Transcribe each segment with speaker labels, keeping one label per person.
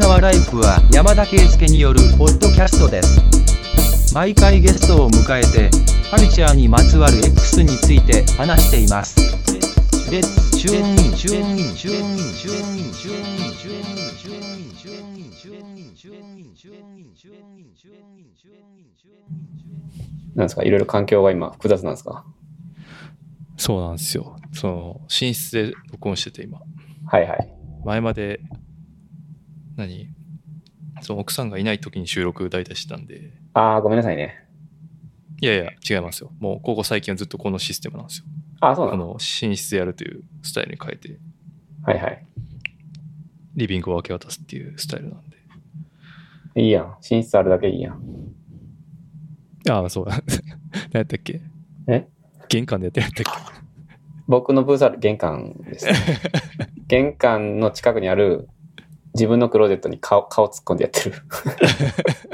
Speaker 1: 川ライフは山田圭介によるポッドキャストです毎回ゲストを迎えてカルチャーにまつわる X について話していますレッツチューンインチューンインチューンインチューンインチューンインチューンインチューンインチューンインチューンインチューンインチューンインチューンインチューンインチューンインチューンイン
Speaker 2: なんですかいろいろ環境が今複雑なんですか
Speaker 3: そうなんですよ。その、寝室で録音してて今。
Speaker 2: はいはい。
Speaker 3: 前まで、何その奥さんがいない時に収録大体してたんで、
Speaker 2: ああ、ごめんなさいね。
Speaker 3: いやいや、違いますよ。もう、ここ最近はずっとこのシステムなんですよ。
Speaker 2: ああ、そうな
Speaker 3: こ
Speaker 2: の
Speaker 3: の寝室でやるというスタイルに変えて、
Speaker 2: はいはい。
Speaker 3: リビングを明け渡すっていうスタイルなんで。
Speaker 2: いいやん。寝室あるだけいいやん。
Speaker 3: ああ、そう だ。何やったっけ
Speaker 2: え
Speaker 3: 玄関でやってやったっけ
Speaker 2: 僕のブースある玄関です、ね。玄関の近くにある自分のクローゼットに顔顔突っ込んでやってる。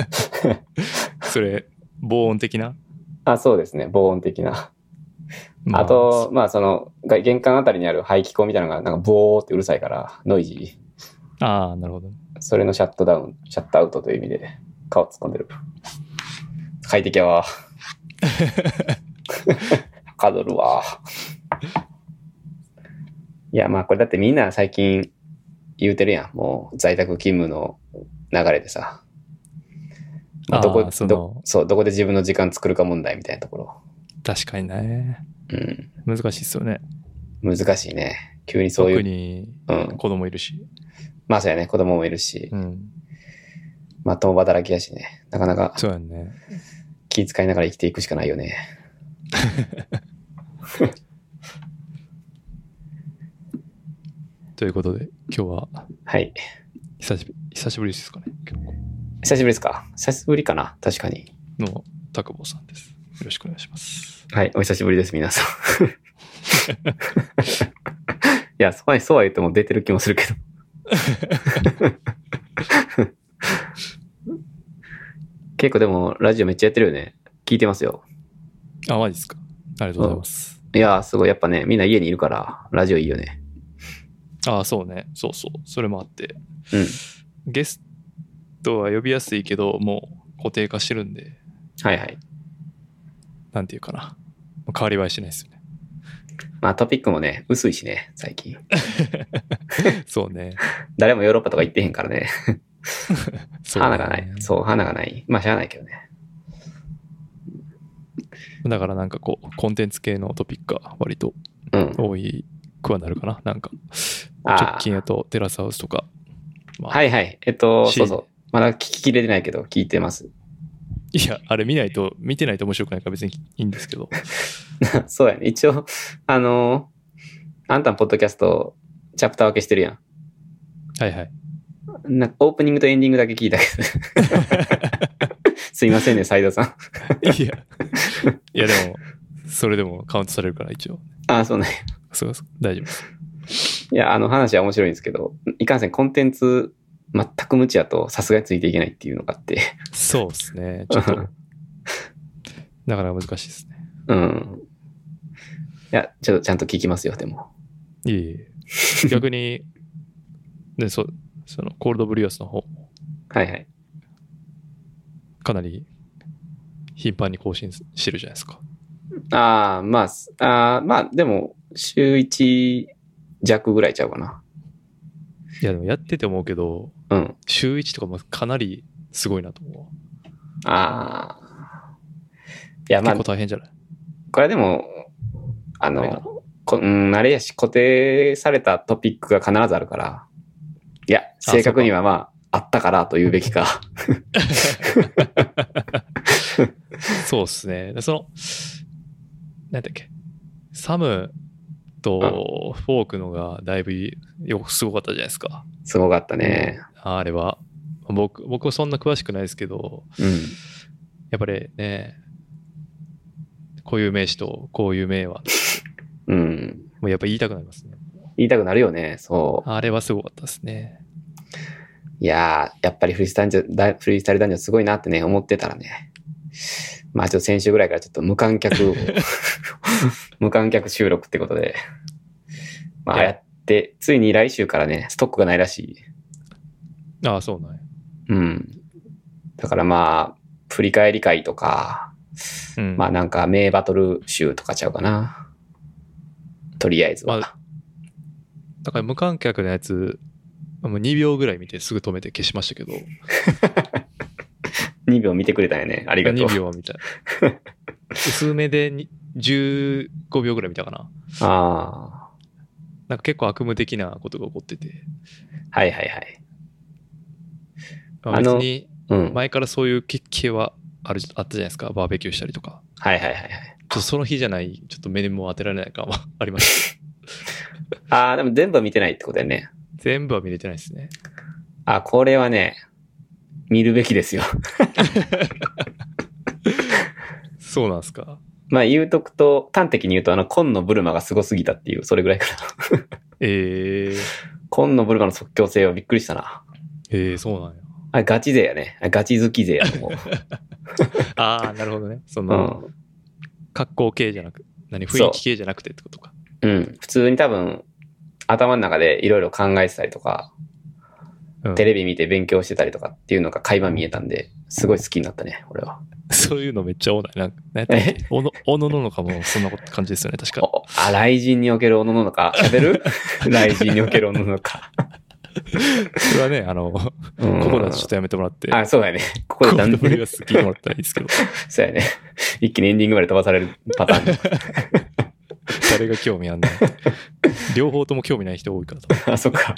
Speaker 3: それ、防音的な、
Speaker 2: あそうですね。防音的な。
Speaker 3: ま
Speaker 2: あと、、まあその、が玄関あたりにある排気口みたいなのがなんかボーってうるさいから、ノイジー。
Speaker 3: ああ、なるほど。
Speaker 2: それのシャットダウン、シャットアウトという意味で顔突っ込んでる。快適や わ。はかどるわ。いや、まあこれだってみんな最近言うてるやん。もう在宅勤務の流れでさ。まあどこ
Speaker 3: あーその
Speaker 2: どそう、どこで自分の時間作るか問題みたいなところ。
Speaker 3: 確かにね。
Speaker 2: うん。
Speaker 3: 難しいっすよね。
Speaker 2: 難しいね。急にそうい
Speaker 3: 特
Speaker 2: う。
Speaker 3: に
Speaker 2: うん。
Speaker 3: 子供いるし。
Speaker 2: まあそうやね。子供もいるし、
Speaker 3: うん。
Speaker 2: まあ共働きやしね。なかなか
Speaker 3: そうやんね。
Speaker 2: 気遣いながら生きていくしかないよね。
Speaker 3: ということで、今日は
Speaker 2: はい。
Speaker 3: 久しぶり久しぶりですかね。結構
Speaker 2: 久しぶりですか久しぶりかな確かに。
Speaker 3: のタクボさんです。よろしくお願いします。
Speaker 2: はい、お久しぶりです、皆さん。 いや、そうはそうは言っても出てる気もするけど。 結構でも、ラジオめっちゃやってるよね。聞いてますよ。
Speaker 3: あ、マジですか。ありがとうございます。
Speaker 2: いやー、すごい。やっぱね、みんな家にいるから、ラジオいいよね。
Speaker 3: ああ、そうね。そうそう。それもあって。
Speaker 2: うん。
Speaker 3: ゲストは呼びやすいけど、もう固定化してるんで、
Speaker 2: はいはい。
Speaker 3: なんていうかな。もう変わり映えしないですよね。
Speaker 2: まあトピックもね、薄いしね、最近。
Speaker 3: そうね。
Speaker 2: 誰もヨーロッパとか行ってへんからね。
Speaker 3: そうね
Speaker 2: 花がない。そう、花がない。まあ、しゃあないけどね。
Speaker 3: だからなんかこう、コンテンツ系のトピックが割と
Speaker 2: うん。
Speaker 3: 多いくはなるかな。なんか、
Speaker 2: あー
Speaker 3: 直近やとテラスハウスとか。まあ
Speaker 2: はいはい。えっと、
Speaker 3: し
Speaker 2: そうそう。まだ聞ききれてないけど、聞いてます。
Speaker 3: いや、あれ見ないと、見てないと面白くないから別にいいんですけど。
Speaker 2: そうやね。一応、あのーあんたのポッドキャスト、チャプター分けしてるや
Speaker 3: はいはい。
Speaker 2: ん。なんかオープニングとエンディングだけ聞いたけど。 すいませんね、斉藤さん。
Speaker 3: いや、いやでも、それでもカウントされるから一応。
Speaker 2: ああ、そうね。
Speaker 3: そうそう、大丈夫です。
Speaker 2: いや、あの話は面白いんですけど、いかんせんコンテンツ、全く無知やと、さすがについていけないっていうのがあって。
Speaker 3: そうですね。ちょっと、なかなか難しいですね。
Speaker 2: うん。いや、ちょっとちゃんと聞きますよ、でも。
Speaker 3: いえいえ。逆に、ね、そその、コールドブリュアスの方、
Speaker 2: はいはい。
Speaker 3: かなり頻繁に更新してるじゃないですか。
Speaker 2: ああ、まあす、ああまあ、でも、週1弱ぐらいちゃうかな。
Speaker 3: いや、でもやってて思うけど、
Speaker 2: うん。
Speaker 3: 週1とかもかなりすごいなと思う。
Speaker 2: ああ。いや、まあ
Speaker 3: 結構、大変じゃない
Speaker 2: これはでも、あ
Speaker 3: あれかな
Speaker 2: の、こうん、あれやし、固定されたトピックが必ずあるから、いや、正確にはまあ、あったからと言うべきか。
Speaker 3: そうですね。でその、なんだっけ、サムとフォークのがだいぶよくすごかったじゃないですか。
Speaker 2: すごかったね。
Speaker 3: ああれは。僕、僕はそんな詳しくないですけど、
Speaker 2: うん。
Speaker 3: やっぱりね、こういう名詞とこういう名は、
Speaker 2: うん。
Speaker 3: もうやっぱ言いたくなりますね。
Speaker 2: 言いたくなるよね、そう。
Speaker 3: あれはすごかったですね。
Speaker 2: いやー、やっぱりフリースタイル男女だ、フリースタイル男女すごいなってね、思ってたらね。まあちょっと先週ぐらいからちょっと無観客 を無観客収録ってことで。まあ
Speaker 3: いや
Speaker 2: やって、ついに来週からね、ストックがないらしい。
Speaker 3: ああ、そうなんや。
Speaker 2: うん。だからまあ、振り返り会とか、
Speaker 3: うん。
Speaker 2: まあなんか名バトル集とかちゃうかな。とりあえずは。
Speaker 3: まだから無観客のやつ、もう2秒ぐらい見てすぐ止めて消しましたけど、
Speaker 2: 2秒見てくれたんやね。ありがと
Speaker 3: 2
Speaker 2: う。
Speaker 3: 秒は見たい。薄めでに15秒ぐらい見たかな。
Speaker 2: あ
Speaker 3: なんか結構悪夢的なことが起こってて、
Speaker 2: あ。はいはいはい。
Speaker 3: まあ、
Speaker 2: あ
Speaker 3: 別
Speaker 2: の
Speaker 3: に
Speaker 2: うん。はい
Speaker 3: 前からそういう決起はあるあったじゃないですか、バーベキューしたりとか。
Speaker 2: はいはいはい。
Speaker 3: ちょっとその日じゃない、ちょっと目にも当てられない感は ありました。
Speaker 2: ああ、でも全部は見てないってことやね。
Speaker 3: 全部は見れてないですね。
Speaker 2: あ、これはね、見るべきですよ。
Speaker 3: そうなんですか。
Speaker 2: まあ言うとくと、端的に言うと、あの、紺のブルマがすごすぎたっていう、それぐらいかな。
Speaker 3: えー、
Speaker 2: 紺のブルマの即興性はびっくりしたな。
Speaker 3: えー、そうなんや。
Speaker 2: あれガチ勢やね。あれガチ好き勢やと思う。
Speaker 3: ああ、なるほどね。その、
Speaker 2: うん。
Speaker 3: 格好系じゃなく、何、
Speaker 2: そう
Speaker 3: 雰囲気系じゃなくてってことか。
Speaker 2: うん。普通に多分、頭の中でいろいろ考えてたりとか、
Speaker 3: うん
Speaker 2: テレビ見て勉強してたりとかっていうのが垣間見えたんで、すごい好きになったね、俺は。
Speaker 3: そういうのめっちゃ多ない。なんか、なんやった っけおの、おのののかも、そんなこと感じですよね、確か。
Speaker 2: おあ、雷神におけるおのののか。喋 る雷神におけるおののか。
Speaker 3: それはね、あの、 こ
Speaker 2: うん
Speaker 3: こだとちょっとやめてもらって、
Speaker 2: あ、そうだよね。ここ
Speaker 3: こ
Speaker 2: で
Speaker 3: こ
Speaker 2: 断
Speaker 3: の振り
Speaker 2: 然、
Speaker 3: は聞いてもらったらいいですけど、
Speaker 2: そうやね。 一気にエンディングまで飛ばされるパタ ーン。
Speaker 3: 誰が興 味あんねん。両方とも興味ない人多いからと。
Speaker 2: あ、そっか。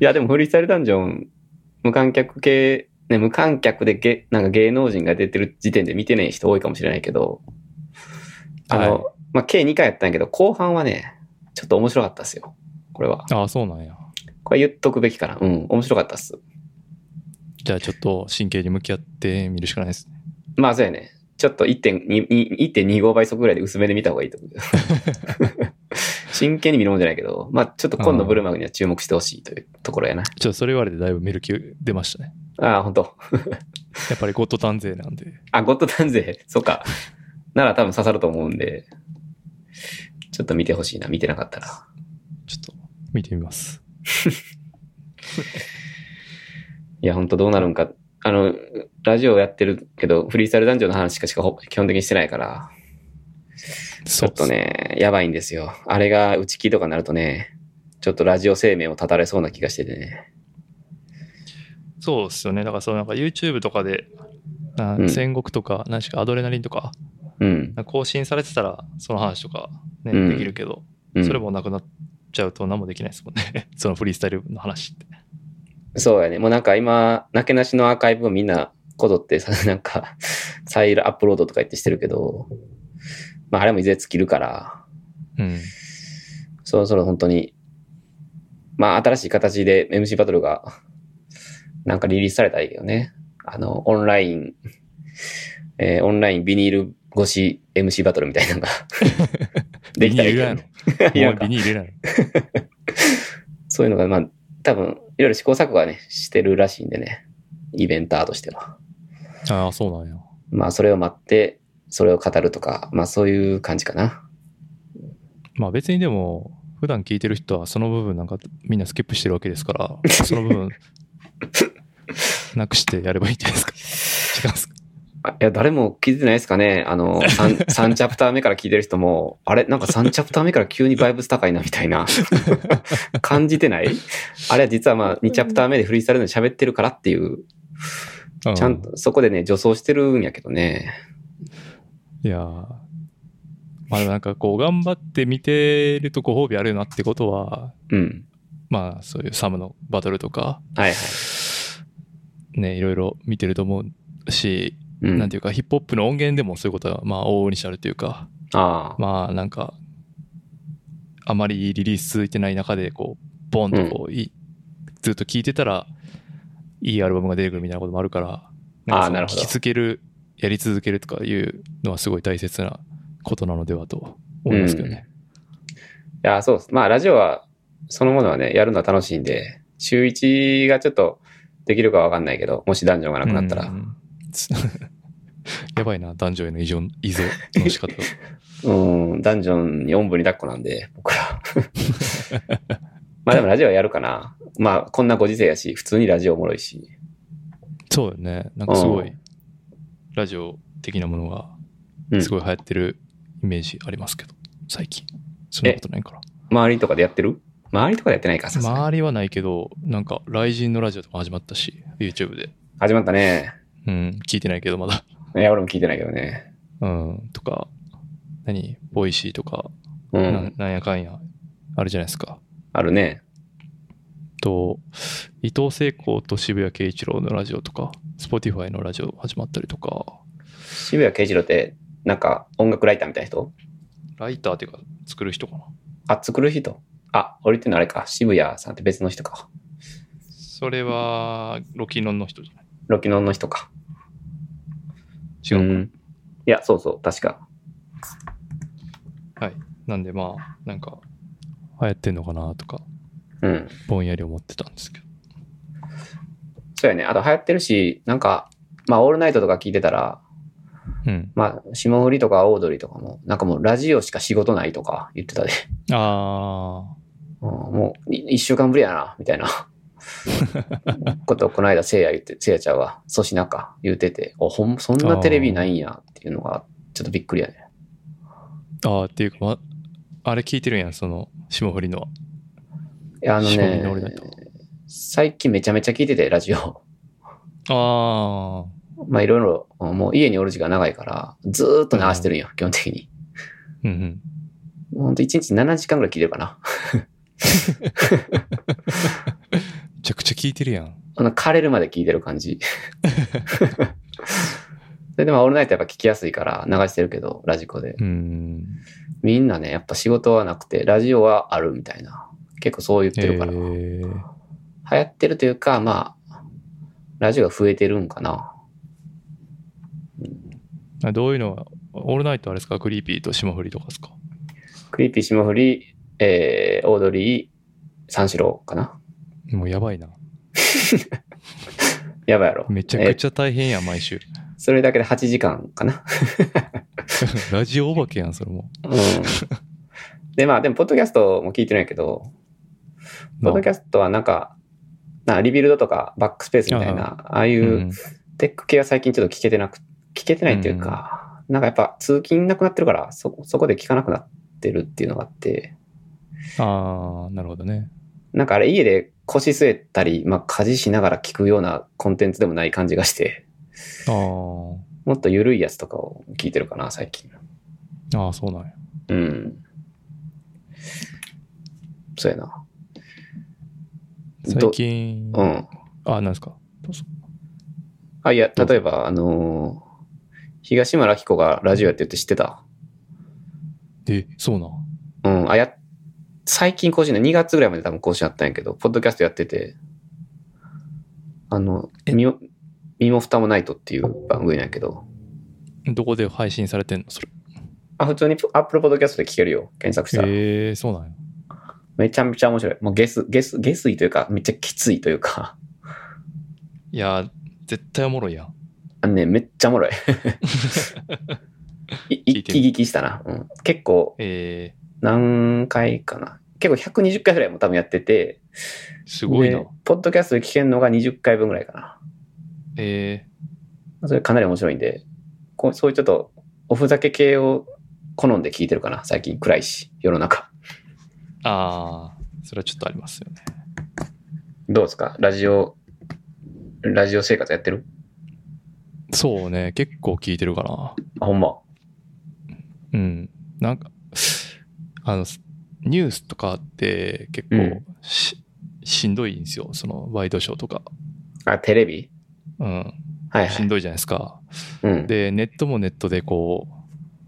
Speaker 2: いや、でもフリースタイルダンジョン、無観客系、ね、無観客でげなんか芸能人が出てる時点で見てない人多いかもしれないけど、あの、
Speaker 3: はい
Speaker 2: まあ、計2回やったんやけど、後半はね、ちょっと面白かったっすよ。これは。
Speaker 3: ああ、そうなんや。
Speaker 2: これ言っとくべきかな。うん、面白かったっす。
Speaker 3: じゃあちょっと真剣に向き合ってみるしかないですね。
Speaker 2: まあ、そうやね。ちょっと1.2 1.25倍速ぐらいで薄めで見た方がいいと思うけど。 真剣に見るもんじゃないけど、まあ、ちょっと今度ブルマグには注目してほしいというところやな。
Speaker 3: ちょっとそれ言われてだいぶ見る気出ましたね。
Speaker 2: ああ、本当
Speaker 3: やっぱりゴッドタン勢なんで。
Speaker 2: あ、ゴッドタン勢、 そっか。なら多分刺さると思うんで、ちょっと見てほしいな、見てなかったら。
Speaker 3: ちょっと見てみます。
Speaker 2: いや、ほんとどうなるんか。あの、ラジオやってるけど、フリースタイルダンジョンの話しかしかほ基本的にしてないから、ち
Speaker 3: そ
Speaker 2: ょっと。ね、やばいんですよ。あれが打ち切りとかになるとね、ちょっとラジオ生命を絶たれそうな気がしててね。
Speaker 3: そうっすよね。だからそのなんか YouTube とかで、な
Speaker 2: うん
Speaker 3: 戦国とか、何しかアドレナリンとか、
Speaker 2: うん。
Speaker 3: なんか更新されてたら、その話とか、ね
Speaker 2: うん
Speaker 3: できるけど、
Speaker 2: うん、
Speaker 3: それもなくなっちゃうと何もできないですもんね。 そのフリースタイルの話って。
Speaker 2: そうやね。もうなんか今、なけなしのアーカイブをみんなこぞって さ、なんか、サイルアップロードとか言ってしてるけど、まああれもいずれ尽きるから、
Speaker 3: うん。
Speaker 2: そろそろ本当に、まあ新しい形で MC バトルが、なんかリリースされたらいいけどね。あの、オンライン、えーオンラインビニール越し MC バトルみたいなのが、 できたらいいけどね。 いや
Speaker 3: もうビニール入れない
Speaker 2: そういうのが、まあ、多分、いろいろ試行錯誤はね、してるらしいんでね。イベンターとしては。
Speaker 3: の。ああ、そうなんや。
Speaker 2: まあ、それを待って、それを語るとか、まあ、そういう感じかな。
Speaker 3: まあ別にでも、普段聞いてる人はその部分なんかみんなスキップしてるわけですから、その部分、なくしてやればいいんじゃないですか。違うんですか
Speaker 2: あいや、誰も聞いてないですかね。あの、3, 3チャプター目から聞いてる人も、あれなんか3チャプター目から急にバイブス高いな、みたい な。感じてないあれは実はまあ、2チャプター目でフリースタイルで喋ってるからっていう、
Speaker 3: う
Speaker 2: ちゃん。と、そこでね、助走してるんやけどね。
Speaker 3: いやーまあでもなんかこう頑張って見てるとご褒美あるよなってことは、
Speaker 2: うん。
Speaker 3: まあそういうサムのバトルとか、
Speaker 2: はいはい。
Speaker 3: ね、いろいろ見てると思うし、
Speaker 2: うん。
Speaker 3: なんていうかヒップホップの音源でもそういうことはまあ往々にしてあるというか、
Speaker 2: ああ。
Speaker 3: まあなんかあまりリリース続いてない中でこうボンとこう、いいずっと聴いてたらいいアルバムが出てくるみたいなこともあるから
Speaker 2: あー
Speaker 3: ん
Speaker 2: なる
Speaker 3: か
Speaker 2: ほ
Speaker 3: そ
Speaker 2: ど
Speaker 3: の聴き続けるやり続けるとかいうのはすごい大切なことなのではと思いますけどね、
Speaker 2: いや、そうです。まあ、ラジオは、そのものはね、やるのは楽しいんで、週1がちょっとできるかわかんないけど、もしダンジョンがなくなったら。
Speaker 3: うん やばいな男女への依存依存 の仕方
Speaker 2: うん、ダン ジョンにおんぶに抱っこなんで、僕ら。まあでもラジオはやるかな。まあ、こんなご時世やし、普通にラジオおもろいし。
Speaker 3: そうよね。なんかすご
Speaker 2: う
Speaker 3: い、ラジオ的なものが
Speaker 2: うん
Speaker 3: すごい流行ってるイメージありますけど、最近。そんなことないから。
Speaker 2: 周りとかでやってる周りとかでやってないか、さすがに
Speaker 3: 周りはないけど、なんか、雷神のラジオとか始まったし、YouTube で。
Speaker 2: 始まったね。
Speaker 3: うん、聞いてないけど、まだ。
Speaker 2: いや、俺も聞いてないけどね。
Speaker 3: うん、とか、何ボイシーとか、
Speaker 2: う
Speaker 3: なん
Speaker 2: ん。
Speaker 3: なんやかんや、あるじゃないですか。
Speaker 2: あるね。
Speaker 3: と、伊藤聖子と渋谷慶一郎のラジオとか、Spotify のラジオ始まったりとか、
Speaker 2: 渋谷慶一郎って、なんか音楽ライターみたいな人
Speaker 3: ライターっていうか、作る人かな。
Speaker 2: あ、作る人あ、俺ってのあれか。渋谷さんって別の人か。
Speaker 3: それは、ロキノンの人じゃない
Speaker 2: ロキノンの人か。
Speaker 3: 違うか、
Speaker 2: ん。いや、そうそう、確か。
Speaker 3: なんでまあ、なんか、流行ってんのかなとか、
Speaker 2: うん。
Speaker 3: ぼんやり思ってたんですけど。
Speaker 2: そうやね。あと流行ってるし、なんか、まあ、オールナイトとか聞いてたら、
Speaker 3: うん。
Speaker 2: まあ、霜降りとかオードリーとかも、なんかもうラジオしか仕事ないとか言ってたで。
Speaker 3: あ
Speaker 2: うんもう、い一週間ぶりやな、みたいな。 ことをこの間、せいや言って、せいやちゃんは、粗品か、言うてて、お、ほん、そんなテレビないんや、っていうのが、ちょっとびっくりやね。
Speaker 3: ー、あーっていうか、ま、あれ聞いてるやん、その、霜降りのは。
Speaker 2: いや、あの
Speaker 3: 霜降りの俺だ
Speaker 2: ね、
Speaker 3: と。
Speaker 2: 最近めちゃめちゃ聞いてて、ラジオ。
Speaker 3: あ
Speaker 2: まあ、いろいろ、うんもう家におる時間長いから、ずーっと流してるんよ、基本的に。
Speaker 3: ー、うんうん。
Speaker 2: ほんと1日7時間ぐらい聞いてるかな。
Speaker 3: めちゃくちゃ聞いてるやん。
Speaker 2: あの、枯れるまで聞いてる感じ。それでも、オールナイトやっぱ聞きやすいから、流してるけど、ラジコで。
Speaker 3: うん。
Speaker 2: みんなね、やっぱ仕事はなくて、ラジオはあるみたいな。結構そう言ってるから。
Speaker 3: えー
Speaker 2: 流行ってるというか、まあ、ラジオが増えてるんかな。
Speaker 3: あどういうのは、オールナイトあれですかクリーピーと霜降りとかですか
Speaker 2: クリーピー霜降り、えー、オードリー、三四郎かな。
Speaker 3: もうやばいな。
Speaker 2: やばいやろ。
Speaker 3: めちゃくちゃ大変やん、毎週。
Speaker 2: えーそれだけで8時間かな。
Speaker 3: ラジオお化けやん、それも。
Speaker 2: うん。で、まあ、でも、ポッドキャストも聞いてないけど、ポ
Speaker 3: な
Speaker 2: ッドキャストはなんか、なリビルドとかバックスペースみたい
Speaker 3: あ
Speaker 2: な、ああいううんテック系は最近ちょっと聞けてなく、聞けてないっていうか、なんかやっぱ通勤なくなってるから、そ、そこで聞かなくなってるっていうのがあって、
Speaker 3: ああ、なるほどね。
Speaker 2: なんかあれ家で腰据えたり、まあ家事しながら聞くようなコンテンツでもない感じがして、
Speaker 3: あ
Speaker 2: もっと緩いやつとかを聞いてるかな、最近。
Speaker 3: あ、ああ、そうなんや。
Speaker 2: うん。そうやな。
Speaker 3: 最近、
Speaker 2: う
Speaker 3: あ
Speaker 2: ん。
Speaker 3: あ、なんですか。どうぞ
Speaker 2: あ、いや、例えば、あのー東村明子がラジオやってるって知ってた
Speaker 3: え、そうなん。
Speaker 2: うん、あ、や、最近更新だ。2月ぐらいまで多分更新あったんやけど、ポッドキャストやってて、あの、
Speaker 3: え
Speaker 2: 身も、身も蓋もないとっていう番組なんやけど、
Speaker 3: どこで配信されてんのそれ。
Speaker 2: あ、普通にアップルポッドキャストで聞けるよ。検索したら。
Speaker 3: ええそうなんや。
Speaker 2: めちゃめちゃ面白い。もうゲス、ゲス、ゲスいというか、めっちゃきついというか、
Speaker 3: いやー、絶対おもろいやん。
Speaker 2: あのね、めっちゃおもろい。い
Speaker 3: 聞
Speaker 2: 一
Speaker 3: いてみ
Speaker 2: 気聞きしたな。うん、結構、
Speaker 3: え
Speaker 2: 何回かな。結構120回ぐらいも多分やってて、
Speaker 3: えすごいな
Speaker 2: で。ポッドキャストで聞けるのが20回分ぐらいかな。
Speaker 3: え
Speaker 2: それかなり面白いんで、こうそういうちょっとおふざけ系を好んで聞いてるかな、最近暗いし、世の中。
Speaker 3: ー、ああ、それはちょっとありますよね。
Speaker 2: どうですかラジオ、ラジオ生活やってる
Speaker 3: そうね、結構聞いてるかな。
Speaker 2: あ、ほんま。
Speaker 3: うん。なんか、あの、ニュースとかって結
Speaker 2: う
Speaker 3: 構
Speaker 2: ん
Speaker 3: し,、しんどいんですよ。そのワイドショーとか。
Speaker 2: あ、テレビ
Speaker 3: うん。
Speaker 2: はいは
Speaker 3: しん
Speaker 2: い。
Speaker 3: どいじゃないですか。
Speaker 2: うん。
Speaker 3: で、ネットもネットでこう、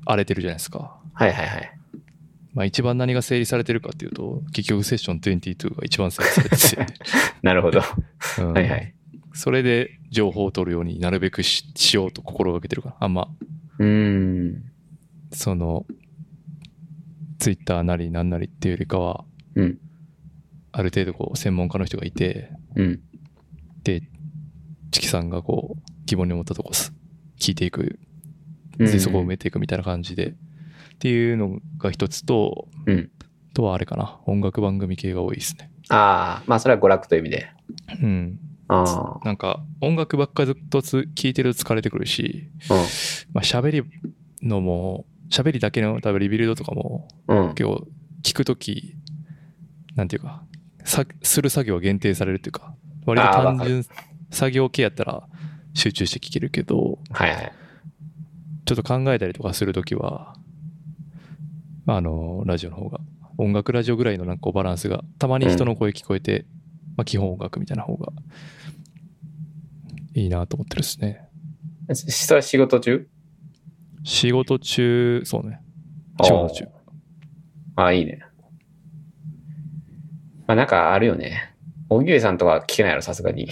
Speaker 3: 荒れてるじゃないですか。
Speaker 2: はいはいはい。
Speaker 3: まあ一番何が整理されてるかっていうと、結局セッション22が一番整理されて
Speaker 2: なるほど。は
Speaker 3: て、うん
Speaker 2: いはい。
Speaker 3: それで情報を取るようになるべくししようと心がけてるから、あんま、
Speaker 2: うーん。
Speaker 3: その、ツイッターなりなんなりっていうよりかは、
Speaker 2: うん。
Speaker 3: ある程度こう専門家の人がいて、
Speaker 2: うん。
Speaker 3: で、チキさんがこう、疑問に思ったとこす聞いていく、
Speaker 2: う
Speaker 3: で
Speaker 2: ん、
Speaker 3: そこを埋めていくみたいな感じで、っていうのが一つと、
Speaker 2: うん
Speaker 3: あとはあれかな、音楽番組系が多いですね。
Speaker 2: ああ、まあそれは娯楽という意味で。
Speaker 3: うん。
Speaker 2: ああ、
Speaker 3: なんか音楽ばっかりずっとつ聴いてると疲れてくるし、まあ喋りのも、喋りだけの多分リビルドとかも、
Speaker 2: うん、うん。
Speaker 3: 今日聞くとき、なんていうか、さする作業は限定されるっていうか、割と
Speaker 2: あー
Speaker 3: 単純作業系やったら集中して聞けるけど、
Speaker 2: はいはい。
Speaker 3: ちょっと考えたりとかするときは、あの、ラジオの方が、音楽ラジオぐらいのなんかこうバランスが、たまに人の声聞こえて、まあ基本音楽みたいな方がいいなと思ってるですね。
Speaker 2: しそれは仕事中
Speaker 3: 仕事中、そうね。仕事中。
Speaker 2: ああ、いいね。まあなんかあるよね。小木さんとか聞けないやろ、さすがに。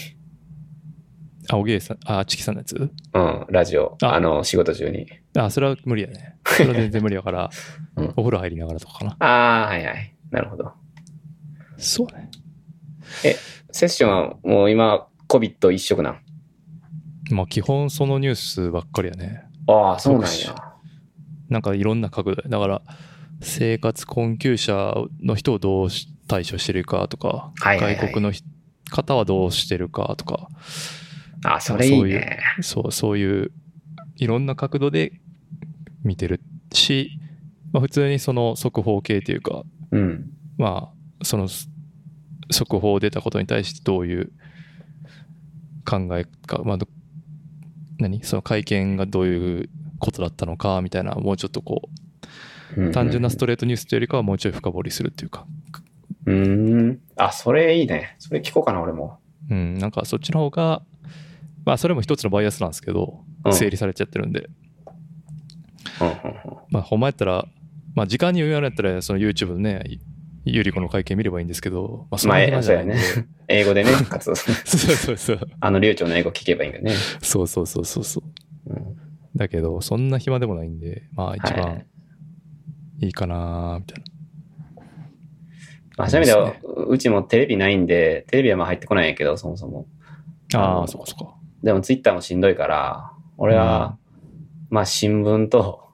Speaker 3: あ、おげえさん、あ、ちきさんのやつ
Speaker 2: うん、ラジオ。
Speaker 3: あ
Speaker 2: あの、仕事中に。
Speaker 3: あ、それは無理やね。 それは全然無理やから、
Speaker 2: うん
Speaker 3: お風呂入りながらとかかな。
Speaker 2: ああ、はいはい。なるほど。
Speaker 3: そうね。
Speaker 2: セッションはもう今、COVID 一色なん。
Speaker 3: まあ基本そのニュースばっかりやね。
Speaker 2: ああ、そうなん
Speaker 3: そう
Speaker 2: や。
Speaker 3: なんかいろんな角度でだから生活困窮者の人をどうし対処してるかとか、
Speaker 2: はいはいはい
Speaker 3: 外国のひ方はどうしてるかとか
Speaker 2: ああ、それいい
Speaker 3: そういう
Speaker 2: ね。
Speaker 3: そうそういういろんな角度で見てるし、まあ、普通にその速報系というか
Speaker 2: うん。
Speaker 3: まあそのす速報出たことに対してどういう考えか、まあ、ど何その会見がどういうことだったのかみたいなもうちょっとこう
Speaker 2: うん
Speaker 3: 単純なストレートニュースというよりかはもうちょい深掘りするっていうか、
Speaker 2: うーん。あ、それいいね。それ聞こうかな、俺も。
Speaker 3: うん、なんかそっちの方が、まあそれも一つのバイアスなんですけど、
Speaker 2: うん
Speaker 3: 整理されちゃってるんで、
Speaker 2: うんうんうん
Speaker 3: まあほんまやったら、まあ時間に余裕あるんやったら、その YouTube のね、ゆり子の会見見ればいいんですけど、まあそんな暇じゃないんで
Speaker 2: まあえ英語でね、かつ、
Speaker 3: そうそうそう。
Speaker 2: あの流暢な英語聞けばいいんだよね。
Speaker 3: そうそうそうそうそう。
Speaker 2: うん
Speaker 3: だけど、そんな暇でもないんで、まあ一
Speaker 2: は
Speaker 3: 番
Speaker 2: い
Speaker 3: いいかなみたいな。
Speaker 2: まあ、そういう意味では
Speaker 3: です、
Speaker 2: うちもテレビないんで、テレビはまあ入ってこないんやけど、そもそも。
Speaker 3: あ
Speaker 2: う
Speaker 3: あ、
Speaker 2: ん
Speaker 3: そっかそっか。
Speaker 2: でもツイッターもしんどいから、俺は、まあ新聞と、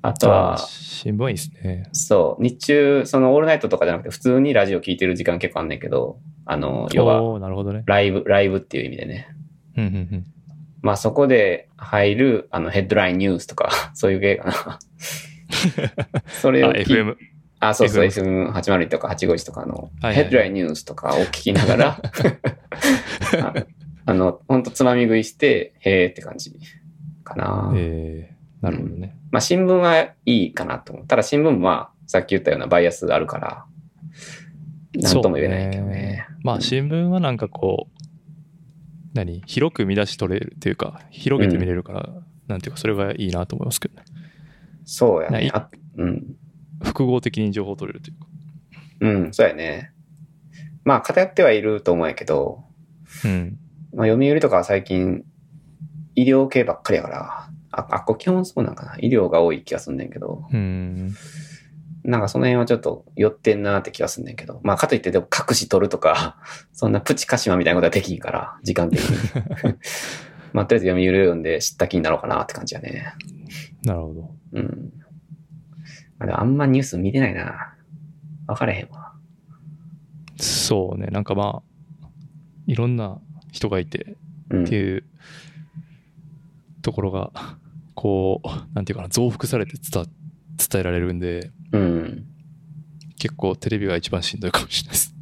Speaker 2: あと
Speaker 3: ああ
Speaker 2: は
Speaker 3: ー、、新聞はいいですね。
Speaker 2: そう、日中、そのオールナイトとかじゃなくて、普通にラジオ聞いてる時間結構あんねんけど、あの、要は、
Speaker 3: おおなるほどね。
Speaker 2: ライブ、ライブっていう意味でね。
Speaker 3: うんうんうん。
Speaker 2: まあそこで入る、あの、ヘッドラインニュースとか、 そういう系かな。それ
Speaker 3: あ、
Speaker 2: を聞い
Speaker 3: FM。
Speaker 2: あ、そうそう、
Speaker 3: FM
Speaker 2: FM801 とか851とかの、
Speaker 3: はいはい
Speaker 2: ヘッドラインニュースとかを聞きなが ら、ああの、ほんとつまみ食いして、へーって感じかな。
Speaker 3: えー、なるほどね。
Speaker 2: まあ新聞はいいかなと思う。ただ新聞もまあ、さっき言ったようなバイアスあるから、なんとも言えないけどね。
Speaker 3: そうまあ新聞はなんかこう、何広く見出し取れるっていうか、広げて見れるから、なんていうか、それがいいなと思いますけどね。
Speaker 2: そうや
Speaker 3: ない
Speaker 2: ね。あうん。
Speaker 3: 複合的に情報取れるというか。
Speaker 2: うん、そうやね。まあ偏ってはいると思うんやけど、
Speaker 3: うん。
Speaker 2: まあ、読売とかは最近、医療系ばっかりやから、あ、あっこ基本そうなんかな。医療が多い気がすんねんけど、
Speaker 3: うん。
Speaker 2: なんかその辺はちょっと寄ってんなーって気がすんねんけど、まあかといってでも各紙取るとか、 そんなプチカシマみたいなことはできんから、時間的に。 まあとりあえず読売読んで知った気になろうかなって感じやね。
Speaker 3: なるほど。
Speaker 2: うん。まあ、でもあんまニュース見てないな。わかれへんわ。
Speaker 3: そうね。なんかまあ、いろんな人がいて
Speaker 2: うん
Speaker 3: って。いうところが、こう、なんていうかな、増幅されて伝わ伝えられるんで、
Speaker 2: うん。
Speaker 3: 結構テレビが一番しんどいかもしれないです。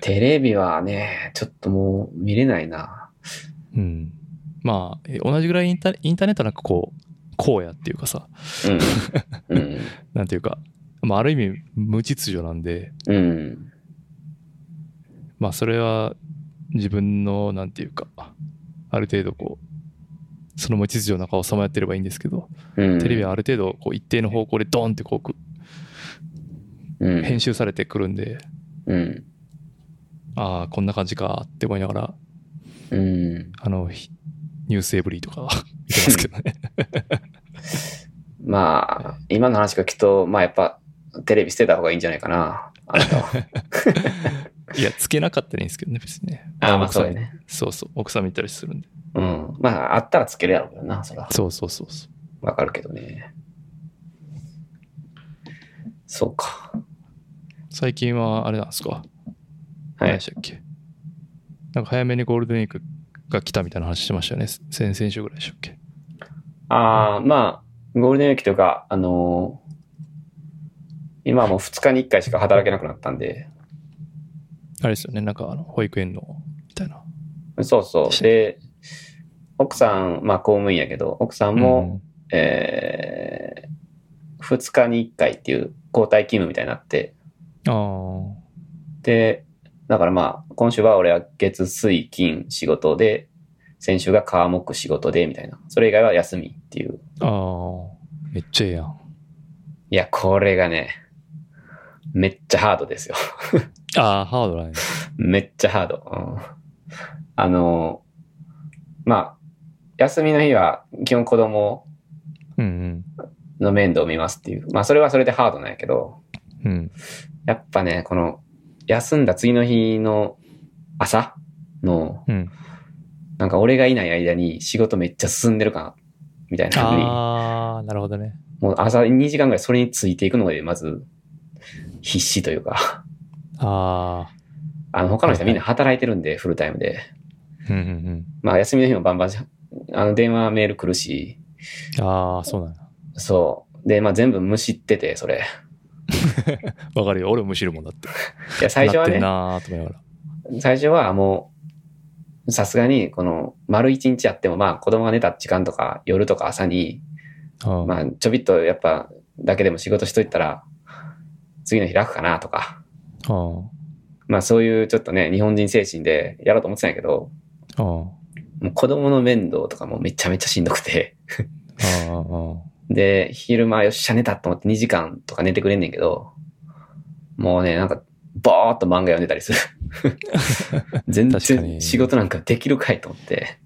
Speaker 2: テレビはね、ちょっともう見れないな。
Speaker 3: うん、まあえ同じぐらいインタインターネットはなんかこう荒野っていうかさ
Speaker 2: うん。うん。
Speaker 3: なんていうか、まあ、ある意味無秩序なんで
Speaker 2: うん。
Speaker 3: まあそれは自分のなんていうかある程度こうその無秩序の中をさまよってればいいんですけど、
Speaker 2: うん、
Speaker 3: テレビはある程度こう一定の方向でドンってこうく
Speaker 2: うん、
Speaker 3: 編集されてくるんで、
Speaker 2: うん。
Speaker 3: ああこんな感じかって思いながら
Speaker 2: うん。
Speaker 3: あのひニュースエブリーと かは見てますけどね
Speaker 2: まあ、今の話が聞くと、まあやっぱ、テレビ捨てた方がいいんじゃないかな。あなたは
Speaker 3: いやつけなかったらいいんですけどね別にね
Speaker 2: あまあ
Speaker 3: 奥さん
Speaker 2: そうだね
Speaker 3: そうそう奥さん見たりするんで
Speaker 2: うん。まあ、あったらつけるやろうけどな、それは。
Speaker 3: そうそうそうそう
Speaker 2: わかるけどね。そうか。
Speaker 3: 最近はあれなんですか
Speaker 2: はい
Speaker 3: 何でしたっけなんか早めにゴールデンウィークが来たみたいな話してましたよね。先々週ぐらいでしたっけ
Speaker 2: ああ、まあ、ゴールデンウィークとか、あのー今はもう2日に1回しか働けなくなったんで、
Speaker 3: あれですよね。なんかあの、保育園の、みたいな。
Speaker 2: そうそう。で、奥さん、まあ公務員やけど、奥さんも、えー、2日に1回っていう交代勤務みたいになって、
Speaker 3: うん、あ
Speaker 2: で、だからまあ、今週は俺は月、水、金仕事で、先週が火、木仕事で、みたいな。それ以外は休みっていう。
Speaker 3: あ、ああ、めっちゃええやん。
Speaker 2: いや、これがね、めっちゃハードですよ。
Speaker 3: ああ、ハードだね。
Speaker 2: めっちゃハード。うんあの、まあ、休みの日は基本子供
Speaker 3: うん
Speaker 2: の面倒を見ますっていう。まあ、それはそれでハードなんやけど、
Speaker 3: うん。うん。
Speaker 2: やっぱね、この、休んだ次の日の朝の、
Speaker 3: うん。
Speaker 2: なんか俺がいない間に仕事めっちゃ進んでるかな、みたいな風に
Speaker 3: ああ、なるほどね。
Speaker 2: もう朝2時間ぐらいそれについていくので、まず、必死というか、
Speaker 3: ああ。
Speaker 2: あの、他の人はみんな働いてるんで、フルタイムで。
Speaker 3: うんうん
Speaker 2: まあ、休みの日もバンバンし、あの、電話、メール来るし、
Speaker 3: うん。ああ、そうなんだ。
Speaker 2: そう。で、まあ、全部無視ってて、それ。
Speaker 3: わかるよ。俺もむしるもんだって。
Speaker 2: いや、最初は
Speaker 3: なって
Speaker 2: ね、
Speaker 3: んなーと思いながら。
Speaker 2: 最初はもう、さすがに、この、丸一日やっても、まあ、子供が寝た時間とか、夜とか朝に、
Speaker 3: ああ
Speaker 2: まあ、ちょびっと、やっぱ、だけでも仕事しといたら、次の日楽かな、とか。
Speaker 3: あ
Speaker 2: まあ、そういう、ちょっとね、日本人精神でやろうと思ってたんやけど、
Speaker 3: あ。ああ。
Speaker 2: もう子供の面倒とかもめちゃめちゃしんどくて。
Speaker 3: ああああ。
Speaker 2: で、昼間よっしゃ寝たと思って2時間とか寝てくれんねんけど、もうね、なんか、ぼーっと漫画読んでたりする。全
Speaker 3: 確かに
Speaker 2: 然仕事なんかできるかいと思って。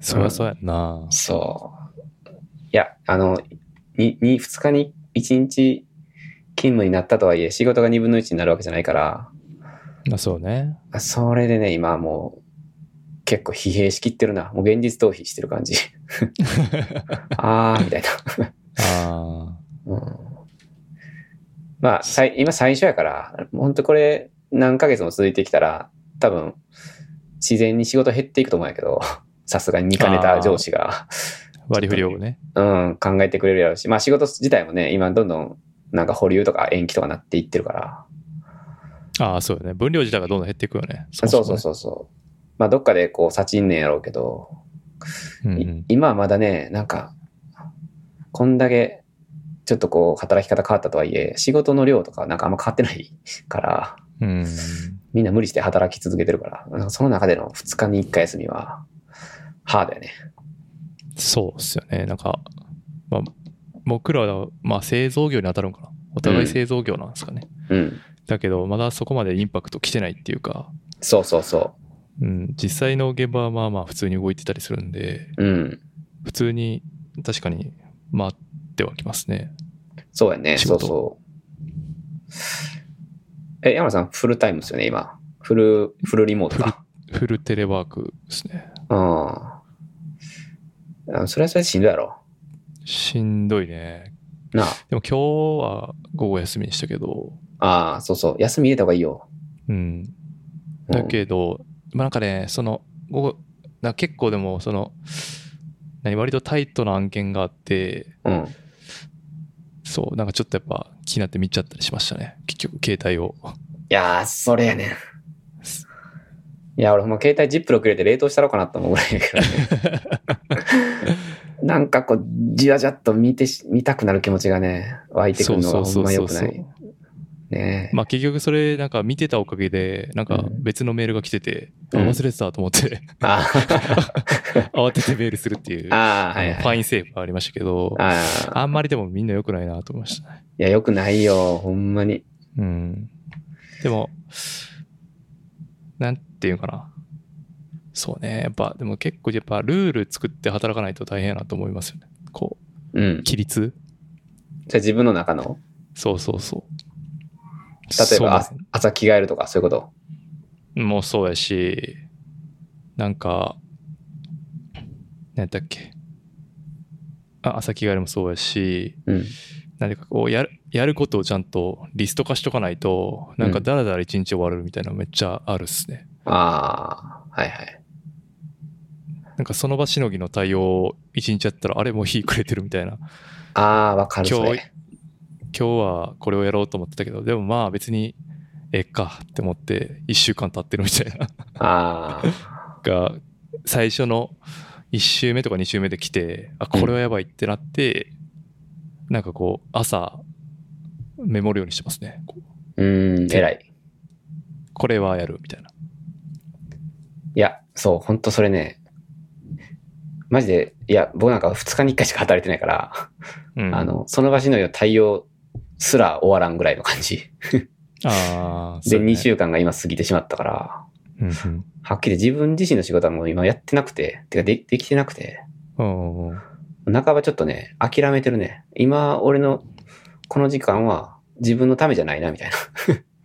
Speaker 3: そりゃそうやんな。
Speaker 2: そう。いや、あの、に、に、2日に1日勤務になったとはいえ、仕事が2分の1になるわけじゃないから、
Speaker 3: まあそうね。
Speaker 2: それでね、今はもう、結構疲弊しきってるな。もう現実逃避してる感じ。あー、みたいな。
Speaker 3: あ
Speaker 2: うんまあ、さい今最初やから、本当これ何ヶ月も続いてきたら、多分、自然に仕事減っていくと思うんやけど、さすがに見かねた上司が、
Speaker 3: あ。割り振りをね。
Speaker 2: うん、考えてくれるやろうし、まあ仕事自体もね、今どんどんなんか保留とか延期とかなっていってるから、
Speaker 3: ああ、そうよね。分量自体がどんどん減っていくよね。
Speaker 2: そうそうそう
Speaker 3: う。
Speaker 2: そうまあどっかでこう、幸んねんやろうけど、
Speaker 3: うんう
Speaker 2: い
Speaker 3: ん、
Speaker 2: 今はまだね、なんか、こんだけ、ちょっとこう、働き方変わったとはいえ、仕事の量とかなんかあんま変わってない から、
Speaker 3: うん。
Speaker 2: みんな無理して働き続けてるから、なんかその中での2日に1回休みは、ハードやね。
Speaker 3: そうっすよね。なんか、まあ、僕らは、まあ、製造業に当たるんかな。お互い製造業なんですかね。
Speaker 2: うん。
Speaker 3: だけど、まだそこまでインパクト来てないっていうか、
Speaker 2: そうそうそ
Speaker 3: うん、実際の現場はまあまあ普通に動いてたりするんで、
Speaker 2: う。うん。
Speaker 3: 普通に確かに回ってはきますね。
Speaker 2: そうやね。
Speaker 3: 仕
Speaker 2: そう
Speaker 3: 事
Speaker 2: そう。え、山田さん、フルタイムですよね、今。フル、フルリモートか。
Speaker 3: フルテレワークですね。
Speaker 2: うん。あそれはそれでしんどいやろ。
Speaker 3: しんどいね。
Speaker 2: な
Speaker 3: でも今日は午後休みにしたけど、
Speaker 2: あ。ああ、そうそう。休み入れた方がいいよ。
Speaker 3: うん。
Speaker 2: うん
Speaker 3: だけど、まあなんかね、その、午後、なんか結構でも、その、何、割とタイトな案件があって、
Speaker 2: うん。
Speaker 3: そう、なんかちょっとやっぱ気になって見ちゃったりしましたね。結局、携帯を。
Speaker 2: いやー、それやねん。いや、俺もう携帯ジップロック入れて冷凍したろうかなと思うぐらいやけどね。 なんかこう、じわじわっと見てし、見たくなる気持ちがね、湧いてくるのがほんま良くない。ねえ。
Speaker 3: まあ結局それ、なんか見てたおかげで、なんか
Speaker 2: うん
Speaker 3: 別のメールが来てて、
Speaker 2: うん
Speaker 3: あ忘れてたと 思って、
Speaker 2: あ
Speaker 3: 慌ててメールするっていう、
Speaker 2: あー、はい
Speaker 3: フ
Speaker 2: はい。
Speaker 3: ァインセーブありましたけど、
Speaker 2: ああ。
Speaker 3: あんまりでもみんな良くないなと思いましたね。
Speaker 2: いや、良くないよ、ほんまに。
Speaker 3: うん。でも、なんていうかな。そうね。やっぱ、でも結構やっぱルール作って働かないと大変やなと思いますよね。こう、
Speaker 2: うん。
Speaker 3: 規律
Speaker 2: じゃあ自分の中の、
Speaker 3: そうそうそう。
Speaker 2: 例えばあ
Speaker 3: そうね
Speaker 2: 朝着替えるとかそういうこと。
Speaker 3: もうそうやし、なんか、何やったっけ。あ朝着替えもそうやし、
Speaker 2: うん。
Speaker 3: なんでかこうやる、やることをちゃんとリスト化しとかないと、なんかだらだら一日終わるみたいなのめっちゃあるっすね。
Speaker 2: ああ、はいはい。
Speaker 3: なんかその場しのぎの対応を一日やったら、あれもう日暮れてるみたいな。
Speaker 2: ああ、わかる
Speaker 3: 今
Speaker 2: そ
Speaker 3: 日
Speaker 2: れ。
Speaker 3: 今日はこれをやろうと思ってたけど、でもまあ別に、えっかって思って、一週間経ってるみたいな。
Speaker 2: ああ、
Speaker 3: が最初の1周目とか2周目で来てあこれはやばいってなって、なんかこう朝メモるようにしてますねこう
Speaker 2: うーん、偉い。
Speaker 3: これはやるみたいない
Speaker 2: や、そう、ほんとそれね、マジで、いや、僕なんか2日に1回しか働いてないから、、
Speaker 3: うん、
Speaker 2: あの、その場しのぎの対応すら終わらんぐらいの感じ。
Speaker 3: あーそ
Speaker 2: で、
Speaker 3: うね
Speaker 2: 2週間が今過ぎてしまったから、
Speaker 3: うんうん
Speaker 2: はっきり自分自身の仕事はもう今やってなくて、てかでできてなくて、
Speaker 3: うんうんうん
Speaker 2: 半ばちょっとね、諦めてるね。今、俺のこの時間は自分のためじゃないな、みたい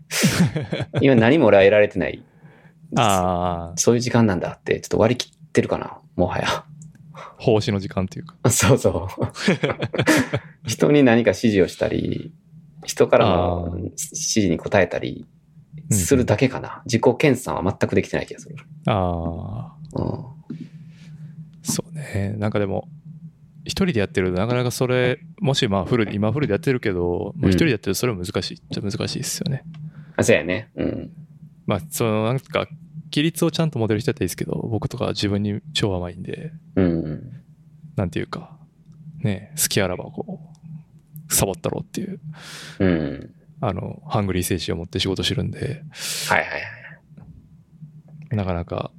Speaker 2: な。今何も俺は得られてない。
Speaker 3: あ
Speaker 2: そういう時間なんだって、ちょっと割り切ってるかな、もはや。
Speaker 3: あ奉仕の時間というか
Speaker 2: そう そう。人に何か指示をしたり、人から
Speaker 3: あ
Speaker 2: の
Speaker 3: ー
Speaker 2: 指示に応えたりするだけかな。自己検査は全くできてない気がする。
Speaker 3: ああ
Speaker 2: うん。
Speaker 3: そうねなんかでも一人でやってるとなかなかそれもしまあフルで今フルでやってるけどまあ一人でやってるとそれは難しいっちゃ難しいですよね
Speaker 2: あ、そうやね。うん。
Speaker 3: まあ、そのなんか、規律をちゃんと持てる人だったらいいですけど、僕とか自分に超甘いんで、
Speaker 2: うん。
Speaker 3: なんていうか、ねえ、好きあらばこう、サボったろうっていう、
Speaker 2: うん。
Speaker 3: あの、ハングリー精神を持って仕事してるんで、
Speaker 2: はいはいはい。
Speaker 3: なかなか、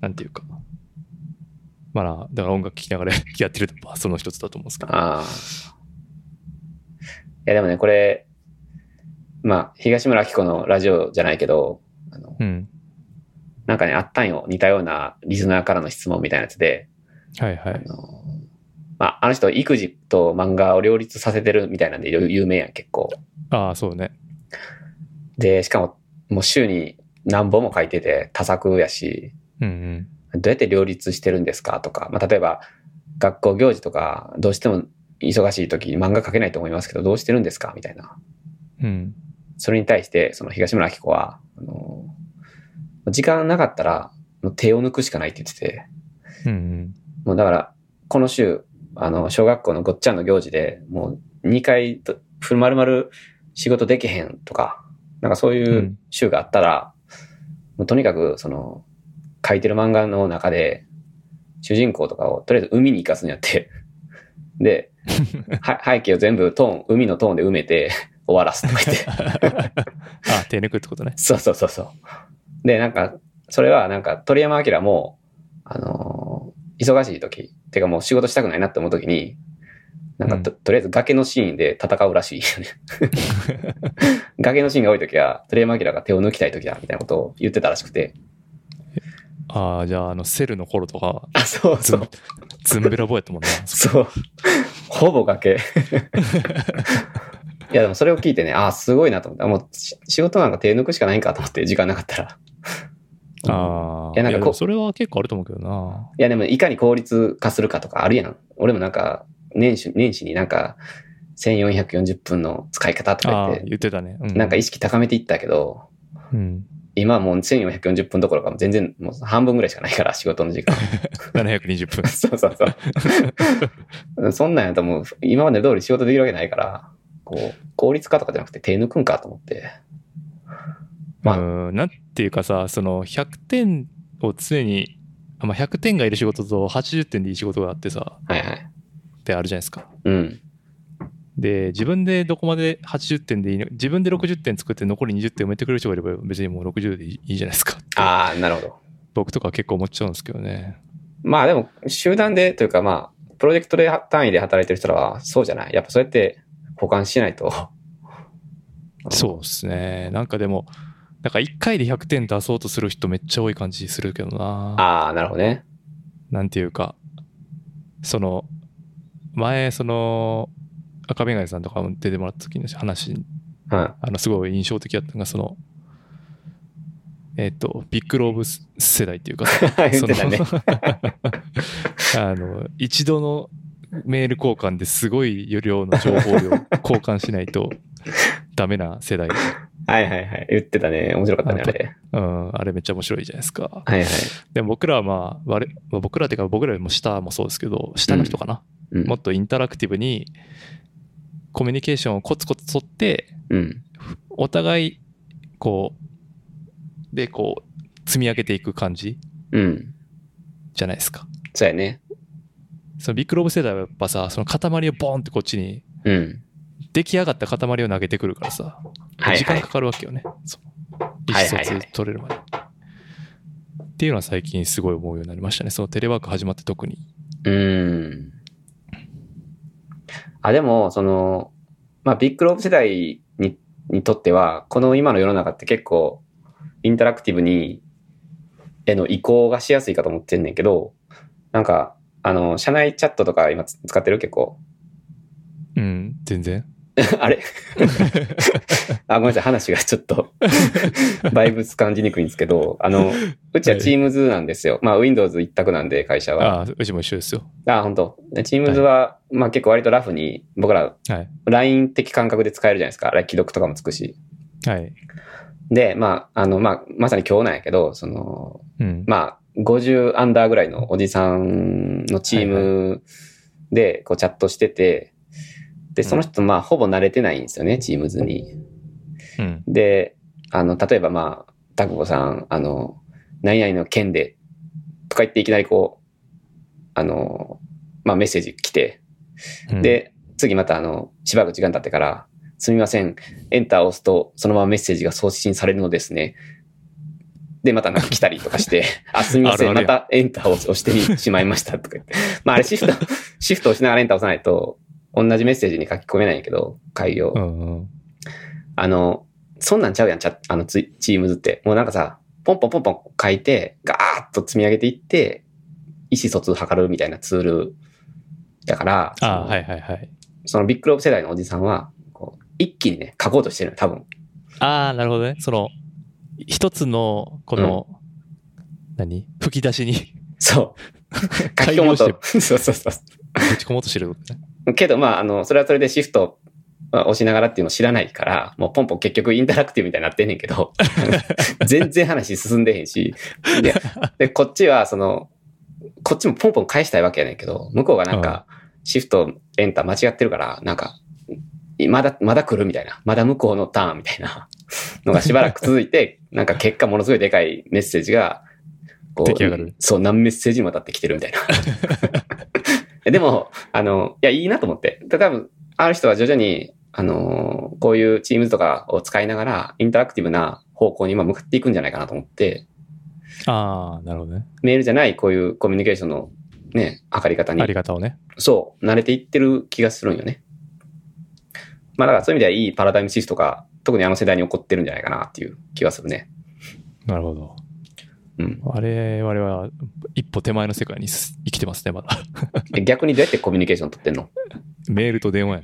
Speaker 3: なんていうか、まあ、だから音楽聴きながら やってるとか、その一つだと思うんですけど。
Speaker 2: ああ。いやでもね、これ、まあ、東村明子のラジオじゃないけど、あの
Speaker 3: うん。
Speaker 2: なんかね、あったんよ。似たようなリスナーからの質問みたいなやつで、
Speaker 3: はいは
Speaker 2: あ
Speaker 3: い。
Speaker 2: の、まあ、あの人、育児と漫画を両立させてるみたいなんで、有有名やん、結構。
Speaker 3: ああ、そうね。
Speaker 2: で、しかも、もう週に何本も書いてて、多作やし、
Speaker 3: うん
Speaker 2: どうやって両立してるんですかとか、まあ、例えば、学校行事とか、どうしても忙しい時に漫画書けないと思いますけど、どうしてるんですかみたいな。
Speaker 3: うん。うん。
Speaker 2: それに対して、その東村明子は、あの、時間なかったら、もう手を抜くしかないって言ってて、
Speaker 3: うんうん。
Speaker 2: もうだから、この週、あの、小学校のごっちゃんの行事で、もう2回と、ふるまるまる仕事できへんとか、なんかそういうんう週があったら、もうとにかく、その、書いてる漫画の中で、主人公とかをとりあえず海に行かすんやって、 で、は背景を全部トーン、海のトーンで埋めて終わらすとか言って。
Speaker 3: あ、手抜くってことね。
Speaker 2: そうそうそうそう。で、なんか、それはなんか鳥山明も、あのー忙しい時、てかもう仕事したくないなって思う時に、なんかと,、とりあえず崖のシーンで戦うらしいよ ね。崖のシーンが多い時は、鳥山明が手を抜きたい時だ、みたいなことを言ってたらしくて。
Speaker 3: ああ、じゃあ、あの、セルの頃とか、
Speaker 2: あ、そう
Speaker 3: ズ
Speaker 2: そ
Speaker 3: ン
Speaker 2: う。
Speaker 3: ズンベラボーやったもんな。
Speaker 2: そう。ほぼ 崖。いや、でもそれを聞いてね、あーすごいなと思った。もうし仕事なんか手抜くしかないんかと思って、時間なかったら。
Speaker 3: ああ。
Speaker 2: いやなんか
Speaker 3: で
Speaker 2: こ
Speaker 3: もそれは結構あると思うけどな。
Speaker 2: いやでもいかに効率化するかとかあるやん。俺もなんか、年始、年始になんか、1440分の使い方とか
Speaker 3: ああ
Speaker 2: 言っ
Speaker 3: ー、
Speaker 2: て、
Speaker 3: 言ってたね。う
Speaker 2: なんか意識高めていったけど、
Speaker 3: うん、
Speaker 2: 今はもう1440分どころかもう全然もう半分ぐらいしかないから、仕事の時 間。
Speaker 3: 720分。
Speaker 2: そうそうそう。そんなんやともう、今まで通り仕事できるわけないから、こう、効率化とかじゃなくて手抜くんかと思って。 まあ
Speaker 3: うん、なんていうかさ、その100点を常に、あまあ、100点がいる仕事と80点でいい仕事があってさ、
Speaker 2: はいはい。
Speaker 3: ってあるじゃないですか。
Speaker 2: うん。
Speaker 3: で、自分でどこまで80点でいいの、自分で60点作って残り20点埋めてくれる人がいれば別にもう60でいいいいじゃないですかって。
Speaker 2: ああ、なるほど。
Speaker 3: 僕とかは結構思っちゃうんですけどね。
Speaker 2: まあでも、集団でというかまあ、プロジェクトで単位で働いてる人らはそうじゃない。やっぱそうやって保管しないと。
Speaker 3: そうですね。なんかでも、なんか1回で100点出そうとする人めっちゃ多い感じするけどな。
Speaker 2: ああ、なるほどね。
Speaker 3: なんていうか、その、前、その、赤眼鏡さんとかも出てもらった時の話、
Speaker 2: うん。
Speaker 3: あの、すごい印象的だったのが、その、えっ、と、ビッグローブス世代っていうか、
Speaker 2: 言ってたね。
Speaker 3: そのあの、一度のメール交換ですごい量の情報量交換しないと ダメな世代。
Speaker 2: はいはいはい。言ってたね。面白かったね、
Speaker 3: あ
Speaker 2: あれ。
Speaker 3: うん、あれめっちゃ面白いじゃないですか。
Speaker 2: はいはい。
Speaker 3: でも僕らはまあ、我々まあ僕らっていうか僕らよりも下もそうですけど、下の人かな。
Speaker 2: うん
Speaker 3: もっとインタラクティブにコミュニケーションをコツコツ取って、
Speaker 2: うん。
Speaker 3: お互い、こう、で、こう、積み上げていく感じ
Speaker 2: うん。
Speaker 3: じゃないですか。
Speaker 2: そうやね。
Speaker 3: そのビッグロブ世代はやっぱさ、その塊をボーンってこっちに、
Speaker 2: うん。
Speaker 3: 出来上がった塊を投げてくるからさ、
Speaker 2: はい
Speaker 3: 時
Speaker 2: は
Speaker 3: 間
Speaker 2: い
Speaker 3: か。かるわけよね。そう意
Speaker 2: はい
Speaker 3: 思
Speaker 2: はいはい
Speaker 3: 疎通取れるまで。っていうのは最近すごい思うようになりましたね。そのテレワーク始まって特に。
Speaker 2: うん。あ、でも、その、まあ、ビッグローブ世代ににとっては、この今の世の中って結構、インタラクティブに、への移行がしやすいかと思ってんねんけど、なんか、あの、社内チャットとか今つ使ってる結構。
Speaker 3: うん、全然。
Speaker 2: あれあ、ごめんなさい。話がちょっと、 バイブス感じにくいんですけど、あの、うちは Teams なんですよ。まあ、Windows 一択なんで、会社は。
Speaker 3: ああ、うちも一緒ですよ。
Speaker 2: あ、本当。で Teams は、まあ結構割とラフに、僕ら、
Speaker 3: はい。
Speaker 2: LINE 的感覚で使えるじゃないですか。既読とかもつくし。
Speaker 3: はい。
Speaker 2: で、まあ、あの、まあ、まさに今日なんやけど、その、
Speaker 3: うん。
Speaker 2: まあ、50アンダーぐらいのおじさんのチームで、こう、チャットしてて、で、その人、まあ、ほぼ慣れてないんですよね、Teams に。
Speaker 3: うん。
Speaker 2: で、あの、例えばまあ、タクボさん、あの、何々の件で、とか言っていきなりこう、あの、まあメッセージ来て、
Speaker 3: うん、
Speaker 2: で、次またあの、しばらく時間経ってから、すみません、エンターを押すと、そのままメッセージが送信されるのですね。で、またなんか来たりとか して、あ、すみません、
Speaker 3: あるあるや
Speaker 2: またエンターを押してしまいましたとか 言って。まああれシフト、シフト押しながらエンター押さないと、同じメッセージに書き込めないんやけど、開業。
Speaker 3: うんうん。
Speaker 2: あの、そんなんちゃうやん、チャあのツイ、チームズって。もうなんかさ、ポンポンポンポン書いて、ガーッと積み上げていって、意思疎通図るみたいなツールだから、
Speaker 3: ああ、
Speaker 2: その
Speaker 3: はいはいはい。
Speaker 2: そのビッグローブ世代のおじさんは、こう一気にね、書こうとしてるの、多分。
Speaker 3: ああ、なるほどね。その、一つの、この、何吹き出しに
Speaker 2: そう。書き込もうと。
Speaker 3: 改良
Speaker 2: そうそうそ
Speaker 3: ぶち込もうとしてることね。
Speaker 2: う。けど、まあ、あの、それはそれでシフトまあ押しながらっていうのを知らないから、もうポンポン結局インタラクティブみたいになってんねんけど、全然話進んでへんし、で、で、こっちは、その、こっちもポンポン返したいわけやねんけど、向こうがなんか、シフト、エンター間違ってるから、なんか、まだ、まだ来るみたいな。まだ向こうのターンみたいなのがしばらく続い て、なんか結果ものすごいでかいメッセージが、こ
Speaker 3: 出来上がる
Speaker 2: そう、何メッセージにもわたってきてるみた いな。でも、あの、いや、いいなと思って。で多分、ある人は徐々に、あのこういうチームズとかを使いながら、インタラクティブな方向に今向かっていくんじゃないかなと思って、
Speaker 3: ああ、なるほどね。
Speaker 2: メールじゃないこういうコミュニケーションのね、測り方に
Speaker 3: あり、方をね。
Speaker 2: そう、慣れていってる気がするんよね。まあだからそういう意味ではいいパラダイムシフトが、特にあの世代に起こってるんじゃないかなっていう気はするね。
Speaker 3: なるほど。
Speaker 2: うん。
Speaker 3: 我々は一歩手前の世界にす生きてますね、まだ。
Speaker 2: え逆にどうやってコミュニケーション取ってんの
Speaker 3: メールと電話や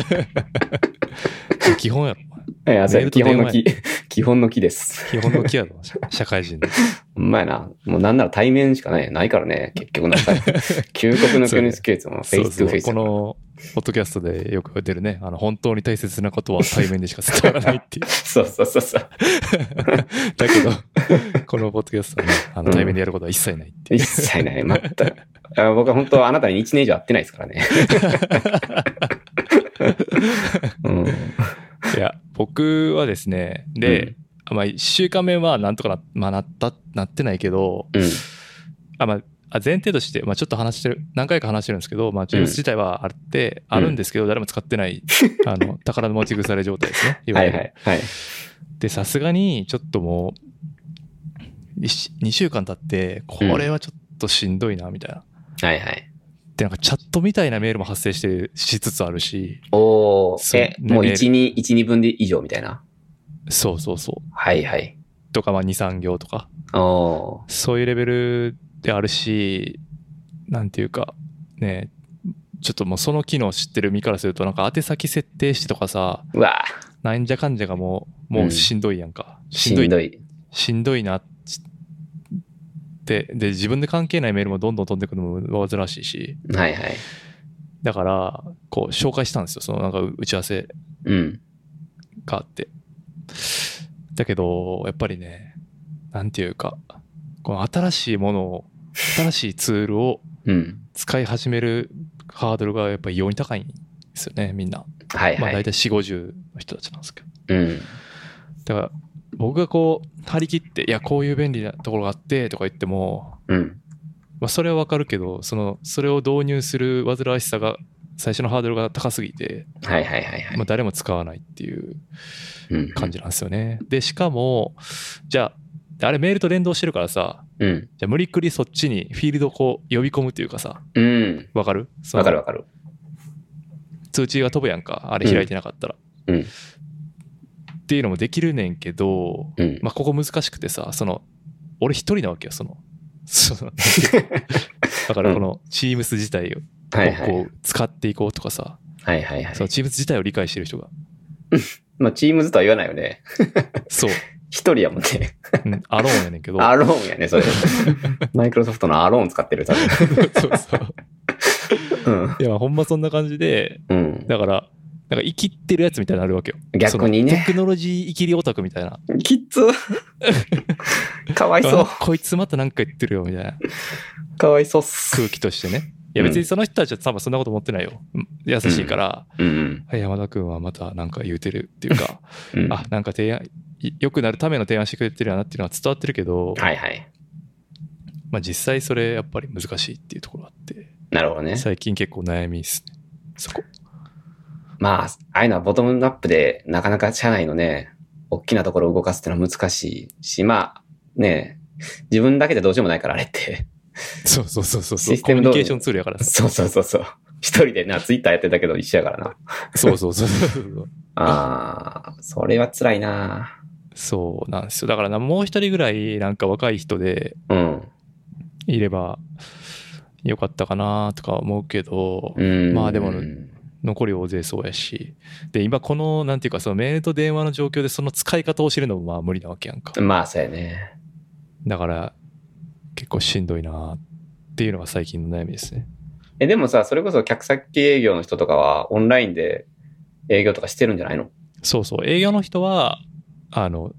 Speaker 3: な。基本やろ。
Speaker 2: えあそれ
Speaker 3: メールと
Speaker 2: 基
Speaker 3: 電話
Speaker 2: 本の木、 基本の木です。
Speaker 3: 基本の木やろ。社社会人の。
Speaker 2: ほんまやな。もうなんなら対面しかない、ないからね。結局 なんか、究極の
Speaker 3: そう
Speaker 2: 教
Speaker 3: ね
Speaker 2: 育ケースもフ
Speaker 3: そ
Speaker 2: ェイ
Speaker 3: う
Speaker 2: スト
Speaker 3: そ
Speaker 2: ゥフェ
Speaker 3: う。
Speaker 2: イスだか
Speaker 3: こ
Speaker 2: ら。
Speaker 3: の、ポッドキャストでよく出るね。あの、本当に大切なことは対面でしか伝わらないっていう。
Speaker 2: そうそうそうそう。
Speaker 3: だけど、このポッドキャストはね、あ
Speaker 2: う
Speaker 3: の
Speaker 2: ん
Speaker 3: 対面でやることは一切ないっていう。
Speaker 2: 一切ない。全く。あ僕は本当あなたに1年以上会ってないですから ね。うん。
Speaker 3: いや、僕はですね、で、まあ、1週間目はなんとかな,、まあ、なった、なってないけど、
Speaker 2: うん。
Speaker 3: あまあ、あ前提として、まあ、ちょっと話してる、何回か話してるんですけど、まあ、ジュース自体はあって、
Speaker 2: うん
Speaker 3: あるんですけど、誰も使ってない、あの、宝の持ち腐れ状態ですね。い わ
Speaker 2: は
Speaker 3: ゆ
Speaker 2: い
Speaker 3: る
Speaker 2: はい。はい。
Speaker 3: で、さすがに、ちょっともう、2週間経って、これはちょっとしんどいな、みたいな。
Speaker 2: はいはい。
Speaker 3: で、なんかチャットみたいなメールも発生して、しつつあるし、
Speaker 2: おー、
Speaker 3: そう
Speaker 2: え、もう
Speaker 3: レベル
Speaker 2: 1、2、1、2分で以上みたいな。
Speaker 3: そうそうそう。
Speaker 2: はいはい。
Speaker 3: とか、まあ、2、3行とか。
Speaker 2: お
Speaker 3: そういうレベルであるし、なんていうか、ね、ちょっともうその機能知ってる身からすると、なんか宛先設定してとかさ、
Speaker 2: ー。うわ
Speaker 3: なんじゃかんじゃがもう、もうしんどいやんか。
Speaker 2: しんどい。
Speaker 3: しんどいな、しって、で、自分で関係ないメールもどんどん飛んでくるのも煩わしいし、
Speaker 2: はいはい。
Speaker 3: だから、こう、紹介したんですよ。そのなんか打ち合わせ
Speaker 2: うん。
Speaker 3: があって。だけど、やっぱりね、なんていうか、この新しいものを、新しいツールを
Speaker 2: うん。
Speaker 3: 使い始めるハードルがやっぱり異様に高いんですよね、みんな。
Speaker 2: はい
Speaker 3: まあ
Speaker 2: は
Speaker 3: 大
Speaker 2: い。
Speaker 3: 体4、50の人たちなんですけど。
Speaker 2: うん。
Speaker 3: だから僕がこう張り切っていやこういう便利なところがあってとか言っても、
Speaker 2: うん。
Speaker 3: まあ、それはわかるけどそのそれを導入する煩わしさが最初のハードルが高すぎて、
Speaker 2: はいはいはいはい
Speaker 3: まあ、。誰も使わないっていう
Speaker 2: うん
Speaker 3: 感じなんですよね。でしかもじゃああれメールと連動してるからさ
Speaker 2: うん。
Speaker 3: じゃあ無理くりそっちにフィールドをこう呼び込むというかさ
Speaker 2: うん。
Speaker 3: わかるその
Speaker 2: わかるわかる。
Speaker 3: 通知が飛ぶやんかあれ開いてなかったら。
Speaker 2: うんうん
Speaker 3: っていうのもできるねんけど
Speaker 2: うん。
Speaker 3: まあ、ここ難しくてさ、その、俺一人なわけよ、その、 そのだからこの、チームス自体を
Speaker 2: はいは
Speaker 3: こ
Speaker 2: い。
Speaker 3: う使っていこうとかさ、
Speaker 2: はいはいはい
Speaker 3: そ。のチームス自体を理解してる人が、
Speaker 2: まあ、チームズとは言わないよね。
Speaker 3: そう、
Speaker 2: 一人やもんね。
Speaker 3: うん、アローンやねんけど、
Speaker 2: アローンやね、それ。マイクロソフトのアローン使ってる、多
Speaker 3: そうそう。
Speaker 2: 分。
Speaker 3: いや、ほんまそんな感じで、
Speaker 2: うん。うん。
Speaker 3: だから、なんか生きってるやつみたいになるわけよ。
Speaker 2: 逆にね
Speaker 3: そのテクノロジー生きりオタクみたいな。
Speaker 2: きっ つ。かわいそう。
Speaker 3: こいつまたなんか言ってるよ、みたいな
Speaker 2: かわいそうっす。
Speaker 3: 空気としてね。いや、別にその人たちは多分そんなこと思ってないよ。うん優しいから、
Speaker 2: うん
Speaker 3: はい山田君はまたなんか言うてるっていうか、
Speaker 2: うん。うん
Speaker 3: あなんか提案い良くなるための提案してくれてるよなっていうのは伝わってるけど、
Speaker 2: はいはい。
Speaker 3: まあ、実際それやっぱり難しいっていうところがあって
Speaker 2: なるほどね。
Speaker 3: 最近結構悩みですねそ こ
Speaker 2: まあ、ああいうのはボトムアップで、なかなか社内のね、大きなところを動かすってのは難しいし、まあ、ね自分だけでどうしようもないから、あれって。
Speaker 3: そうそうそうそうそ
Speaker 2: シ
Speaker 3: う
Speaker 2: ス
Speaker 3: コ
Speaker 2: テ
Speaker 3: ミ
Speaker 2: ムど
Speaker 3: ュ
Speaker 2: う
Speaker 3: ニケーションツールやからさ
Speaker 2: そうそうそうそう。一人でな、ツイッターやってたけど一緒やからな。
Speaker 3: そうそうそうそうそう
Speaker 2: ああ、それは辛いな
Speaker 3: そうなんですよだからなもう一人ぐらいなんか若い人で
Speaker 2: うん。
Speaker 3: いればよかったかなとか思うけど、
Speaker 2: うん。
Speaker 3: まあでも
Speaker 2: うん
Speaker 3: 残り大勢そうやしで今このなんていうかそのメールと電話の状況でその使い方を知るのもまあ無理なわけやんか
Speaker 2: まあ、そうやね。
Speaker 3: だから結構しんどいなっていうのが最近の悩みですね。
Speaker 2: え、でもさ、それこそ客先営業の人とかは、オンラインで営業とかしてるんじゃないの
Speaker 3: そうそう営業の人はあの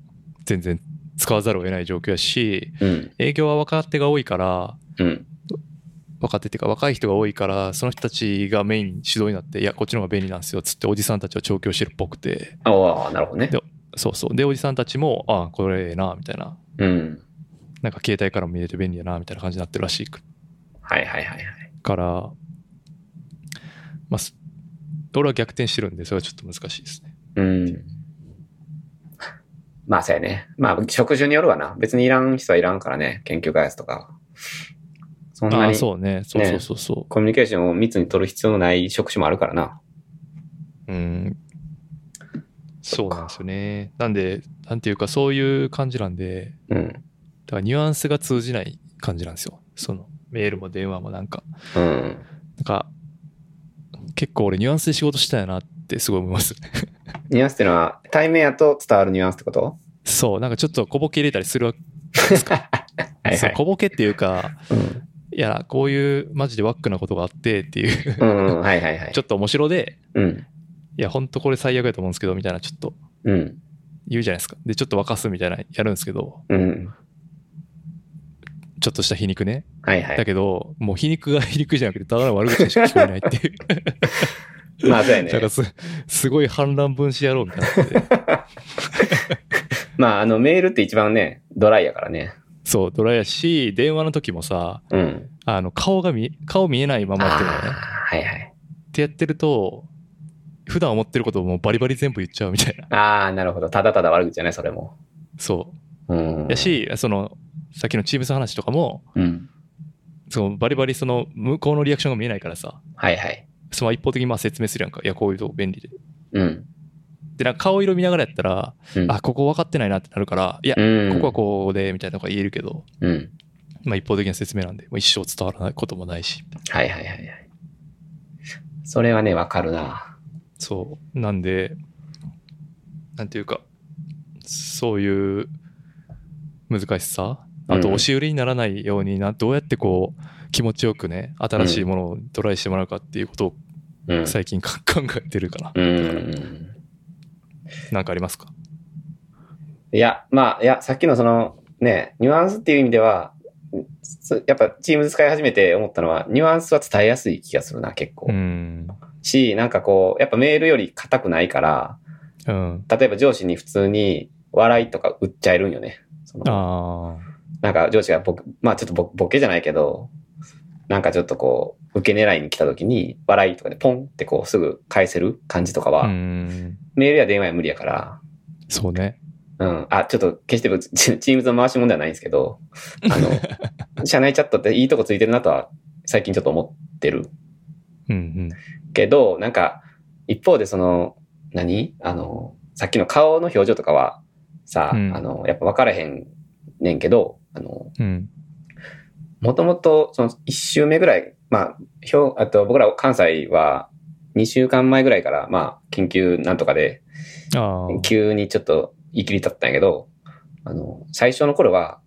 Speaker 3: 全然使わざるを得ない状況やし
Speaker 2: うん。
Speaker 3: 営業は若手が多いから
Speaker 2: うん。
Speaker 3: 若手っていうか若い人が多いからその人たちがメイン主導になっていやこっちの方が便利なんですよっつっておじさんたちを調教してるっぽくて
Speaker 2: ああ、なるほどね
Speaker 3: で。そうそうでおじさんたちもああこれええなみたいな
Speaker 2: うん。
Speaker 3: なんか携帯からも見れて便利やなみたいな感じになってるらしい
Speaker 2: はいはいはいはい。
Speaker 3: からまあす俺は逆転してるんでそれはちょっと難しいですね。
Speaker 2: うん。まあ、そうやね。まあ、職種によるわな。別にいらん人はいらんからね。研究開発とか。そん
Speaker 3: あ
Speaker 2: な
Speaker 3: あ
Speaker 2: に
Speaker 3: そうねそう
Speaker 2: ね
Speaker 3: そうそうそ
Speaker 2: コミュニケーションを密に取る必要のない職種もあるからな。
Speaker 3: う、うん
Speaker 2: そ
Speaker 3: そ
Speaker 2: っ
Speaker 3: う
Speaker 2: か
Speaker 3: なんですよねなんでなんていうかそういう感じなんで
Speaker 2: うん。
Speaker 3: だからニュアンスが通じない感じなんですよそのメールも電話もなんか
Speaker 2: うん。
Speaker 3: なんか結構俺ニュアンスで仕事したんやなってすごい思 いますね
Speaker 2: ニュアンスってのは、対面やと伝わるニュアンスって こと
Speaker 3: そうなんかちょっと小ボケ入れたりするわけ
Speaker 2: はいは
Speaker 3: そう
Speaker 2: い。
Speaker 3: 小ボケっていうか
Speaker 2: うん
Speaker 3: いやこういうマジでワックなことがあってっていう
Speaker 2: うんうん、はいはいはい。
Speaker 3: ちょっと面白で
Speaker 2: うん。
Speaker 3: いやほんとこれ最悪やと思うんですけどみたいなちょっと
Speaker 2: うん。
Speaker 3: 言うじゃないですかでちょっと沸かすみたいなやるんですけど
Speaker 2: うん。
Speaker 3: ちょっとした皮肉ね
Speaker 2: はいはい
Speaker 3: だ。けど、もう皮肉が皮肉じゃなくて、ただの悪口にしか聞こえない っていう。
Speaker 2: まあそうや
Speaker 3: だか
Speaker 2: ね
Speaker 3: ら。す、すごい反乱分子野郎みたいになって。
Speaker 2: まああのメールって一番ね、ドライやからね。
Speaker 3: そう、ドライやし、電話の時もさ、
Speaker 2: うん。
Speaker 3: あの、顔が見、顔見えないま
Speaker 2: あ
Speaker 3: まやってるのね。
Speaker 2: あー、はいはい。
Speaker 3: ってやってると、普段思ってることをもうバリバリ全部言っちゃうみたいな。
Speaker 2: ああ、なるほど。ただただ悪口じゃない、それも。
Speaker 3: そ
Speaker 2: うん
Speaker 3: う。。やし、その、さっきのチームスの話とかも、
Speaker 2: うん。
Speaker 3: そのバリバリその、向こうのリアクションが見えないからさ、
Speaker 2: はいはい。
Speaker 3: その一方的にまあ説明するやんか。いや、こういうとこ便利で。
Speaker 2: うん。
Speaker 3: で、なんか顔色見ながらやったら、
Speaker 2: うん
Speaker 3: あ、ここ分かってないなってなるから、いや、
Speaker 2: うん。
Speaker 3: ここはこうで、みたいなのが言えるけど、
Speaker 2: うん。
Speaker 3: まあ一方的な説明なんで、もう一生伝わらないこともないし、みたいな
Speaker 2: はいはいはいはい。それはね、わかるな。
Speaker 3: そう。なんで、なんていうか、そういう難しさあと
Speaker 2: うん
Speaker 3: 押し売りにならないようにな、どうやってこう気持ちよくね新しいものをトライしてもらうかっていうことを
Speaker 2: うん。
Speaker 3: 最近 か考えてるかな
Speaker 2: うん。
Speaker 3: なんかありますか
Speaker 2: いや、まあ、いや、さっきのその、ね、ニュアンスっていう意味では、すやっぱチームズ使い始めて思ったのは、ニュアンスは伝えやすい気がするな、結構。
Speaker 3: うん
Speaker 2: し、なんかこう、やっぱメールより硬くないから、
Speaker 3: うん
Speaker 2: 例えば上司に普通に笑いとか売っちゃえるんよね。その
Speaker 3: あ
Speaker 2: なんか上司がボケ、まあちょっとボボケじゃないけど、なんかちょっとこう、受け狙いに来た時に、笑いとかでポンってこうすぐ返せる感じとか
Speaker 3: あ
Speaker 2: は、
Speaker 3: うん
Speaker 2: メールや電話や無理やから、
Speaker 3: そうね
Speaker 2: うん。あ、ちょっと決してぶ チチームズの回しもんではないんですけど、あ の、社内チャットっていいとこついてるなとは、最近ちょっと思ってる
Speaker 3: うん
Speaker 2: けど、なんか、一方でその、何あの、さっきの顔の表情とかは、さ、
Speaker 3: うん
Speaker 2: あの、やっぱ分からへんねんけど、あの、
Speaker 3: うんうん
Speaker 2: もともと、その、一週目ぐらい、まあ、ひょあと僕ら関西は、二週間前ぐらいから、まあ、緊急なんとかで、
Speaker 3: ああ
Speaker 2: 急にちょっと言い切り立ったんやけど、あの、最初の頃は、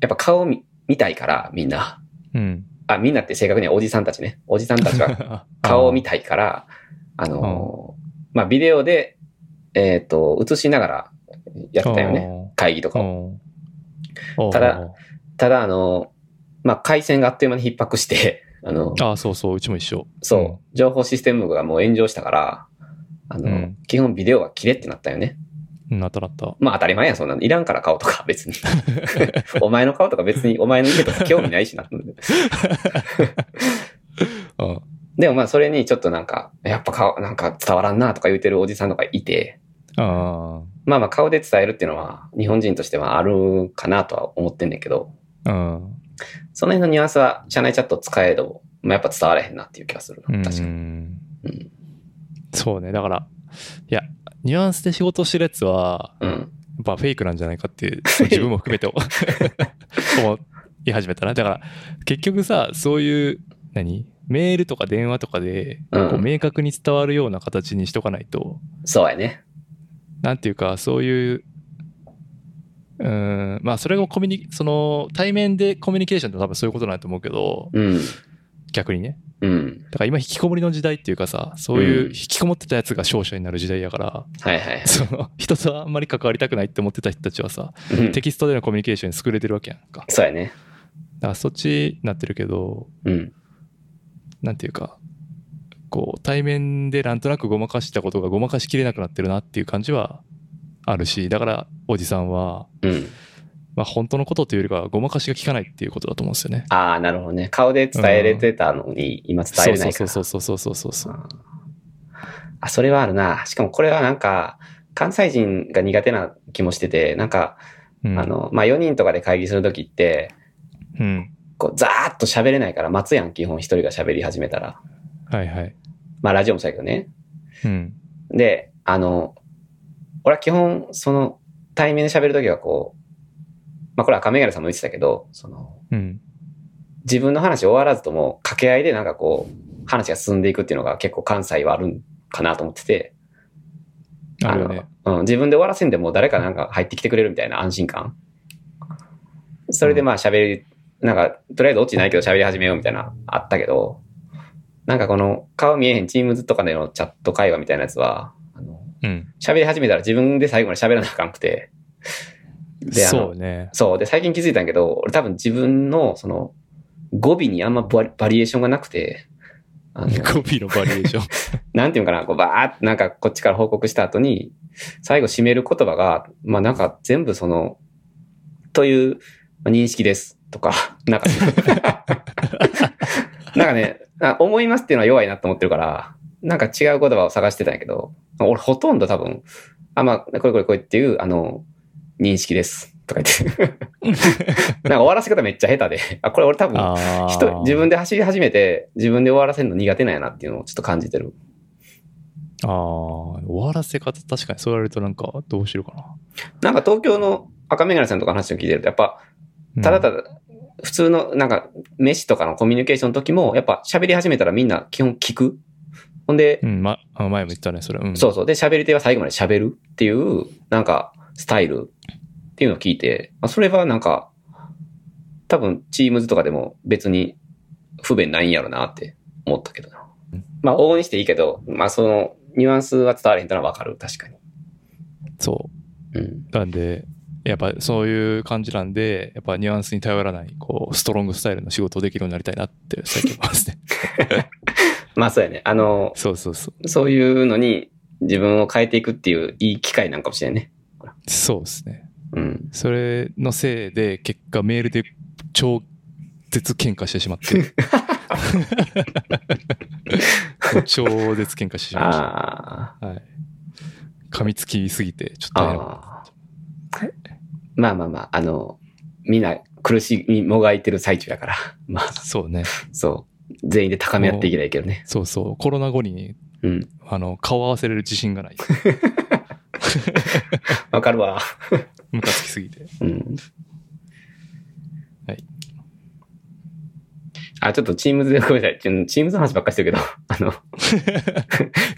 Speaker 2: やっぱ顔見見たいから、みんな。
Speaker 3: うん
Speaker 2: あ、みんなって正確にはおじさんたちね。おじさんたちは 顔を見たいから、 あのー、まあ、ビデオで、えっ、と、映しながらやってたよね。
Speaker 3: ね
Speaker 2: 会議とかを。た
Speaker 3: た
Speaker 2: だ
Speaker 3: だ
Speaker 2: ただ、あのー、まあ、回線があっという間に逼迫して、あの、
Speaker 3: ああそうそううちも一緒
Speaker 2: そう、情報システムがもう炎上したから、あの、
Speaker 3: うん
Speaker 2: 基本ビデオは切れってなったよね。
Speaker 3: うんなったなった
Speaker 2: まあ当たり前やん、そんなの。いらんから顔とか、 別に。お前の顔とか別に、お前の家とか興味ないしな。
Speaker 3: うん
Speaker 2: でもまあそれにちょっとなんか、やっぱ顔、なんか伝わらんなとか言うてるおじさんとかいて、
Speaker 3: あ
Speaker 2: まあまあ顔で伝えるっていうのは、日本人としてはあるかなとは思ってんねんけど、
Speaker 3: あうん
Speaker 2: その辺のニュアンスは、社内チャット使えど、まあやっぱ伝わらへんなっていう気がする
Speaker 3: う
Speaker 2: な。
Speaker 3: ん
Speaker 2: 確かに。うん
Speaker 3: そうねだからいやニュアンスで仕事してるやつは
Speaker 2: うん。
Speaker 3: やっぱフェイクなんじゃないかっていう自分も含 めて思い始めたなだから結局さそういう何メールとか電話とかで
Speaker 2: うん
Speaker 3: こう明確に伝わるような形にしとかないと、
Speaker 2: そうやね。
Speaker 3: なんていうかそういううーんまあそれがコミュニその対面でコミュニケーションって多分そういうことなんだと思うけど
Speaker 2: うん。
Speaker 3: 逆にね
Speaker 2: うん。
Speaker 3: だから今引きこもりの時代っていうかさそういう引きこもってたやつが勝者になる時代やから、
Speaker 2: はいはいはい。
Speaker 3: その人とあんまり関わりたくないって思ってた人たちはさ、
Speaker 2: うん
Speaker 3: テキストでのコミュニケーションに優れてるわけやんかだ
Speaker 2: そうやね。
Speaker 3: からそっちになってるけど
Speaker 2: うん。
Speaker 3: なんていうかこう対面でなんとなくごまかしたことがごまかしきれなくなってるなっていう感じはあるしだからおじさんは、
Speaker 2: うん。
Speaker 3: まあ、本当のことというよりかはごまかしが効かないっていうことだと思うんですよね。
Speaker 2: ああ、なるほどね。顔で伝えれてたのに、今伝え
Speaker 3: そ
Speaker 2: れ
Speaker 3: う
Speaker 2: な
Speaker 3: そ
Speaker 2: いうから。
Speaker 3: そうそうそうそうそうそう。
Speaker 2: あ、それはあるな。しかもこれはなんか、関西人が苦手な気もしてて、なんか、
Speaker 3: うん
Speaker 2: あ、の、まあ、4人とかで会議するときって、
Speaker 3: うん。
Speaker 2: こう、ざーっと喋れないから待つやん、基本一人が喋り始めたら。
Speaker 3: はいはい。
Speaker 2: まあ、ラジオもそうやけどね。
Speaker 3: うん。
Speaker 2: で、あの、俺は基本、その、対面で喋るときはこう、まあ、これ赤メガネさんも言ってたけど、その、
Speaker 3: うん。
Speaker 2: 自分の話終わらずとも、掛け合いでなんかこう、話が進んでいくっていうのが結構関西はあるんかなと思ってて、
Speaker 3: あるよね。
Speaker 2: あのうん、自分で終わらせんでも誰かなんか入ってきてくれるみたいな安心感。それでまあ喋り、なんか、とりあえずオチないけど喋り始めようみたいな、あったけど、なんかこの顔見えへんチームズとかでのチャット会話みたいなやつは、あの
Speaker 3: うん。
Speaker 2: 喋り始めたら自分で最後まで喋らなあかんくて、であの
Speaker 3: そうね。
Speaker 2: そう。で、最近気づいたんやけど、俺多分自分の、その、語尾にあんまバリバリエーションがなくて、あの、
Speaker 3: コピーのバリエーション。
Speaker 2: なんていうんかな、こうバーってなんかこっちから報告した後に、最後締める言葉が、まあなんか全部その、というまあ認識ですとか、 なんか、なんかね、あ思いますっていうのは弱いなと思ってるから、なんか違う言葉を探してたんやけど、俺ほとんど多分、あ、まあ、これこれこれっていう、あの、認識ですとか言って。なんか終わらせ方めっちゃ下手で、 あ、これ俺多分、
Speaker 3: ああ。
Speaker 2: 人、自分で走り始めて、自分で終わらせるの苦手なんやなっていうのをちょっと感じてる。
Speaker 3: ああ。終わらせ方、確かにそう言われるとなんか、どうしようかな
Speaker 2: なんか東京の赤メガネさんとかの話を聞いてると、やっぱ、。
Speaker 3: うん
Speaker 2: ただた。だ、普通の、なんか、飯とかのコミュニケーションの時も、やっぱ喋り始めたらみんな基本聞く。ほんで
Speaker 3: う、ん、ま、あ前も言ったね、それ。うん。
Speaker 2: そうそう。で、喋り手は最後まで喋るっていう、なんか、スタイルっていうのを聞いて、まあ、それはなんか、多分、チームズとかでも別に不便ないんやろなって思ったけどな。まあ、往々にしていいけど、まあ、その、ニュアンスは伝われへんとのはわかる、確かに。
Speaker 3: そ
Speaker 2: うん。
Speaker 3: う。なんで、やっぱそういう感じなんで、やっぱニュアンスに頼らない、こう、ストロングスタイルの仕事をできるようになりたいなって最近 思いますね。
Speaker 2: まあ、そうやね。あの、
Speaker 3: そうそうそう。
Speaker 2: そういうのに自分を変えていくっていういい機会なんかもしれんね。
Speaker 3: そうですね。
Speaker 2: うん。
Speaker 3: それのせいで、結果メールで超絶喧嘩してしまって。もう超絶喧嘩してしまいまし
Speaker 2: あ
Speaker 3: た。はい。噛みつきすぎて、ちょっ
Speaker 2: あ。
Speaker 3: と大変なこと
Speaker 2: ああ。まあまあまあ、あの、みんな苦しみもがいてる最中やから。 まあ、
Speaker 3: そうね。
Speaker 2: そう。全員で高め合っていけないけどね。
Speaker 3: そうそう。コロナ後に、
Speaker 2: うん。
Speaker 3: あの、顔合わせれる自信がない。
Speaker 2: わかるわ。
Speaker 3: ムカつきすぎて。
Speaker 2: うん。
Speaker 3: はい。
Speaker 2: あ、ちょっとチームズ でごめんなさい。ちょチームズの話ばっかりしてるけど、あの、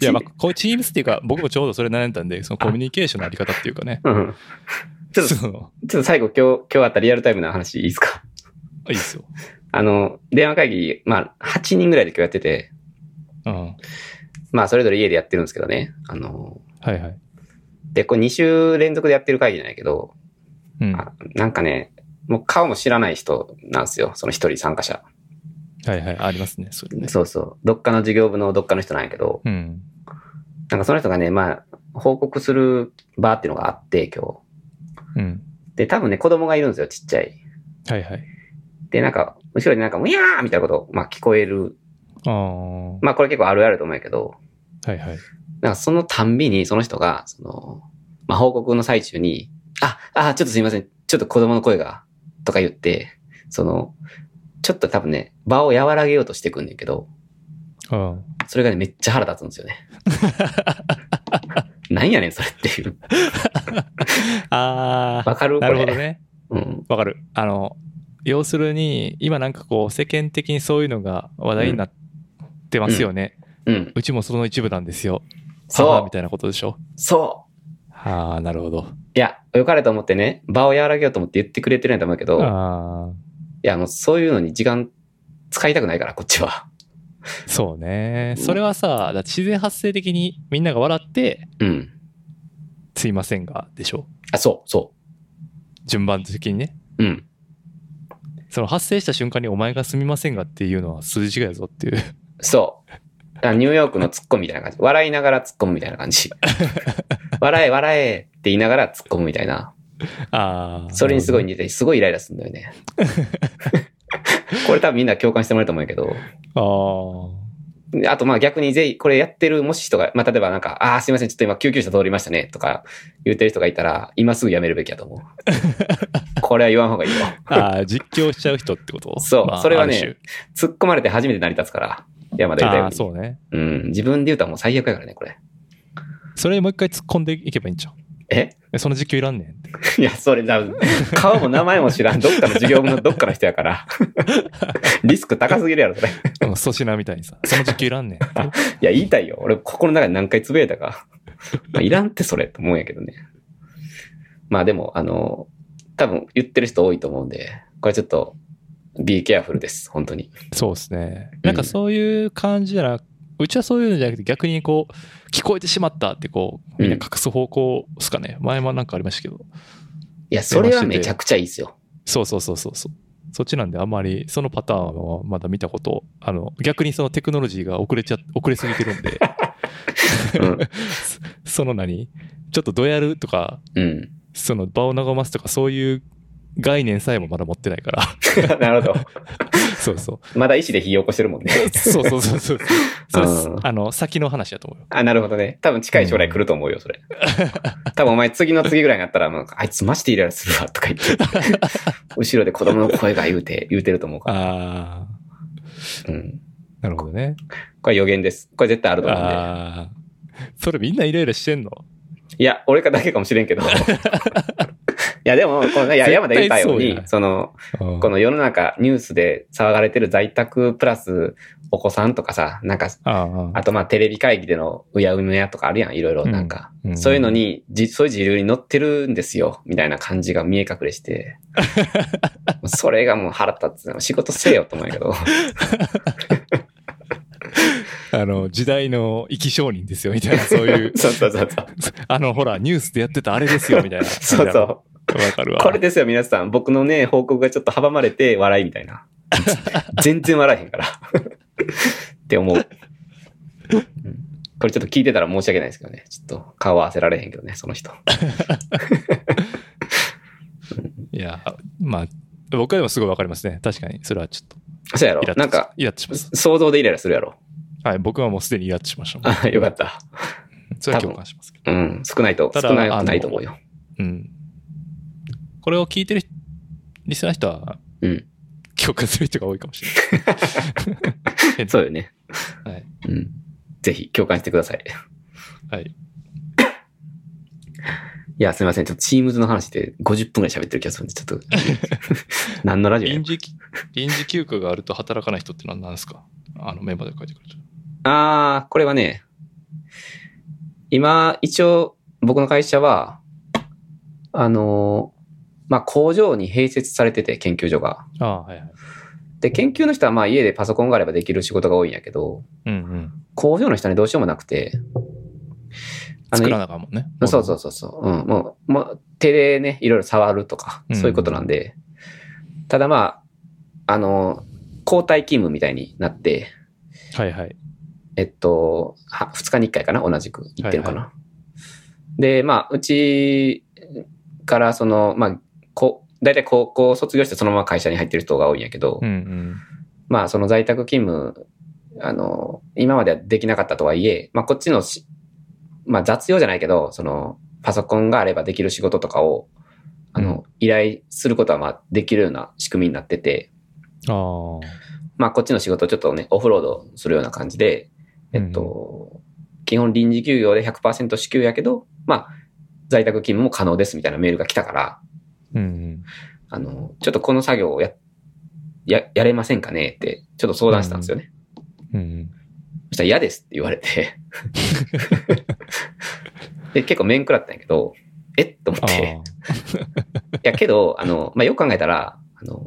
Speaker 3: いや、まあ、こう、チームスっていうか、僕もちょうどそれ悩んだんで、そのコミュニケーションのあり方っていうかね。
Speaker 2: うん。ちょ っと、ちょ
Speaker 3: その
Speaker 2: っと最後今日、今日あったリアルタイムの話いいですか
Speaker 3: いいですよ。
Speaker 2: あの、電話会議、まあ、8人ぐらいで今日やってて、
Speaker 3: うん。
Speaker 2: まあ、それぞれ家でやってるんですけどね。あの、
Speaker 3: はいはい。
Speaker 2: で、これ2週連続でやってる会議なんやけど、
Speaker 3: うん。は
Speaker 2: あなんかね、もう顔も知らない人なんですよ。その一人参加者。
Speaker 3: いはい。ありますね。それね。
Speaker 2: そうそう。どっかの事業部のどっかの人なんやけど、
Speaker 3: うん。
Speaker 2: なんかその人がね、まあ、報告する場っていうのがあって、今日。
Speaker 3: うん。
Speaker 2: で、多分ね、子供がいるんですよ、ちっちゃい。
Speaker 3: はいはい。
Speaker 2: で、なんか、後ろになんか、うやーみたいなこと、まあ聞こえる。
Speaker 3: ああ。は
Speaker 2: まあこれ結構あるあると思うんやけど、
Speaker 3: いはい。
Speaker 2: なんかそのたんびにその人が、その、まあ報告の最中に、あ、あ、ちょっとすいません、ちょっと子供の声が、とか言って、その、ちょっと多分ね、場を和らげようとしてくんねんけど、
Speaker 3: うん。
Speaker 2: それがね、めっちゃ腹立つんですよ ね。なんやねん、それっていう。
Speaker 3: ああ。
Speaker 2: わかる
Speaker 3: なるほど
Speaker 2: こ
Speaker 3: ね。
Speaker 2: れうん。
Speaker 3: わかる。あの、要するに、今なんかこう、世間的にそういうのが話題になってますよね。
Speaker 2: うん。
Speaker 3: うちもその一部なんですよ。
Speaker 2: そ
Speaker 3: 母
Speaker 2: う
Speaker 3: みたいなことでしょ。
Speaker 2: そう。
Speaker 3: ああ、なるほど。
Speaker 2: いや、良かれと思ってね、場を和らげようと思って言ってくれてるんやと思うけど、
Speaker 3: ああ。
Speaker 2: いや、もうそういうのに時間使いたくないから、こっちは。
Speaker 3: そうね。それはさ、だって自然発生的にみんなが笑って、
Speaker 2: うん。
Speaker 3: すいませんが、でしょ。
Speaker 2: あ、そう、そ
Speaker 3: 順番的にね。
Speaker 2: う。うん。
Speaker 3: その発生した瞬間にお前がすみませんがっていうのは数字違いやぞっていう。
Speaker 2: そう。だからニューヨークのツッコミみたいな感じ。笑いながらツッコむみたいな感 じ。笑え、笑えって言いながらツッコむみたいな。
Speaker 3: ああ。
Speaker 2: それにすごい
Speaker 3: なる
Speaker 2: 似て、すごいイライラするんだよ ね。これ多分みんな共感してもらえると思うんやけど。
Speaker 3: ほど。
Speaker 2: であとまあ逆にぜひこれやってるもし人が、まあ例えばなんか、ああーすいません、ちょっと今救急車通りましたねとか言ってる人がいたら、今すぐやめるべきやと思 う。これは言わん方がいいよ。
Speaker 3: ああ。ああ、実況しちゃう人ってこと
Speaker 2: そうそれはね。
Speaker 3: ある
Speaker 2: 突っ込まれて初めて成り立つから。山田言
Speaker 3: 種
Speaker 2: ったよ
Speaker 3: あ
Speaker 2: う
Speaker 3: あ、
Speaker 2: に
Speaker 3: そうね。
Speaker 2: うん。自分で言うともう最悪やからね、これ。
Speaker 3: それもう一回突っ込んでいけばいいんじゃん。
Speaker 2: え
Speaker 3: えその実況いらんねんって。
Speaker 2: いや、それだ、顔も名前も知らん、どっかの事業部のどっかの人やから。 リスク高すぎるやろ、それ。い
Speaker 3: うん粗品みたいにさ。その実況いらんねんって。
Speaker 2: や、言いたいよ。俺、心の中で何回つぶやいたか。まあ、いらんって、それ、と思うんやけどね。まあ、でも、あの、多分言ってる人多いと思うんで、これちょっと、be careful です、本当に。
Speaker 3: そうですね。
Speaker 2: うん
Speaker 3: なんかそういう感じじゃなく、うちはそういうのじゃなくて逆にこう、聞こえてしまったってこう、みんな隠す方向ですかね。前もなんかありましたけど。
Speaker 2: いや、それはめちゃくちゃいいですよ。
Speaker 3: そうそうそうそうそう。そっちなんであんまりそのパターンはまだ見たこと、あの、逆にそのテクノロジーが遅れちゃ、 遅れすぎてるんで、
Speaker 2: うん。
Speaker 3: そ の何ちょっとどうやるとか、
Speaker 2: うん。
Speaker 3: その場を和ますとかそういう概念さえもまだ持ってないから。
Speaker 2: なるほど。
Speaker 3: そうそう。
Speaker 2: まだ意思で火起こしてるもんね。
Speaker 3: そうそうそうそう。それ
Speaker 2: うん
Speaker 3: あの、先の話だと思うよ。
Speaker 2: あ、なるほどね。多分近い将来来ると思うよ、 それ。多分お前次の次ぐらいになったら、もう、あいつマジでイライラするわ、とか言って。 後ろで子供の声が言うて、言うてると思うから。
Speaker 3: ああ、
Speaker 2: うん。
Speaker 3: なるほどね。
Speaker 2: これ予言です。これ絶対あると思うんで。
Speaker 3: ああ。それみんなイライラしてんの
Speaker 2: いや、俺かだけかもしれんけど。いや、でも、このいや
Speaker 3: 絶対
Speaker 2: 山田言ったよう
Speaker 3: そう
Speaker 2: に
Speaker 3: や、な
Speaker 2: その、
Speaker 3: うん
Speaker 2: この世の中ニュースで騒がれてる在宅プラスお子さんとかさ、なんか、
Speaker 3: ああ
Speaker 2: あとまあテレビ会議でのうやうやとかあるやん、いろいろなんか。
Speaker 3: うん
Speaker 2: そういうのに、じそういう自流に乗ってるんですよ、みたいな感じが見え隠れ して。それがもう腹立つ。仕事せえよと思うんやけど。
Speaker 3: あの時代の生き証人ですよみたいなそういう
Speaker 2: そうそうそうそう。
Speaker 3: あのほらニュースでやってたあれですよみたいな
Speaker 2: そうそう。
Speaker 3: わかるわ
Speaker 2: これですよ、皆さん。僕のね、報告がちょっと阻まれて笑いみたいな。 全然笑えへんから。って思う、うんこれちょっと聞いてたら申し訳ないですけどね。ちょっと顔は合わせられへんけどね、その人。
Speaker 3: いやまあ僕はでもすごいわかりますね確かにそれはちょっと
Speaker 2: そうやろ
Speaker 3: イラッと
Speaker 2: なんか、
Speaker 3: イラッとします
Speaker 2: 想像でイライラするやろ。
Speaker 3: はい僕はもうすでにイラッとしましたもん
Speaker 2: あよかった。
Speaker 3: それは共感しますけど
Speaker 2: うん、少ないと、
Speaker 3: ただ
Speaker 2: 少なくないと思うよ。
Speaker 3: うんこれを聞いてる人リスナーの人は
Speaker 2: うん。
Speaker 3: 共感する人が多いかもしれの
Speaker 2: そうよね。
Speaker 3: ないはい
Speaker 2: うん。ぜひ共感してください。
Speaker 3: はい
Speaker 2: いや、すみません。ちょっと Teams の話で50分ぐらい喋ってる気がするんで、ちょっ と。何のラジオや
Speaker 3: 臨時き臨時休暇があると働かない人ってのは何ですかあのメンバーで書いてくれてる
Speaker 2: あー、これはね、今、一応、僕の会社は、あのーまあ、工場に併設されてて、研究所が。
Speaker 3: ああはいはい
Speaker 2: で、研究の人はまあ、家でパソコンがあればできる仕事が多いんやけど、
Speaker 3: うんうん
Speaker 2: 工場の人はね、どうしようもなくて、あ
Speaker 3: 作ら
Speaker 2: の、
Speaker 3: なあかんもんね
Speaker 2: そうそうそうそう、うん、もう、もう手でね、いろいろ触るとか、
Speaker 3: うん
Speaker 2: そういうことなんで、ただまあ、あのー交代勤務みたいになって、
Speaker 3: はいはい
Speaker 2: えっと、は2日に1回かな、同じく行ってるかな。
Speaker 3: は
Speaker 2: で、まあ、うちから、その、まあ、こ大体高校卒業してそのまま会社に入ってる人が多いんやけど、
Speaker 3: うんうん
Speaker 2: まあ、その在宅勤務、あの、今まではできなかったとはいえ、まあ、こっちのし、まあ、雑用じゃないけど、その、パソコンがあればできる仕事とかを、あの、依頼することは、まあ、できるような仕組みになってて、
Speaker 3: ああ
Speaker 2: まあ、こっちの仕事をちょっとね、オフロードするような感じで、えっと、基本臨時休業で100%支給やけど、まあ、在宅勤務も可能ですみたいなメールが来たから、
Speaker 3: うんうん
Speaker 2: あの、ちょっとこの作業をや、や、やれませんかねって、ちょっと相談したんですよね。
Speaker 3: うんうん
Speaker 2: そしたら嫌ですって言われて。で、結構面食らったんやけど、えっと思っ
Speaker 3: ああ
Speaker 2: て。いや、けど、あの、まあ、よく考えたら、あの、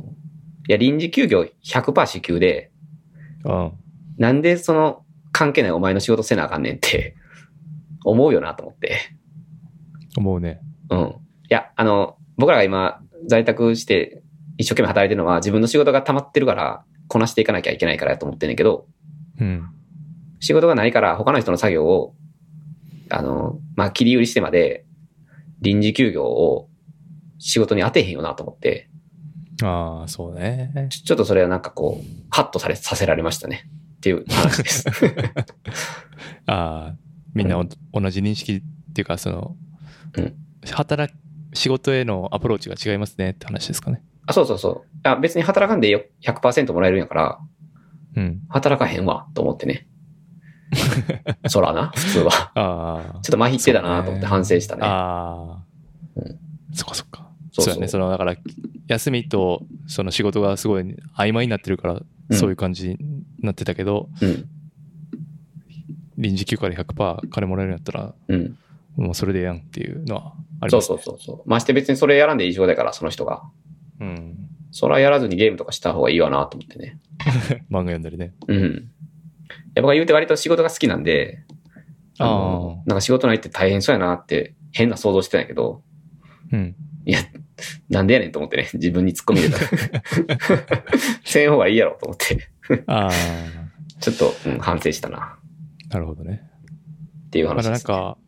Speaker 2: いや、臨時休業100%支給で、
Speaker 3: あ
Speaker 2: なんでその関係ないお前の仕事せなあかんねんって 思うよなと思って。
Speaker 3: 思うね
Speaker 2: うん。いや、あの、僕らが今在宅して一生懸命働いてるのは自分の仕事が溜まってるからこなしていかなきゃいけないからやと思ってんねんけど、
Speaker 3: うん
Speaker 2: 仕事がないから他の人の作業を、あの、まあ、切り売りしてまで臨時休業を仕事に当てへんよなと思って、
Speaker 3: ああそうね
Speaker 2: ちょちょっとそれはなんかこう、ハッとされ、させられましたね。っていう話 です。
Speaker 3: ああみんなお同じ認識っていうかその、
Speaker 2: うん
Speaker 3: 働き仕事へのアプローチが違いますねって話ですかね
Speaker 2: あ、そうそうそう。あ別に働かんでよ100%もらえるんやから、
Speaker 3: うん
Speaker 2: 働かへんわ、と思ってね。そらな、普通は。
Speaker 3: ああ
Speaker 2: ちょっと麻痺ってたなと思って反省したね。
Speaker 3: ああ、
Speaker 2: うん
Speaker 3: そっかそっか
Speaker 2: そうそ
Speaker 3: そ
Speaker 2: うう
Speaker 3: やねそのだから休みとその仕事がすごい曖昧になってるから、
Speaker 2: うん
Speaker 3: そういう感じになってたけど
Speaker 2: うん。
Speaker 3: 臨時休暇で100%金もらえるんやったら
Speaker 2: うん。
Speaker 3: もうそれでええやんっていうのはあり
Speaker 2: そ
Speaker 3: ま
Speaker 2: う
Speaker 3: す
Speaker 2: そうそうそう。まして別にそれやらんでいい仕事だから、その人が。
Speaker 3: うん、
Speaker 2: そらやらずにゲームとかした方がいいわなと思ってね。
Speaker 3: 漫画読んだりね
Speaker 2: うん。いや僕は言うて割と仕事が好きなんで、あの、なんか仕事ないって大変そうやなって変な想像してたんやけど、
Speaker 3: うん
Speaker 2: なんでやねんと思ってね、 自分に突っ込み入れ た。せん方がいいやろと思って、
Speaker 3: ああ
Speaker 2: ちょっと、うん、反省したな
Speaker 3: なるほどね
Speaker 2: っていう
Speaker 3: だ
Speaker 2: 話
Speaker 3: から
Speaker 2: で
Speaker 3: なん
Speaker 2: す、ね。
Speaker 3: か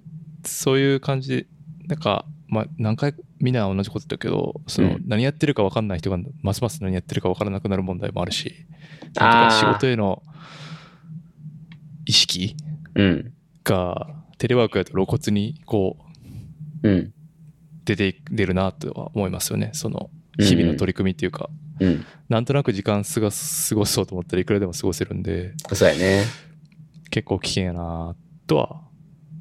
Speaker 3: そういう感じでなんか、まあ、何回みんな同じことだけどそうの
Speaker 2: ん
Speaker 3: 何やってるか分かんない人がますます何やってるか分からなくなる問題もあるし
Speaker 2: あー
Speaker 3: なんていうか仕事への意識
Speaker 2: うん。
Speaker 3: がテレワークやと露骨にこう
Speaker 2: うん。
Speaker 3: 出て出るなとは思いますよねその日々の取り組みっていうか、
Speaker 2: うん。
Speaker 3: なんとなく時間すが過ごそうと思ったらいくらでも過ごせるんで
Speaker 2: そうやね。
Speaker 3: 結構危険やなとはか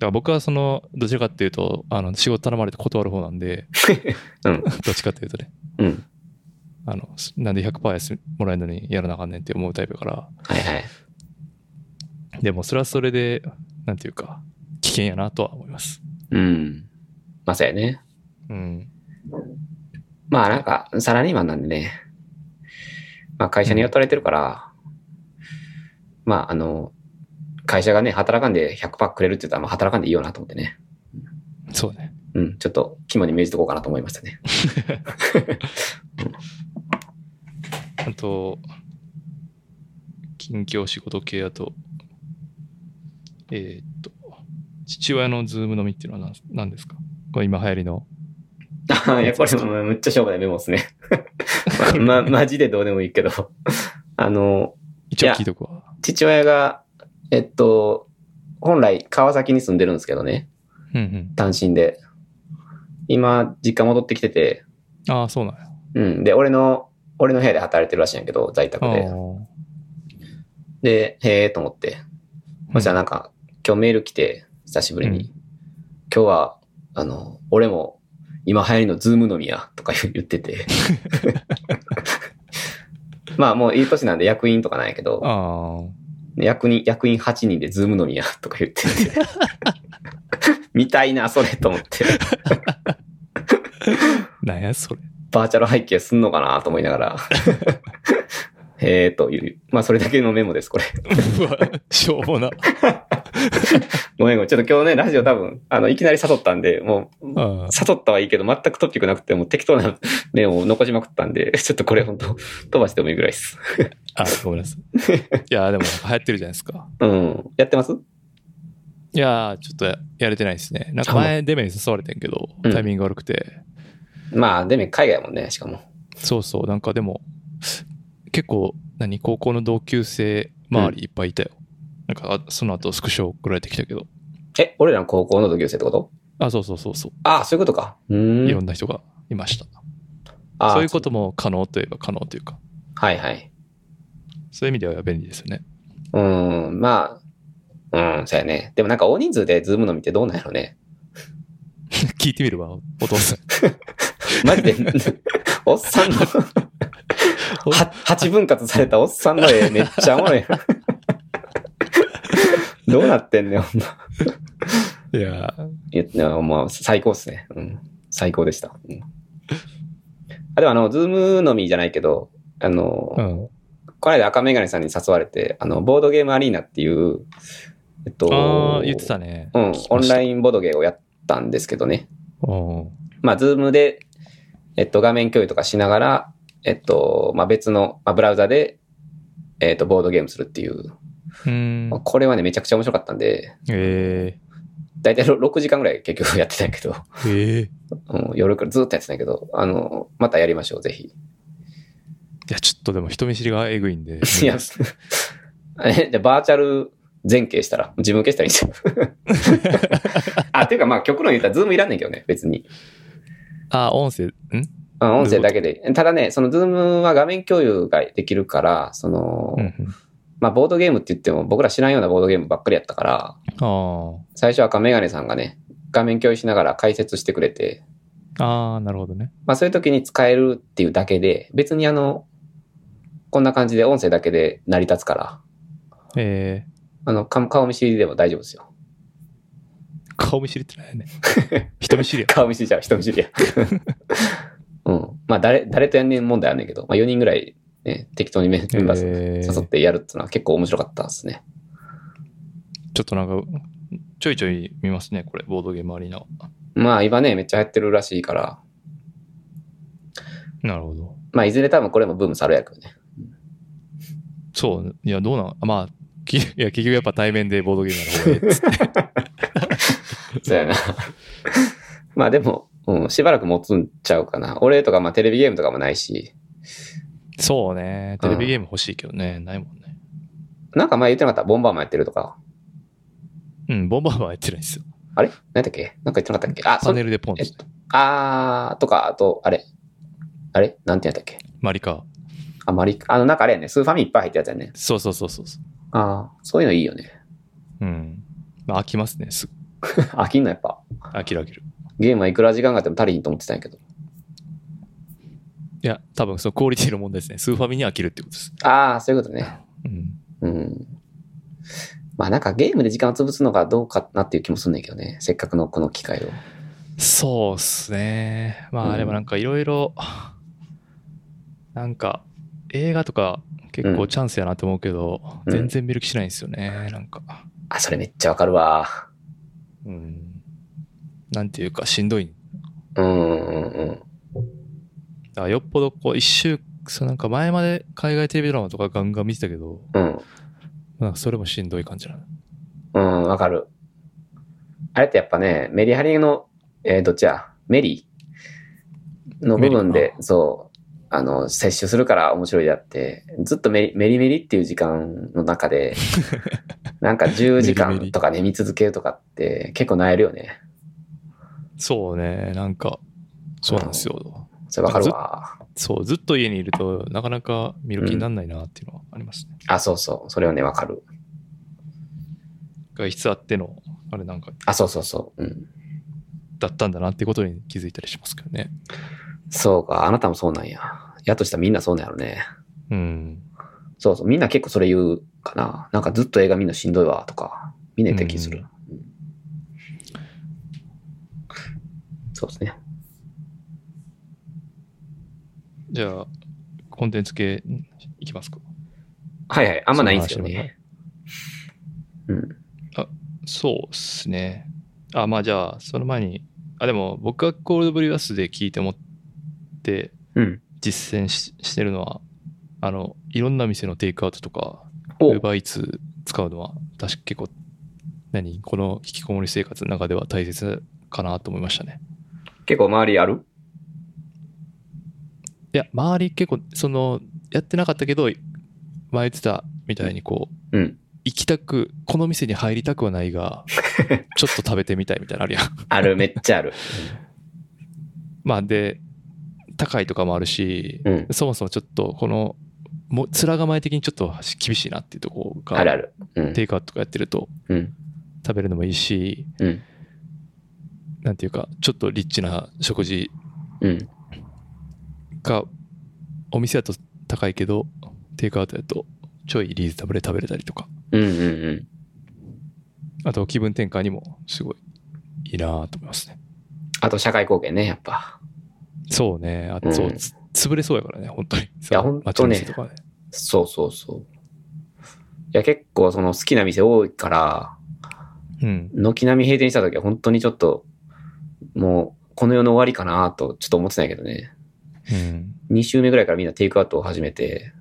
Speaker 3: ら僕はその、どちらかっていうと、あの、仕事頼まれて断る方なんで、
Speaker 2: うん
Speaker 3: どっちかっていうとね、
Speaker 2: うん。
Speaker 3: あの、すなんで100%安もらえるのにやらなあかんねんって思うタイプやから、
Speaker 2: はいはい。
Speaker 3: でもそれはそれで、なんていうか、危険やなとは思います。
Speaker 2: うん。まあそうやね。
Speaker 3: うん。
Speaker 2: まあなんか、サラリーマンなんでね、まあ会社に雇われてるから、まああの、会社がね、働かんで100%くれるって言ったら、まあ働かんでいいよなと思ってね。
Speaker 3: そうね。
Speaker 2: うん、ちょっと肝に銘じとこうかなと思いましたね。
Speaker 3: あと、近況仕事系やと、えーっと、父親のズーム飲みっていうのは何何ですかこれ今流行りの。
Speaker 2: あ あ、やっぱりもうむっちゃしょうがないメモです ね。ま、マジでどうでもいいけど。あの、
Speaker 3: 一応
Speaker 2: いや
Speaker 3: 聞いとくわ。
Speaker 2: 父親が、えっと、本来川崎に住んでるんですけどね、
Speaker 3: うん
Speaker 2: 単身で。今、実家戻ってきてて、
Speaker 3: うん。ああ、そうなんや。
Speaker 2: うん。で、俺の、俺の部屋で働いてるらしいんやけど、在宅
Speaker 3: ああ
Speaker 2: で。で、へえと思って。そしたらなんか、今日メール来て、久しぶりに。
Speaker 3: うん
Speaker 2: 今日は、あの、俺も、今流行りのズーム飲みや、とか 言って て。まあもういい年なんで役員とかなんやけど、
Speaker 3: ああ。
Speaker 2: 役人、役員8人でズーム飲みや、とか言って て。見たいな、それ、と思って。
Speaker 3: なんやそれ。
Speaker 2: バーチャル背景すんのかなと思いながら。へえという。まあ、それだけのメモです、これ。
Speaker 3: うわ、しょうもな。
Speaker 2: ごめんごめん。ちょっと今日ね、ラジオ多分、あの、いきなり誘ったんで、もう、
Speaker 3: あ
Speaker 2: 誘ったはいいけど、全くトピックなくて、もう適当な メモを残しまくったんで、ちょっとこれ本当飛ばしてもいいぐらいです。
Speaker 3: あ、ごめんなさい。いや、でも流行ってるじゃないですか。
Speaker 2: うん。やってます
Speaker 3: いやー、ちょっとややれてないですね。なんか前、デメに誘われてんけど、
Speaker 2: うん
Speaker 3: タイミング悪くて。
Speaker 2: まあ、でも海外やもんね、しかも。
Speaker 3: そうそう、なんかでも、結構、何、高校の同級生周りいっぱいいたよ。なんか、あその後スクショ送られてきたけど。
Speaker 2: え、俺らの高校の同級生ってこと
Speaker 3: あ、そうそうそうそう。
Speaker 2: ああ、そういうことか。うーん。
Speaker 3: いろんな人がいました。
Speaker 2: あー
Speaker 3: そういうことも可能といえば可能というか、
Speaker 2: はいはい。
Speaker 3: そういう意味では便利ですよね。
Speaker 2: うん、まあ、うん、そうやね。でもなんか大人数でズーム飲みってどうなんやろね。
Speaker 3: 聞いてみれば、お父さん。
Speaker 2: マジで、おっさんの、は、八分割されたおっさんの絵めっちゃおもろい。どうなってんねん、ほんま。
Speaker 3: いやー
Speaker 2: いやいや、まあ、最高っすね。うん。最高でした。うん、あ、でもあの、ズーム飲みじゃないけど、あの、
Speaker 3: うん。
Speaker 2: この間赤メガネさんに誘われて、あの、ボードゲームアリーナっていう、えっと、
Speaker 3: ああ、言ってたね。
Speaker 2: うん
Speaker 3: 聞きまし、た
Speaker 2: オンラインボードゲーをやったんですけどね。
Speaker 3: うん。
Speaker 2: まあ、ズームで、えっと、画面共有とかしながら、えっと、まあ、別の、まあ、ブラウザで、えっと、ボードゲームするっていう。
Speaker 3: うん
Speaker 2: まあ。これはね、めちゃくちゃ面白かったんで、
Speaker 3: え
Speaker 2: だいたい6時間ぐらい結局やってたんやけど、
Speaker 3: ー、えー。い
Speaker 2: うん、夜からずっとやってたんやけど、あの、またやりましょう、ぜひ。
Speaker 3: や、ちょっとでも人見知りがえぐいんで。
Speaker 2: いや
Speaker 3: 無理です、
Speaker 2: え、じゃあバーチャル前景したら、自分消したらいいんじ ゃん。あ、ていうかまあ、極論言ったら、ズームいらんねんけどね、別に。
Speaker 3: あ、音声、ん
Speaker 2: うん、音声だけで。ただね、そのズームは画面共有ができるから、その、
Speaker 3: うんうん。
Speaker 2: まあ、ボードゲームって言っても、僕ら知らんようなボードゲームばっかりやったから、
Speaker 3: あ
Speaker 2: 最初赤メガネさんがね、画面共有しながら解説してくれて、
Speaker 3: あ。ああ、なるほどね。
Speaker 2: まあ、そういう時に使えるっていうだけで、別にあの、こんな感じで音声だけで成り立つから、
Speaker 3: え
Speaker 2: あの、か顔見知りでも大丈夫ですよ。
Speaker 3: ー、顔見知りってないね。人見知りや。
Speaker 2: 顔見知りじゃん、人見知りや。 うん。まあ、誰、誰とやんねん問題あんねんけど、まあ、4人ぐらい、ね、適当にメンメンバー
Speaker 3: えー
Speaker 2: 誘ってやるっていうのは結構面白かったですね。
Speaker 3: ちょっとなんか、ちょいちょい見ますね、これ、ボードゲームアリーナは。
Speaker 2: まあ、今ね、めっちゃ流行ってるらしいから、
Speaker 3: なるほど。
Speaker 2: まあ、いずれ多分これもブームされるやけどね。
Speaker 3: そう、いや、どうなん、まあ、き いや、結局やっぱ対面でボードゲームやる方がいいっつって。
Speaker 2: そうやな。 まあでも、うん、しばらく持つんちゃうかな。俺とか、まあテレビゲームとかもないし、
Speaker 3: そうね、テレビゲーム欲しいけどね、ないもんね。
Speaker 2: なんか前言ってなかったボンバーマンやってるとか。
Speaker 3: うん、ボンバーマンはやってないんですよ。
Speaker 2: あれ何やったっけなんか言ってなかったっけあ、
Speaker 3: パ
Speaker 2: そ
Speaker 3: ネ
Speaker 2: れ、
Speaker 3: ルでポンって
Speaker 2: えっ。と、あーとか、あと、あれ。あれなんてやったっけ
Speaker 3: マリカ。
Speaker 2: あまり、あの、なんかあれやね、スーファミいっぱい入ったやつやね。
Speaker 3: そうそうそうそうそ
Speaker 2: ああ、そういうのいいよね。
Speaker 3: う。うん。まあ、飽きますね、すぐ
Speaker 2: 飽きんのやっぱ。
Speaker 3: 飽きる飽きる。
Speaker 2: ゲームはいくら時間があっても足りひんと思ってたんやけど。
Speaker 3: いや、多分そのクオリティの問題ですね。スーファミに飽きるってことです。
Speaker 2: ああ、そういうことね。
Speaker 3: う
Speaker 2: う
Speaker 3: ん。
Speaker 2: ん。まあなんかゲームで時間を潰すのがどうかなっていう気もすんねんけどね。せっかくのこの機会を。
Speaker 3: そうっすね。ま
Speaker 2: う
Speaker 3: あ
Speaker 2: ん
Speaker 3: でもなんかいろいろ、なんか映画とか結
Speaker 2: う
Speaker 3: 構
Speaker 2: ん
Speaker 3: チャンスやなと思うけど、
Speaker 2: うん
Speaker 3: 全然見る気しないんですよね。なんか、
Speaker 2: あ、それめっちゃわかるわ。
Speaker 3: うん。なんていうかしんどい。
Speaker 2: うんうんうん。
Speaker 3: だからよっぽどこう一周、そうなんか前まで海外テレビドラマとかガンガン見てたけど、
Speaker 2: うん。
Speaker 3: なんかそれもしんどい感じなの。
Speaker 2: うん、わかる。あれってやっぱね、メリハリの、えー、どっちやメリの部分
Speaker 3: メリ
Speaker 2: で
Speaker 3: か、
Speaker 2: そう、あの、摂取するから面白いであって、ずっとメリメリメリっていう時間の中で、なんか10時
Speaker 3: メリメ
Speaker 2: 間
Speaker 3: リ
Speaker 2: とかね、見続けるとかって結構なえるよね。
Speaker 3: そうね、なんか、そうなんですよ。
Speaker 2: それわかるわ。
Speaker 3: そう、ずっと家にいるとなかなか見る気にならないなっていうのはありますね。
Speaker 2: あ、そうそう。それはね、わかる。
Speaker 3: 外出あっての、あれなんか
Speaker 2: あ、そうそうそう。うん。
Speaker 3: だったんだなってことに気づいたりしますけどね。
Speaker 2: そうか、あなたもそうなんや。やとしたらみんなそうなんやろね。
Speaker 3: うん。
Speaker 2: そうそう、みんな結構それ言うかな。なんかずっと映画見るのしんどいわとか、見ねえって気する。うんそうですね。
Speaker 3: じゃあ、コンテンツ系んいきますか。
Speaker 2: はいはい、あんまないんですけど
Speaker 3: その話
Speaker 2: ね。うん。
Speaker 3: そうっすね。あ、まあじゃあ、その前に、あ、でも僕がコールドブリュアスで聞いて思って
Speaker 2: うん。
Speaker 3: 実践ししてるのは、あの、いろんな店のテイクアウトとか、ウ
Speaker 2: お
Speaker 3: ーバーイーツ使うのは、確か結構、何この引きこもり生活の中では大切かなと思いましたね。
Speaker 2: 結構周りある
Speaker 3: いや、周り結構、その、やってなかったけど、前言ってたみたいに、こう、
Speaker 2: うん
Speaker 3: 行きたく、この店に入りたくはない が、ちょっと食べてみたいみたいなのあるやん。
Speaker 2: ある、めっちゃある。
Speaker 3: まあ、で、高いとかもあるし、
Speaker 2: うん。
Speaker 3: そもそもちょっと、この、もう面構え的にちょっと厳しいなっていうところが、
Speaker 2: あるある。うん。
Speaker 3: テイクアウトとかやってると、
Speaker 2: うん。
Speaker 3: 食べるのもいいし、
Speaker 2: うん。
Speaker 3: なんていうか、ちょっとリッチな食事
Speaker 2: うん。
Speaker 3: が、お店だと高いけど、テイクアウトだと、ちょいリーズナブルで食べれたりとか。
Speaker 2: うん。うん。うん。
Speaker 3: あと気分転換にもすごいいいなと思いますね。
Speaker 2: あと、社会貢献ね、やっぱ。
Speaker 3: そうね。あ
Speaker 2: うん
Speaker 3: そう、つ潰れそうやからね、本当に。い
Speaker 2: やほんとね
Speaker 3: とかね。
Speaker 2: そうそうそう。いや、結構、その、好きな店多いから、
Speaker 3: うん。
Speaker 2: 軒並み閉店した時は本当にちょっと、もう、この世の終わりかなと、ちょっと思ってたんやけどね。
Speaker 3: うん。
Speaker 2: 2週目ぐらいからみんなテイクアウトを始めて、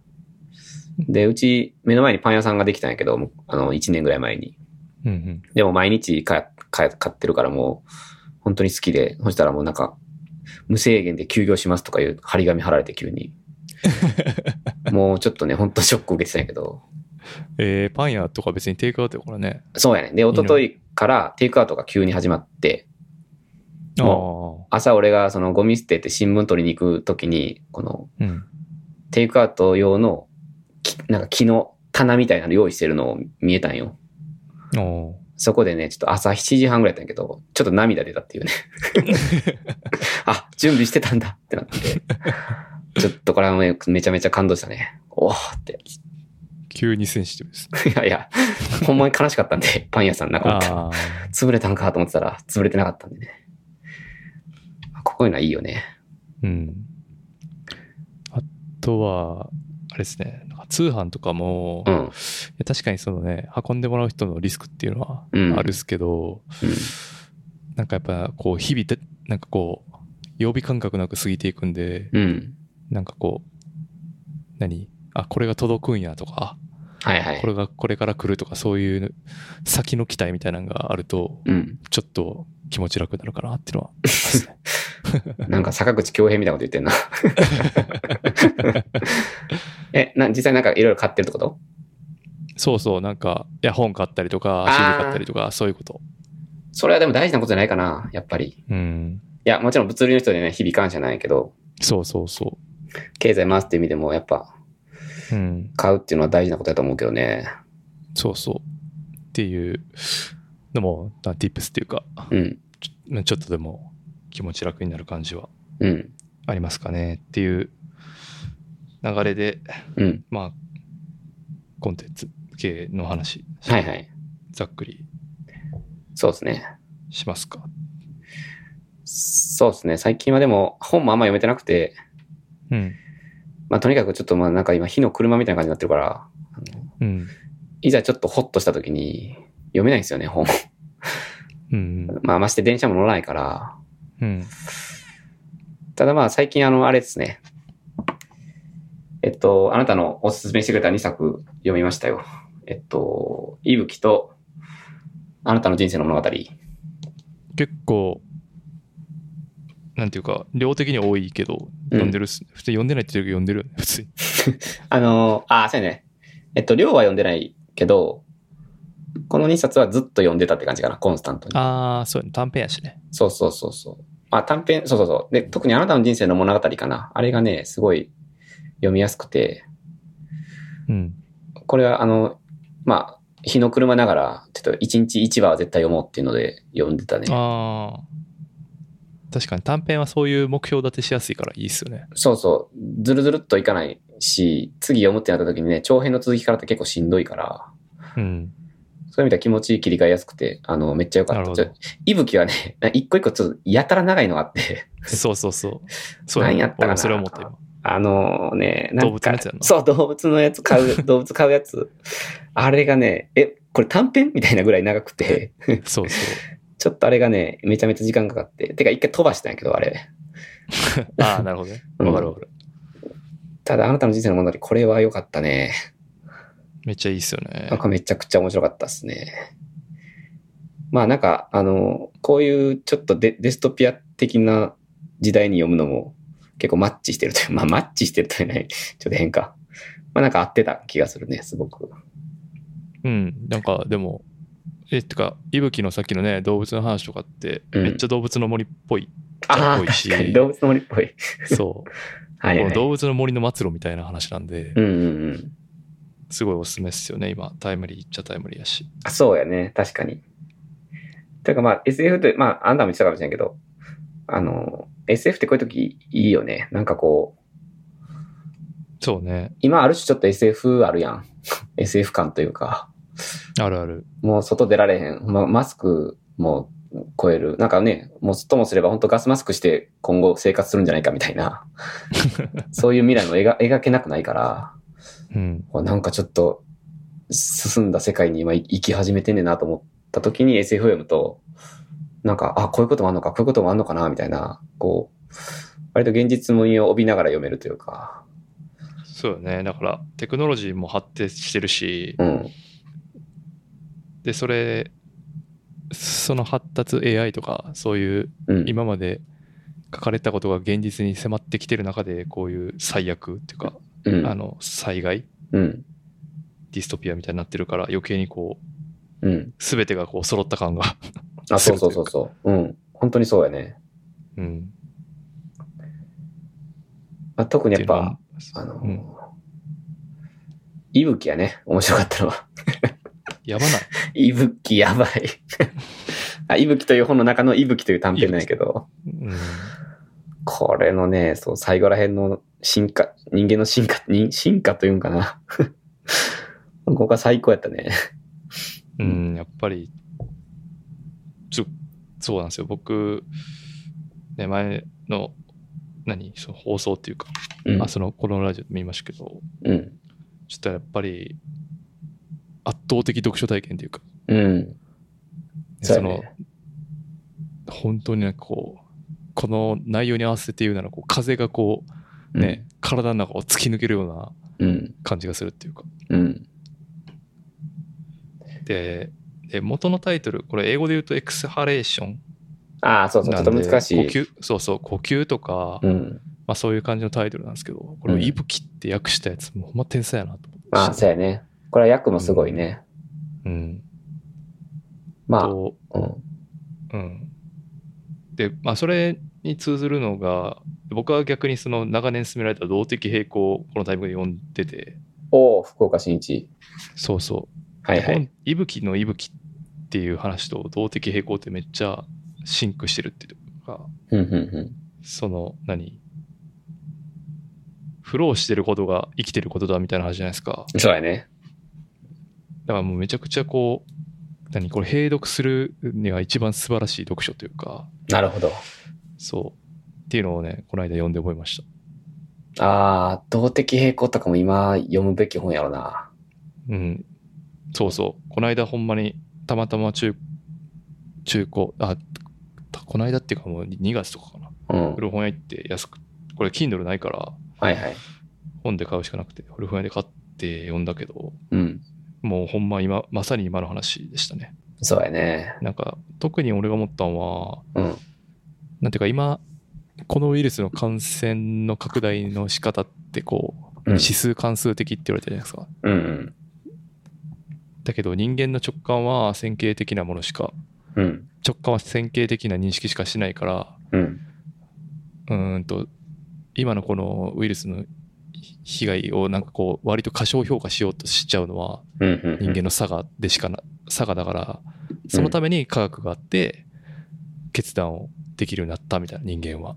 Speaker 2: で、うち、目の前にパン屋さんができたんやけど、もうあの、1年ぐらい前に。
Speaker 3: うんうん。
Speaker 2: でも毎日かか買ってるからもう、本当に好きで、そしたらもうなんか、無制限で休業しますとかいう張り紙貼られて急に。もうちょっとね、本当ショック受けてたんやけど。
Speaker 3: えー、パン屋とか別にテイクアウトやからね。
Speaker 2: そうやね。で、一昨日からテイクアウトが急に始まって、
Speaker 3: ああ
Speaker 2: も朝俺がそのゴミ捨てて新聞取りに行くときに、この
Speaker 3: ー。うん。
Speaker 2: テイクアウト用のき、なんか木の棚みたいなの用意してるのを見えたんよ。
Speaker 3: おー
Speaker 2: そこでね、ちょっと朝7時半ぐらいだったんやけど、ちょっと涙出たっていう ね。 あ、準備してたんだってなって。ちょっとこれはねめちゃめちゃ感動したね。おおって。
Speaker 3: 急にセンシティブです。
Speaker 2: いやいや、ほんまに悲しかったんで、パン屋さんなくなった。
Speaker 3: ああ。
Speaker 2: 潰れたんかと思ってたら、潰れてなかったんでね。こういうのはいいよね。
Speaker 3: うん。あとは、あれですね。なんか通販とかも、
Speaker 2: う
Speaker 3: い
Speaker 2: ん。
Speaker 3: や確かにそのね、運んでもらう人のリスクっていうのは
Speaker 2: うん
Speaker 3: あるっすけど、
Speaker 2: うん
Speaker 3: なんかやっぱこう日々でなんかこう曜日感覚なく過ぎていくんで
Speaker 2: うん。
Speaker 3: なんかこう何あこれが届くんやとか
Speaker 2: はいはい。
Speaker 3: これがこれから来るとかそういう先の期待みたいなのがあると
Speaker 2: うん。
Speaker 3: ちょっと気持ち楽になるかなっていうのはありますね
Speaker 2: なんか坂口恭平みたいなこと言ってんな。え、な、実際なんかいろいろ買ってるってこと
Speaker 3: そうそうなんかいや本買ったりとか
Speaker 2: あー
Speaker 3: CD 買ったりとかそういうこと
Speaker 2: それはでも大事なことじゃないかな、やっぱり。い
Speaker 3: うん
Speaker 2: や、もちろん物流の人でね、日々感謝なんやけど、
Speaker 3: そうそうそ
Speaker 2: 経済回すって意味でも、やっぱ、
Speaker 3: ううん
Speaker 2: 買うっていうのは大事なことだと思うけどね。
Speaker 3: そうそうっていうでも、なティップスっていうか、
Speaker 2: うん。
Speaker 3: ちょちょっとでも気持ち楽になる感じは
Speaker 2: うん。
Speaker 3: ありますかねっていう流れで、
Speaker 2: うん。
Speaker 3: まあ、コンテンツ系の話、
Speaker 2: はいはい。
Speaker 3: ざっくり
Speaker 2: そうですね。
Speaker 3: しますか。
Speaker 2: そうですね。最近はでも本もあんま読めてなくて、
Speaker 3: うん。
Speaker 2: まあとにかくちょっとまあなんか今火の車みたいな感じになってるから、
Speaker 3: うん。
Speaker 2: いざちょっとホッとした時に読めないんですよね、本。
Speaker 3: うん。
Speaker 2: まあまして電車も乗らないから。
Speaker 3: うん。
Speaker 2: ただまあ最近あの、あれですね。えっと、あなたのおすすめしてくれた2作読みましたよ。えっと、いぶきと、あなたの人生の物語。
Speaker 3: 結構、なんていうか、量的には多いけど、読んでるっす、普通読んでないっていうより読んでるよね、普通に。
Speaker 2: あの、あ、そうやね。えっと、量は読んでないけど、この2冊はずっと読んでたって感じかな、コンスタントに。
Speaker 3: ああ、そうやね。短編やしね。
Speaker 2: そうそうそうそう。まあ短編、そうそうそう。で、特にあなたの人生の物語かな。あれがね、すごい読みやすくて、
Speaker 3: うん。
Speaker 2: これはあの、まあ、日の車ながら、ちょっと一日一話は絶対読もうっていうので読んでたね。
Speaker 3: ああ。確かに短編はそういう目標立てしやすいからいいっすよね。
Speaker 2: そうそう。ずるずるっといかないし、次読むってなった時にね、長編の続きからって結構しんどいから、
Speaker 3: うん。
Speaker 2: そういう意味では気持ちいい切り替えやすくて、あの、めっちゃ良か
Speaker 3: な
Speaker 2: っ
Speaker 3: る
Speaker 2: た。
Speaker 3: ほ
Speaker 2: ち
Speaker 3: ど
Speaker 2: ょいぶきはね、 一個一個ちょっとやたら長いのがあって、
Speaker 3: そうそうそう。そう
Speaker 2: 何やったかな
Speaker 3: 俺もそれ思った今。
Speaker 2: あのね、なんか
Speaker 3: 動物のやつやんな
Speaker 2: そう、動物のやつ買 う、動物買うやつ。あれがね、え、これ短編みたいなぐらい長くて、
Speaker 3: そうそ
Speaker 2: ちょっとあれがね、めちゃめちゃ時間かかって。てか一回飛ばしたんやけど、あれ。
Speaker 3: う。ああ、なるほどね。
Speaker 2: うん
Speaker 3: わかるわかる。
Speaker 2: ただ、あなたの人生の物語、これは良かったね。
Speaker 3: めっちゃいいっすよね
Speaker 2: なん。かめちゃくちゃ面白かったですね。まあなんか、あの、こういうちょっとデデストピア的な時代に読むのも結構マッチしてるという、 まあマッチしてるというね、ちょっと変か。まあなんか合ってた気がするね、すごく。
Speaker 3: うん。なんかでも、え、ってか、いぶきのさっきのね、動物の話とかって、
Speaker 2: うん
Speaker 3: めっちゃ動物の森っぽい。
Speaker 2: ああ
Speaker 3: っぽい
Speaker 2: ー、
Speaker 3: し
Speaker 2: 確かに動物の森っぽい。
Speaker 3: そう。
Speaker 2: はい、
Speaker 3: こ
Speaker 2: は
Speaker 3: の
Speaker 2: い。
Speaker 3: 動物の森の末路みたいな話なんで
Speaker 2: う、んうんうん。
Speaker 3: すごいおすすめっすよね、今。タイムリーっちゃタイムリーやし。
Speaker 2: あそうやね、確かに。てかまあ SF って、まああんたも言ってたかもしれんけど、あの、SF ってこういう時いいよね。なんかこう、
Speaker 3: そうね。
Speaker 2: 今ある種ちょっと SF あるやん。SF 感というか、
Speaker 3: あるある。
Speaker 2: もう外出られへん。ま、マスクも超える。なんかね、もうともすれば本当ガスマスクして今後生活するんじゃないかみたい な。そういう未来も描描けなくないから、
Speaker 3: うん。
Speaker 2: こうなんかちょっと進んだ世界に今い生き始めてんねんなと思った時に SF 読むと、なんか、あ、こういうこともあんのか、こういうこともあんのかな、みたいな、こう、割と現実味を帯びながら読めるというか、
Speaker 3: そうよね。だから、テクノロジーも発展してるし、
Speaker 2: うん、
Speaker 3: で、それ、その発達 AI とか、そういう
Speaker 2: うん。
Speaker 3: 今まで書かれたことが現実に迫ってきてる中で、こういう最悪っていうか、
Speaker 2: うん、
Speaker 3: あの、災害、
Speaker 2: うん、
Speaker 3: ディストピアみたいになってるから、余計にこう、
Speaker 2: うん。
Speaker 3: すべてがこう揃った感が。
Speaker 2: あ、そうそうそうそう。うん。本当にそうやね。
Speaker 3: うん。
Speaker 2: まあ、特にやっぱ、
Speaker 3: ていうの
Speaker 2: あ
Speaker 3: は
Speaker 2: の、
Speaker 3: うん
Speaker 2: いぶきやね。面白かったのは。
Speaker 3: やばない。
Speaker 2: いぶきやばい。 あ、いぶきという本の中のいぶきという短編なんやけど、
Speaker 3: うん。
Speaker 2: これのね、そう、最後ら辺の進化、人間の進化、に進化というんかな。 ここが最高やったね。
Speaker 3: うん、やっぱり、ちょそうなんですよ。僕、ね、前の、何、その放送っていうか、
Speaker 2: うん
Speaker 3: あ。その、このラジオで見ましたけど、
Speaker 2: うん。
Speaker 3: ちょっとやっぱり、圧倒的読書体験というか、
Speaker 2: うん。そう
Speaker 3: そ
Speaker 2: や
Speaker 3: の
Speaker 2: ね、。
Speaker 3: 本当になんかこう、この内容に合わせて言うなら、こう、風がこう、ね、体の中を突き抜けるような
Speaker 2: うん。
Speaker 3: 感じがするっていうか。
Speaker 2: うん。
Speaker 3: で、で元のタイトル、これ英語で言うとエクスハレーション
Speaker 2: ああ、そうそう。ち
Speaker 3: な
Speaker 2: ょっ
Speaker 3: んで。
Speaker 2: と難し
Speaker 3: 呼
Speaker 2: い。
Speaker 3: 吸、そうそう、呼吸とか、
Speaker 2: うん。
Speaker 3: まあそういう感じのタイトルなんですけど、これを
Speaker 2: うん
Speaker 3: いぶきって訳したやつ、もうほんま天才やなと思って。
Speaker 2: ああ、そうやね。これは役もすごいね。
Speaker 3: うん。
Speaker 2: ま
Speaker 3: と、
Speaker 2: あ、うん。
Speaker 3: うん。で、まあそれに通ずるのが、僕は逆にその長年進められた動的平衡をこのタイミングで読んでて、
Speaker 2: おお、福岡新一。
Speaker 3: そうそう。
Speaker 2: はいは
Speaker 3: こ
Speaker 2: い。
Speaker 3: のいぶきのいぶきっていう話と動的平衡ってめっちゃシンクしてるっていうか、
Speaker 2: うん、う
Speaker 3: その、何フローしてることが生きてることだみたいな話じゃないですか。
Speaker 2: ん。そうやね。
Speaker 3: だからもうめちゃくちゃこう、何これ、閉読するには一番素晴らしい読書というか、
Speaker 2: なるほど。
Speaker 3: そう。っていうのをね、この間読んで覚えました。
Speaker 2: ああ、動的平衡とかも今読むべき本やろな。
Speaker 3: うん。そうそう。この間ほんまに、たまたま中、中古、あ、たこの間っていうかもう2月とかかな。
Speaker 2: うん。
Speaker 3: 古本屋行って安く、これ Kindle ないから、
Speaker 2: はいはい。
Speaker 3: 本で買うしかなくて、古本屋で買って読んだけど、
Speaker 2: うん。
Speaker 3: もうほんま今、まさに今の話でしたね。
Speaker 2: そうやね。
Speaker 3: なんか、特に俺が思ったのは、
Speaker 2: うん。
Speaker 3: なんていうか今、このウイルスの感染の拡大の仕方ってこう、
Speaker 2: うん
Speaker 3: 指数関数的って言われてるじゃないですか。
Speaker 2: うんうん。
Speaker 3: だけど人間の直感は線形的なものしか、
Speaker 2: うん。
Speaker 3: 直感は線形的な認識しかしないから、
Speaker 2: うん。
Speaker 3: うーんと、今のこのウイルスの被害をなんかこう、割と過小評価しようとしちゃうのは
Speaker 2: うんうん。
Speaker 3: 人間の差がでしかな、差がだから、そのために科学があって、決断をできるようになったみたいな人間は。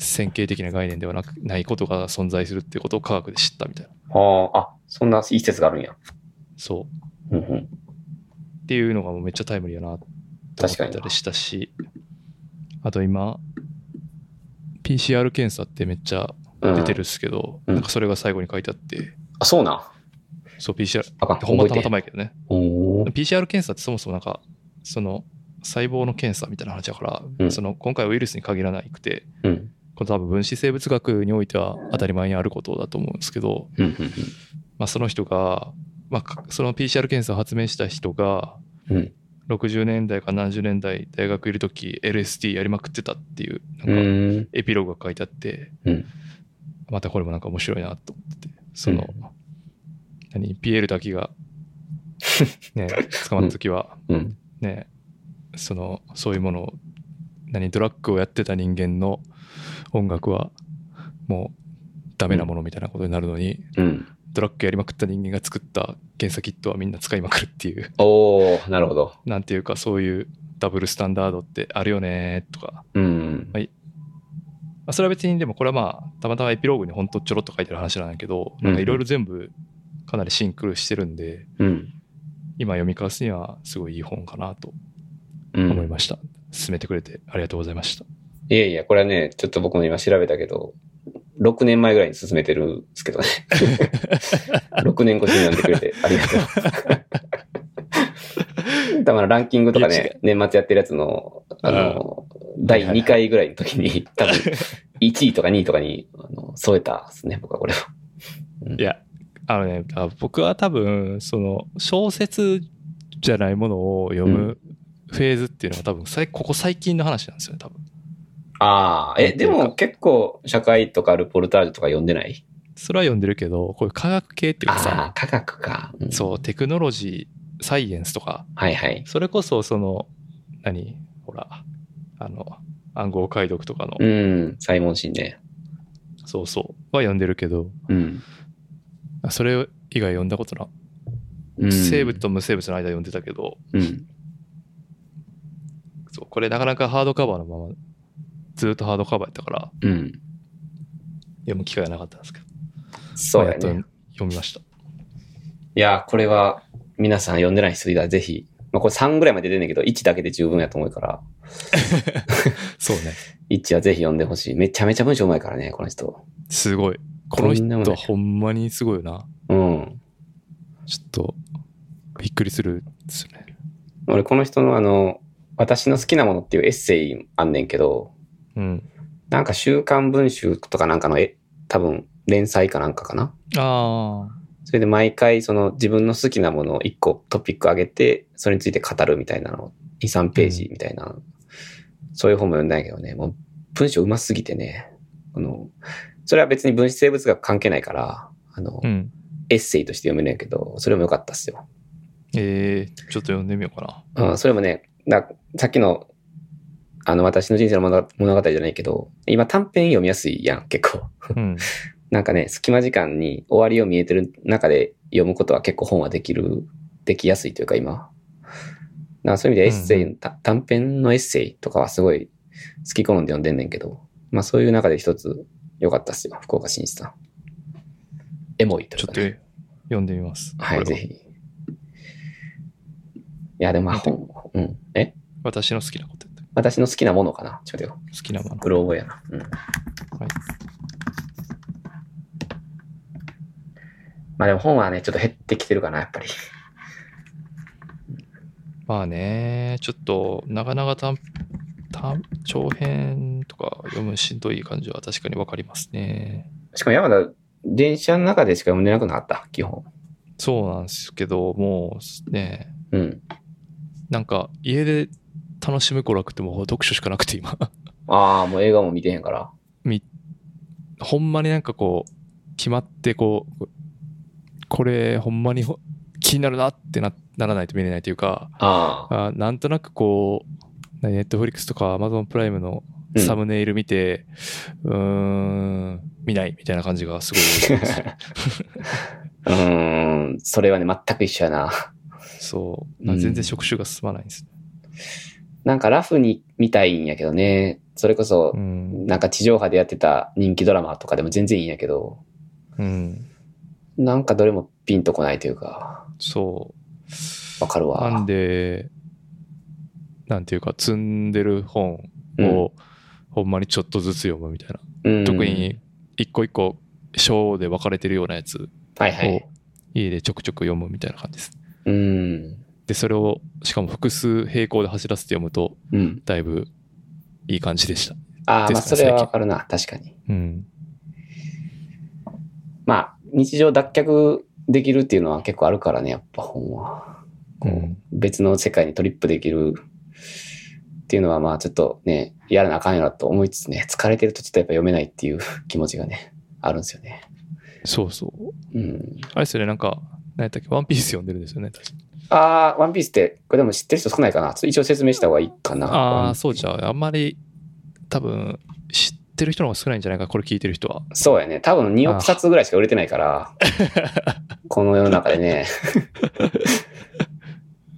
Speaker 3: 線形的な概念ではなく、ないことが存在するってことを科学で知ったみたいな。
Speaker 2: はあ、あ、そんないい説があるんや。
Speaker 3: そう。
Speaker 2: うんうん。
Speaker 3: っていうのがもうめっちゃタイムリーやなと思っ
Speaker 2: 確か
Speaker 3: た
Speaker 2: に
Speaker 3: りしたし、あと今、PCR 検査ってめっちゃ
Speaker 2: うん
Speaker 3: 出てるっすけど、
Speaker 2: うん
Speaker 3: なんかそれが最後に書いてあって、
Speaker 2: あ、そうなん。
Speaker 3: そう PCR、
Speaker 2: あかん。
Speaker 3: ほんまた
Speaker 2: 覚え
Speaker 3: ま
Speaker 2: て
Speaker 3: たまやけどね。
Speaker 2: おー
Speaker 3: PCR 検査ってそもそもなんか、その細胞の検査みたいな話だから、
Speaker 2: うん
Speaker 3: その今回ウイルスに限らなくて、
Speaker 2: うん。
Speaker 3: これ多分分子生物学においては当たり前にあることだと思うんですけど、
Speaker 2: うんうん
Speaker 3: まあ、その人が、まあか、その PCR 検査を発明した人が、
Speaker 2: うん
Speaker 3: 60年代か70年代大学いる時 LSD やりまくってたっていう
Speaker 2: うん。う
Speaker 3: なんか
Speaker 2: ーん。
Speaker 3: エピローグが書いてあって、
Speaker 2: うん
Speaker 3: またこれもなんか面白いなと思っててその、
Speaker 2: う
Speaker 3: 何ピエールだけがね 捕まった時は
Speaker 2: うん。
Speaker 3: ねそのそういうものを何ドラッグをやってた人間の音楽はもうダメなものみたいなことになるのに、
Speaker 2: うん。
Speaker 3: ドラッグやりまくった人間が作った検査キットはみんな使いまくるっていう、
Speaker 2: おー、なるほど。
Speaker 3: なんていうかそういうダブルスタンダードってあるよねとか、ま
Speaker 2: うん。
Speaker 3: あ、それは別にでもこれはまあ、たまたまエピローグにほんとちょろっと書いてある話なんだけど、
Speaker 2: うん
Speaker 3: なんかいろいろ全部かなりシンクロしてるんで、
Speaker 2: うん。
Speaker 3: 今読み交わすにはすごいいい本かなと
Speaker 2: うん
Speaker 3: 思いました。進めてくれてありがとうございました。
Speaker 2: いやいや、これはね、ちょっと僕も今調べたけど、6年前ぐらいに進めてるんですけどね。6年越しに読んでくれてありがと う。たまランキングとか
Speaker 3: いや違
Speaker 2: ね、年末やってるやつの、あの、第2回ぐらいの時に、多 分、1位とか2位とかに、あの添えたですね、僕はこれを。うん
Speaker 3: いや、あのね、あ僕は多分、その小説じゃないものを読むフェーズっていうのは多分さい、ここ最近の話なんですよね、多分。
Speaker 2: ああ、え、でも結構、社会とかルポルタージュとか読んでない
Speaker 3: それは読んでるけど、こういう科学系っていう
Speaker 2: あ
Speaker 3: かさ、
Speaker 2: あ、科学か。うん
Speaker 3: そう、テクノロジー、サイエンスとか、
Speaker 2: はいはい。
Speaker 3: それこそその、何ほら、あの、暗号解読とかの、
Speaker 2: うん、サイモンシンね。
Speaker 3: そうそう、は読んでるけど、
Speaker 2: うん。
Speaker 3: それ以外読んだことな、
Speaker 2: うん
Speaker 3: 生物と無生物の間読んでたけど、
Speaker 2: うん。
Speaker 3: そう、これなかなかハードカバーのまま、ずっとハードカバーやったから、
Speaker 2: うん。
Speaker 3: 読む機会がなかったんですけど、
Speaker 2: そう
Speaker 3: まあ
Speaker 2: や
Speaker 3: やっと
Speaker 2: ね。
Speaker 3: 読みました。
Speaker 2: いや、これは皆さん読んでない人いたらぜひ、まあこれ3ぐらいまで出てんねんけど、1だけで十分やと思うから、
Speaker 3: そうね、
Speaker 2: 1はぜひ読んでほしい。めちゃめちゃ文章うまいからね、この人。
Speaker 3: すごい。この
Speaker 2: と
Speaker 3: 人
Speaker 2: んでもない
Speaker 3: ほんまにすごいよな。
Speaker 2: うん。
Speaker 3: ちょっと、びっくりするっすね。
Speaker 2: 俺この人のあの、私の好きなものっていうエッセイあんねんけど、
Speaker 3: うん。
Speaker 2: なんか週刊文集とかなんかの、え、多分連載かなんかかな。
Speaker 3: ああ。
Speaker 2: それで毎回その自分の好きなものを1個トピック上げて、それについて語るみたいなの、2、3ページみたいな、そういう本も読んだんやけどね、もう文章うますぎてね、あの、それは別に分子生物学関係ないから、あの、
Speaker 3: うん。
Speaker 2: エッセイとして読めるんやけど、それも良かったっすよ。
Speaker 3: えー、ちょっと読んでみようかな。
Speaker 2: うん、それもね、ださっきの、あの、私の人生の物物語じゃないけど、今短編読みやすいやん、結構。
Speaker 3: うん。
Speaker 2: なんかね、隙間時間に終わりを見えてる中で読むことは結構本はできる、できやすいというか今。なんかそういう意味でエッセイ、
Speaker 3: うん
Speaker 2: た短編のエッセイとかはすごい好き好んで読んでんねんけど、まあそういう中で一つ良かったっすよ、福岡新一さん。エモいとい
Speaker 3: ち
Speaker 2: う
Speaker 3: ょっ
Speaker 2: か
Speaker 3: と
Speaker 2: ね、
Speaker 3: 読んでみます。
Speaker 2: はい、
Speaker 3: これ
Speaker 2: ぜ
Speaker 3: は
Speaker 2: ひ。いや、でもまあ
Speaker 3: 見て
Speaker 2: 本、うん。え
Speaker 3: 私の好きなことやった。
Speaker 2: 私の好きなものかなちょっとよ。
Speaker 3: 好きなもの。
Speaker 2: グローブやな。うん。
Speaker 3: はい
Speaker 2: まあでも本はね、ちょっと減ってきてるかな、やっぱり。
Speaker 3: まあね、ちょっと、なかなか短短長編とか読むしんどい感じは確かにわかりますね。
Speaker 2: しかも山田、電車の中でしか読んでなくなった、基本。
Speaker 3: そうなんですけど、もうね、
Speaker 2: うん。
Speaker 3: なんか家で楽しむ娯楽ってもう読書しかなくて今。
Speaker 2: ああ、もう映画も見てへんから。
Speaker 3: ほんまになんかこう、決まってこう、これほんまにほ気になるなってなならないと見れないというか、
Speaker 2: ああ。
Speaker 3: あなんとなくこう、ネットフリックスとか Amazon プライムの
Speaker 2: うん
Speaker 3: サムネイル見て、うーん、見ないみたいな感じがすごい多いです。
Speaker 2: うーん、それはね、全く一緒やな。
Speaker 3: そう。
Speaker 2: うん
Speaker 3: 全然触手が進まないんです。
Speaker 2: なんかラフに見たいんやけどね。それこそ
Speaker 3: う、ん。
Speaker 2: なんか地上波でやってた人気ドラマとかでも全然いいんやけど、
Speaker 3: うん。
Speaker 2: なんかどれもピンとこないというか、
Speaker 3: そ
Speaker 2: わかる
Speaker 3: う。
Speaker 2: わ。
Speaker 3: なんで、なんていうか、積んでる本
Speaker 2: うん、
Speaker 3: を、ほんまにちょっとずつ読むみたいな。
Speaker 2: うん
Speaker 3: 特、に、一個一個、章で分かれてるようなやつを、
Speaker 2: はいはい。
Speaker 3: 家でちょくちょく読むみたいな感じです。
Speaker 2: うん。
Speaker 3: で、それを、しかも複数並行で走らせて読むと、
Speaker 2: うん。
Speaker 3: だいぶいい感じでした。
Speaker 2: ああ、
Speaker 3: で
Speaker 2: まあ
Speaker 3: すか
Speaker 2: そ
Speaker 3: ね
Speaker 2: れはわかるな、確かに。
Speaker 3: うん。
Speaker 2: まあ、日常脱却できるっていうのは結構あるからね、やっぱ本は。こう
Speaker 3: うん
Speaker 2: 別の世界にトリップできるっていうのは、まあちょっとね、やらなあかんやろと思いつつね、疲れてるとちょっとやっぱ読めないっていう気持ちがね、あるんですよね。
Speaker 3: そうそう。
Speaker 2: うん。
Speaker 3: あれですよね、なんか、何やったっけ、ワンピース読んでるんですよね、確か
Speaker 2: ああ、ワンピースって、これでも知ってる人少ないかな。ちょっと一応説明した方がいいかな。
Speaker 3: あ
Speaker 2: ワン
Speaker 3: あ、そうじゃん。あんまり、多分、知ってる人の方が少ないんじゃないか、これ聞いてる人は。
Speaker 2: そうやね。多分2億冊ぐらいしか売れてない から、この世の中でね。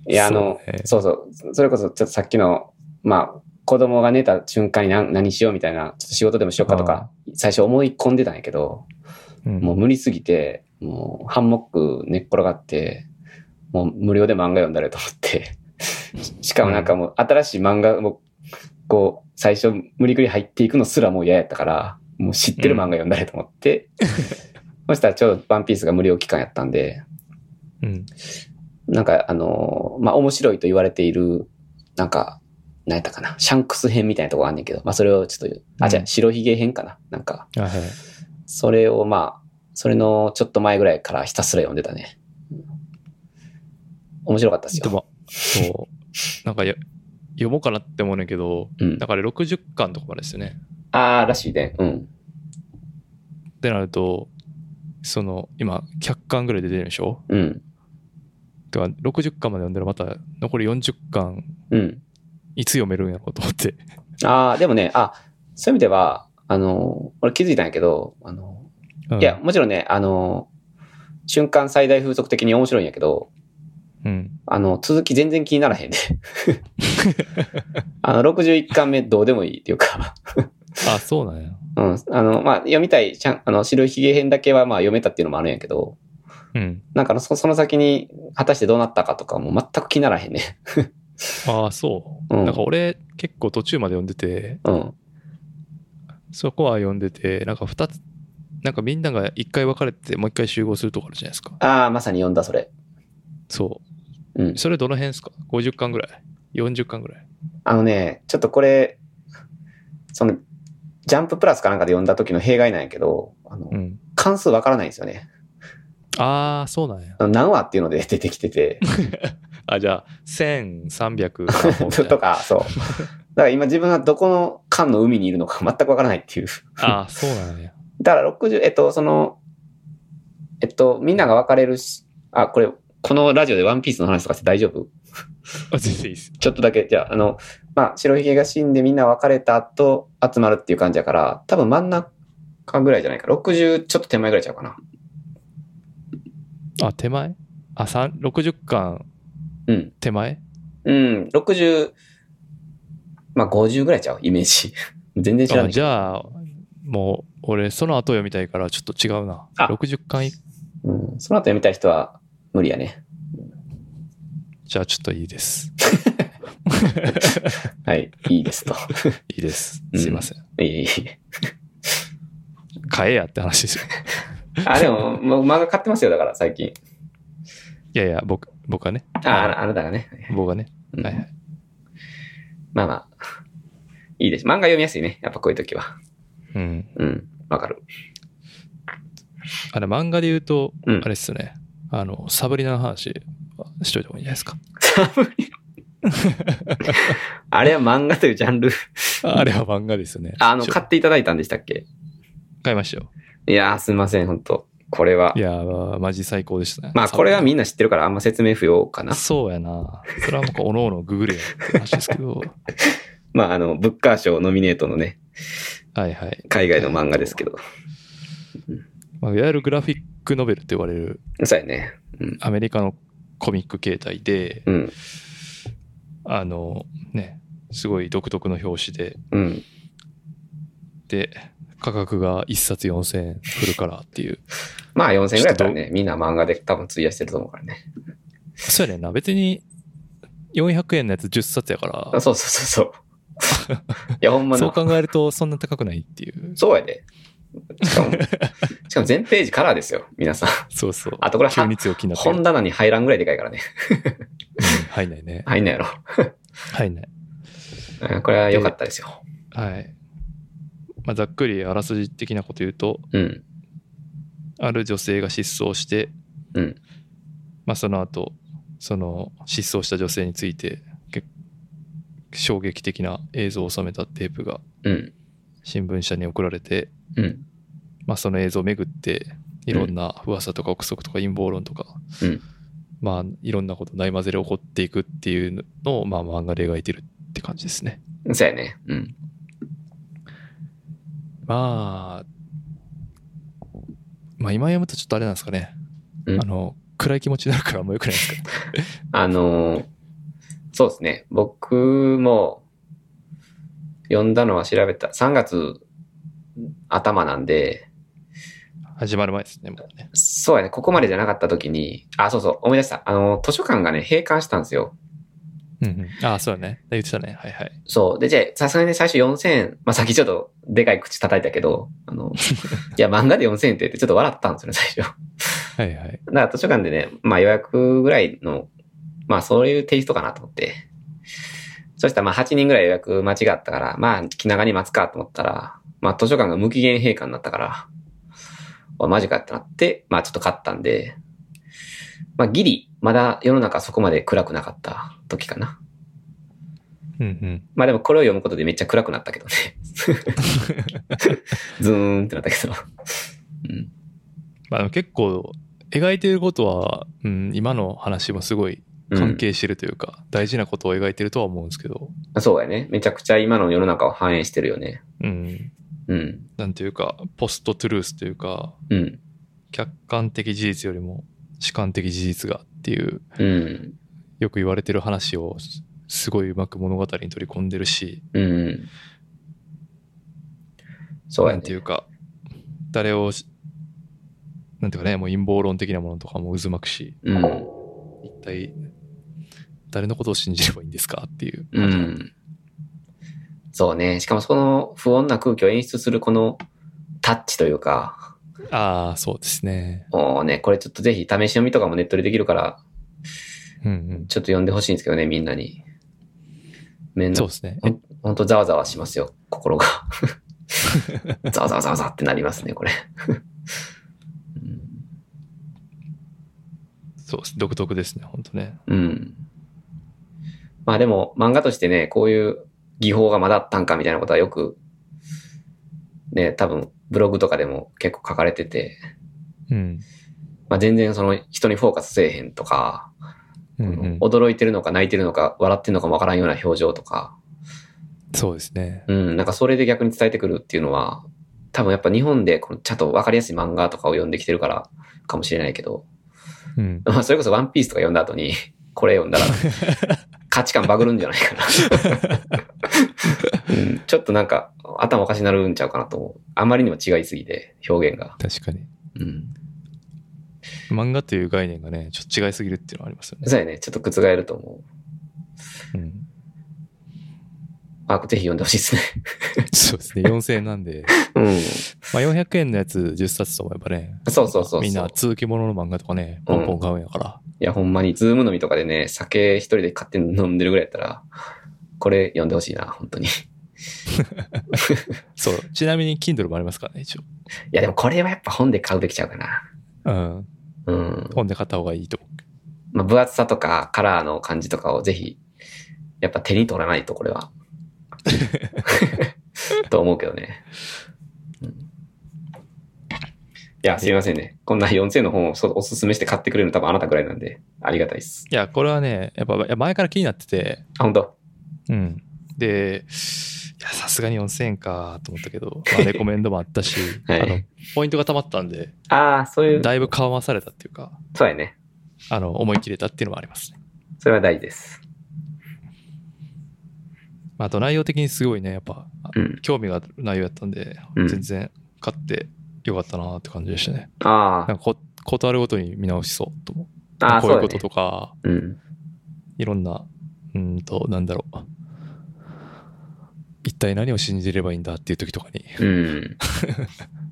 Speaker 2: いや、あの、
Speaker 3: そうね
Speaker 2: そうそう。それこそ、ちょっとさっきの、まあ、子供が寝た瞬間に何何しようみたいな、ちょっと仕事でもしようかとか、最初思い込んでたんやけど、
Speaker 3: うん
Speaker 2: もう無理すぎて、もうハンモック寝っ転がって、もう無料で漫画読んだれと思って。 しかもなんかもう新しい漫画も、こう、最初無理くり入っていくのすらもう嫌やったから、もう知ってる漫画読んだれと思って。そしたらちょうどワンピースが無料期間やったんで、
Speaker 3: うん。
Speaker 2: なんかあのーまあ、面白いと言われている、なんか、何やったかな、シャンクス編みたいなとこあんねんけど、まあ、それをちょっと、あ、じゃ
Speaker 3: う
Speaker 2: あ
Speaker 3: ん
Speaker 2: 白ひげ編かな、なんか、
Speaker 3: あはい。
Speaker 2: それをまあ、それのちょっと前ぐらいからひたすら読んでたね。面白かったです
Speaker 3: で
Speaker 2: よ。
Speaker 3: も、そう、なんかや、読もうかなって思うねんけど、
Speaker 2: うん
Speaker 3: だ、から60巻とかまでですよね。
Speaker 2: あーらしいね。うん。
Speaker 3: ってなると、その、今、100巻ぐらいで出てるでしょ
Speaker 2: うん。
Speaker 3: てか、60巻まで読んだらまた、残り40巻、
Speaker 2: うん。
Speaker 3: いつ読めるんやろうと思って。
Speaker 2: ああ、でもね、あ、そういう意味では、あの、俺気づいたんやけど、あの、
Speaker 3: うん
Speaker 2: いや、、もちろんね、あの、瞬間最大風速的に面白いんやけど、
Speaker 3: うん。
Speaker 2: あの、続き全然気にならへ んで。あの、61巻目どうでもいいっていうか、
Speaker 3: あ、そうなんや。
Speaker 2: うん。あの、まあ、読みたい、シャンあの、白ひげ編だけはまあ読めたっていうのもあるんやけど、
Speaker 3: うん。
Speaker 2: なんかそその先に果たしてどうなったかとかもう全く気にならへん ね。
Speaker 3: ああ、そう。
Speaker 2: うん
Speaker 3: なんか俺、結構途中まで読んでて、
Speaker 2: うん。
Speaker 3: そこは読んでて、なんか二つ、なんかみんなが一回別れてもう一回集合するとこあるじゃないですか。
Speaker 2: ああ、まさに読んだそれ。
Speaker 3: そ
Speaker 2: うん
Speaker 3: う。。それどの辺ですか ?50 巻ぐらい ?40 巻ぐらい
Speaker 2: あのね、ちょっとこれ、その、ジャンププラスかなんかで読んだ時の弊害なんやけど、あの
Speaker 3: う、ん。
Speaker 2: 関数わからないんですよね。
Speaker 3: ああ、そうなんや。
Speaker 2: あの何話っていうので出てきてて、
Speaker 3: あ、じゃあ、1300巻本みたい
Speaker 2: と
Speaker 3: な。
Speaker 2: か、そう。だから今自分はどこの間の海にいるのか全くわからないっていう。
Speaker 3: ああ、そうなんや。
Speaker 2: だから60、えっと、その、えっと、みんなが別れるし、あ、これ、このラジオでワンピースの話とかして大丈夫
Speaker 3: あ全然いいっす。
Speaker 2: ちょっとだけ、じゃあ、あの、まあ、白ひげが死んでみんな別れた後、集まるっていう感じだから、多分真ん中ぐらいじゃないか。60ちょっと手前ぐらいちゃうかな。
Speaker 3: あ、手前あ、三60巻
Speaker 2: うん。
Speaker 3: 手前
Speaker 2: うん、60、まあ50ぐらいちゃう、イメージ。 全然知ら
Speaker 3: あ
Speaker 2: ない。
Speaker 3: じゃあ、もう、俺、その後読みたいから、ちょっと違うな。
Speaker 2: あ
Speaker 3: 60巻い、
Speaker 2: うん、その後読みたい人は無理やね。
Speaker 3: じゃあちょっといいです。
Speaker 2: はい、いいですと。
Speaker 3: いいです
Speaker 2: う。ん
Speaker 3: すいません。
Speaker 2: いいいい。
Speaker 3: 買えやって話で すよ。
Speaker 2: あ、でも、もう漫画買ってますよ、だから最近。
Speaker 3: いやいや、僕、僕はね。
Speaker 2: あ、あなあなたがね。
Speaker 3: 僕はね。
Speaker 2: うん
Speaker 3: はいはい。
Speaker 2: まあまあ。いいです。漫画読みやすいね。やっぱこういう時は。
Speaker 3: うん。
Speaker 2: うん。わかる。
Speaker 3: あれ、漫画で言うと、
Speaker 2: うん
Speaker 3: あれっすね。あの、サブリナの話はしといた方がいいんじゃないですか。
Speaker 2: あれは漫画というジャンル。
Speaker 3: あれは漫画ですよね。
Speaker 2: あの、
Speaker 3: ちょ
Speaker 2: 買っていただいたんでしたっけ
Speaker 3: 買いましたよ。
Speaker 2: いやー、すいません、本当これは。
Speaker 3: いやー、マジ最高でしたね。
Speaker 2: まあ、これはみ
Speaker 3: ん
Speaker 2: んな知ってるから、あんま説明不要かな。
Speaker 3: そうやな。それはもうこう、おのおのググれよって話ですけ ど。
Speaker 2: まあ、あの、ブッカー賞ノミネートのね、
Speaker 3: はいはい。
Speaker 2: 海外の漫画ですけど。
Speaker 3: まあ、いわゆるグラフィックノベルって言われる
Speaker 2: そうやね。うん。
Speaker 3: アメリカのコミック形態で、
Speaker 2: うん。
Speaker 3: あの、ね、すごい独特の表紙で、
Speaker 2: うん。
Speaker 3: で、価格が1冊4000円振るからっ ていう。
Speaker 2: まあ、4000ぐらいだったらね、みんな漫画で多分費やしてると思うからね。
Speaker 3: そうやねんな。別に、400円のやつ10冊やから
Speaker 2: あ、そうそうそうそう。いや、ほんま
Speaker 3: そう
Speaker 2: な。
Speaker 3: 考えるとそんな高くないっていう。
Speaker 2: そうやで。しかも、しかも全ページカラーですよ、皆さん。
Speaker 3: そうそう。
Speaker 2: あとこれは
Speaker 3: 急に強気になってる。
Speaker 2: 本棚に入らんぐらいでかいからね。
Speaker 3: うん入んないね。
Speaker 2: 入んないやろ
Speaker 3: 入んない。。
Speaker 2: うんこれは良かったですよ。
Speaker 3: はい。まあ、ざっくりあらすじ的なこと言うと、
Speaker 2: うん。
Speaker 3: ある女性が失踪して、
Speaker 2: うん
Speaker 3: まあ、その後その失踪した女性について結衝撃的な映像を収めたテープが
Speaker 2: うん。
Speaker 3: 新聞社に送られて、
Speaker 2: うん。
Speaker 3: まあ、その映像をめぐっていろんな噂とか憶測とか陰謀論とか、
Speaker 2: うん
Speaker 3: まあ、いろんなことないまぜで起こっていくっていうのを、まあ、漫画で描いてるって感じですね。
Speaker 2: そうやね。うん。
Speaker 3: まあ、まあ、今読むとちょっとあれなんですかね、
Speaker 2: うん
Speaker 3: あの暗い気持ちになるからあんまよくないですか
Speaker 2: あのーそうですね。僕も、読んだのは調べた。3月頭なんで、
Speaker 3: 始まる前ですね、もうね。
Speaker 2: そうやね。ここまでじゃなかった時に、あ、そうそう。思い出した。あの、図書館がね、閉館したんですよ。
Speaker 3: うんうん、ああ、そうだね。言ってたね。はいはい。
Speaker 2: そう。で、じゃあ、さすがにね、最初4000円。まあ、さっきちょっと、でかい口叩いたけど、あの、いや、漫画で4000円って言って、ちょっと笑ったんですよね、最初。だか
Speaker 3: はいはい。
Speaker 2: ら、図書館でね、まあ、予約ぐらいの、まあ、そういうテイストかなと思って。そしたら、まあ、8人ぐらい予約間違ったから、まあ、気長に待つかと思ったら、まあ、図書館が無期限閉館になったから、おいマジかってなって、まあ、ちょっと買ったんで、まあ、ギリ、まだ世の中そこまで暗くなかった時かな。
Speaker 3: うん うん。
Speaker 2: まあでもこれを読むことでめっちゃ暗くなったけどね。 ズーンってなったけど。うん。
Speaker 3: まあでも結構、描いていることは、うん、今の話もすごい関係してるというか、大事なことを描いてるとは思うんですけど、
Speaker 2: うんそうやね。めちゃくちゃ今の世の中を反映してるよね。
Speaker 3: うん、
Speaker 2: うん。
Speaker 3: なんていうか、ポストトゥルースというか、
Speaker 2: うん。
Speaker 3: 客観的事実よりも主観的事実がっていう、
Speaker 2: うん。
Speaker 3: よく言われてる話を、すすごいうまく物語に取り込んでるし、
Speaker 2: うん。そうや
Speaker 3: なん
Speaker 2: ね
Speaker 3: てい。うか、誰をし、なんていうかね、もう陰謀論的なものとかも渦巻くし、
Speaker 2: うん。
Speaker 3: 一体誰のことを信じればいいんですかっていう、
Speaker 2: うん。そうね。しかもその不穏な空気を演出するこのタッチというか、
Speaker 3: ああそうですね
Speaker 2: もうね、これちょっとぜひ試し読みとかもネットでできるから、
Speaker 3: うん
Speaker 2: ちょっと読んでほしいんですけどね、みんなに。め
Speaker 3: うんんそ
Speaker 2: ど
Speaker 3: うですね
Speaker 2: ほんほんとざわざわしますよ、心 が。ざわざわざわざわってなりますね、これ。
Speaker 3: そうです独特ですね本当ね
Speaker 2: うん。まあでも、漫画としてね、こういう技法がまだあったんかみたいなことはよく、ね、多分、ブログとかでも結構書かれてて、
Speaker 3: うん
Speaker 2: まあ全然その人にフォーカスせえへんとか、
Speaker 3: うんうん
Speaker 2: 驚いてるのか泣いてるのか笑ってるのかもわからんような表情とか、
Speaker 3: そうですね
Speaker 2: うん、なんかそれで逆に伝えてくるっていうのは、多分やっぱ日本でこのちゃんとわかりやすい漫画とかを読んできてるからかもしれないけど、
Speaker 3: うん
Speaker 2: まあそれこそワンピースとか読んだ後に、これ読んだら、価値観バグるんじゃないかな、 うんちょっとなんか頭おかしなるんちゃうかなと思う。あまりにも違いすぎて、表現が。
Speaker 3: 確かに。
Speaker 2: うん。
Speaker 3: 漫画という概念がね、ちょっと違いすぎるっていうのはありますよね。
Speaker 2: そうやね。ちょっと覆ると思う。
Speaker 3: うん、
Speaker 2: あ、ぜひ読んでほしいですね。
Speaker 3: そうですね。4000円なんで。
Speaker 2: うん。
Speaker 3: まあ、400円のやつ10冊と思えばね。
Speaker 2: そうそうそうそう。
Speaker 3: みんない続きものの漫画とかね、ポンポン買うんやから。
Speaker 2: や、ほんまに、ズーム飲みとかでね、酒一人で買って飲んでるぐらいやったら、これ読んでほしいな、本当に。い
Speaker 3: そう。ちなみに Kindle もありますからね、一応。
Speaker 2: や、でもこれはやっぱ本で買うべきちゃうかな。
Speaker 3: うん。
Speaker 2: うん。
Speaker 3: 本で買った方がいいと思う。
Speaker 2: まあ、分厚さとかカラーの感じとかをぜひ、やっぱ手に取らないと、これ は。 と思うけどね。うんいや、すみませんね。こんな4000円の本をそうおすすめして買ってくれるの多分あなたぐらいなんで、ありがたいです。
Speaker 3: いや、これはね、やっぱいや前から気になってて、
Speaker 2: あ、本当、
Speaker 3: うん。で、いや、さすがに4000円かと思ったけど、まあ、レコメンドもあったし
Speaker 2: はい
Speaker 3: あの、ポイントが溜まったんで、
Speaker 2: ああ、そういう、
Speaker 3: だいぶ緩和されたっていうか、
Speaker 2: そうやね。
Speaker 3: あの、思い切れたっていうのもありますね。
Speaker 2: それは大事です。
Speaker 3: まあ、あと内容的にすごいね、やっぱ、
Speaker 2: うん。
Speaker 3: 興味がある内容やったんで
Speaker 2: うん、
Speaker 3: 全然買ってよかったなって感じでしたね。
Speaker 2: あ
Speaker 3: なんかこ、ことあるごとに見直しそうと思う。
Speaker 2: あ、ああ、
Speaker 3: こ
Speaker 2: そう
Speaker 3: いう
Speaker 2: うや
Speaker 3: こと
Speaker 2: ね。
Speaker 3: とか、
Speaker 2: うん。
Speaker 3: いろんな、うーんと、なんだろう。一体何を信じればいいんだっていう時とかに
Speaker 2: うん。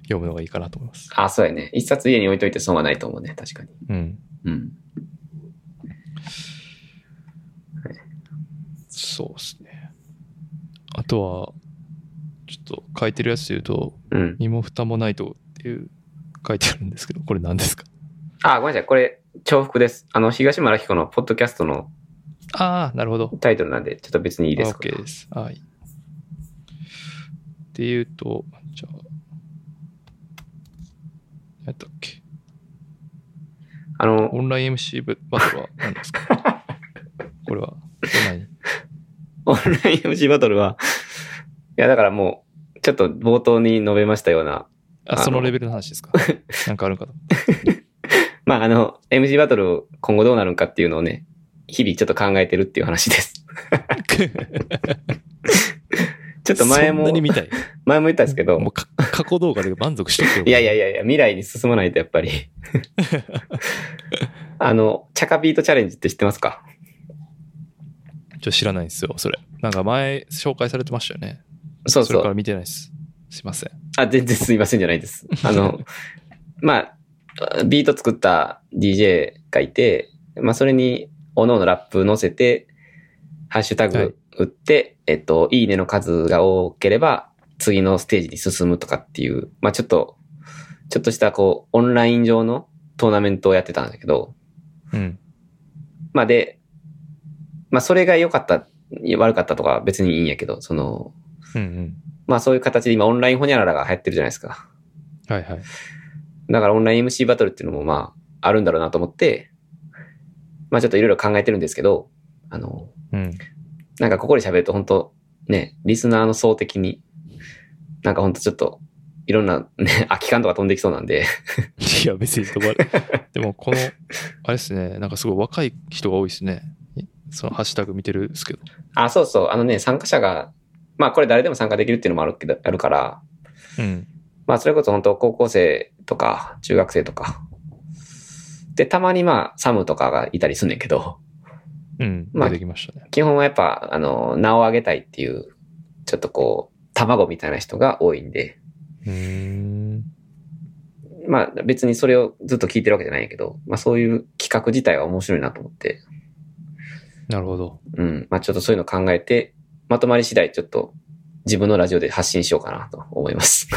Speaker 3: 読むのがいいかなと思います。
Speaker 2: ああ、そうやね。一冊家に置いといて損はないと思うね。確かに。
Speaker 3: うん。
Speaker 2: うん。
Speaker 3: そうですね。あとは、ちょっと書いてるやつで言うと、
Speaker 2: うん。
Speaker 3: 身も蓋もないとっていう書いてあるんですけど、これ何ですか
Speaker 2: あ、ごめんなさい。これ、重複です。あの、東村明子のポッドキャストの
Speaker 3: ああ、なるほど。
Speaker 2: タイトルなんで、ちょっと別にいいですか。
Speaker 3: OK です。はい。っていうと、じゃあ、何やったっけ
Speaker 2: あの、
Speaker 3: オンライン MC バトルは何ですかこれは、これ何
Speaker 2: オンライン MC バトルは、いや、だからもう、ちょっと冒頭に述べましたような、あ
Speaker 3: あ、
Speaker 2: の
Speaker 3: そのレベルの話ですかなんかある んかと。
Speaker 2: まあ、あの、MC バトル今後どうなるんかっていうのをね、日々ちょっと考えてるっていう話です。 ちょっと前も
Speaker 3: そんな、に見たい。
Speaker 2: 前も言ったんですけど、
Speaker 3: もうか過去動画で満足しとくよ。
Speaker 2: いやいやいやいや、未来に進まないとやっ ぱり。あの、チャカビートチャレンジって知ってますか
Speaker 3: ちょっと知らないんですよ、それ。なんか前紹介されてましたよね。
Speaker 2: そう
Speaker 3: そ
Speaker 2: そ
Speaker 3: れ
Speaker 2: う
Speaker 3: か。ら見てないです。すいません。
Speaker 2: あ、全然すいませんじゃないです。 あの、まあ、ビート作った DJ がいて、まあ、それに、おののラップ載せて、ハッシュタ
Speaker 3: はい
Speaker 2: グ打って、えっと、いいねの数が多ければ、次のステージに進むとかっていう、まあ、ちょっと、ちょっとした、こう、オンライン上のトーナメントをやってたんだけど、
Speaker 3: うん。
Speaker 2: まあで、まあそれが良かった、悪かったとか別にいいんやけど、その、
Speaker 3: うんうん。
Speaker 2: まあそういう形で今オンラインホニャララが流行ってるじゃないですか。
Speaker 3: はいはい。
Speaker 2: だからオンライン MC バトルっていうのもまああるんだろうなと思って、まあちょっといろいろ考えてるんですけど、あの、
Speaker 3: うん。
Speaker 2: なんかここで喋ると本当ね、リスナーの層的に、なんか本当ちょっと、いろんなね、 空き缶とか飛んできそうなんで、
Speaker 3: いや、別に止 まる。でも、この、あれですね、なんかすごい若い人が多いですね。そのハッシュタグ見てるんですけど。
Speaker 2: あ、そうそう、あのね、参加者が、まあこれ誰でも参加できるっていうのもあるけど、あるから、
Speaker 3: うん。
Speaker 2: まあ、それこそ本当高校生とか、中学生とか。で、たまにまあ、サムとかがいたりすんねんけど、
Speaker 3: うん。
Speaker 2: まあ
Speaker 3: 出てきましたね。
Speaker 2: 基本はやっぱ、あの、名を上げたいっていう、ちょっとこう、卵みたいな人が多いんで、
Speaker 3: うーん。
Speaker 2: まあ別にそれをずっと聞いてるわけじゃないんやけど、まあそういう企画自体は面白いなと思って、
Speaker 3: なるほど。
Speaker 2: うん、まあちょっとそういうの考えて、まとまり次第ちょっと自分のラジオで発信しようかなと思います。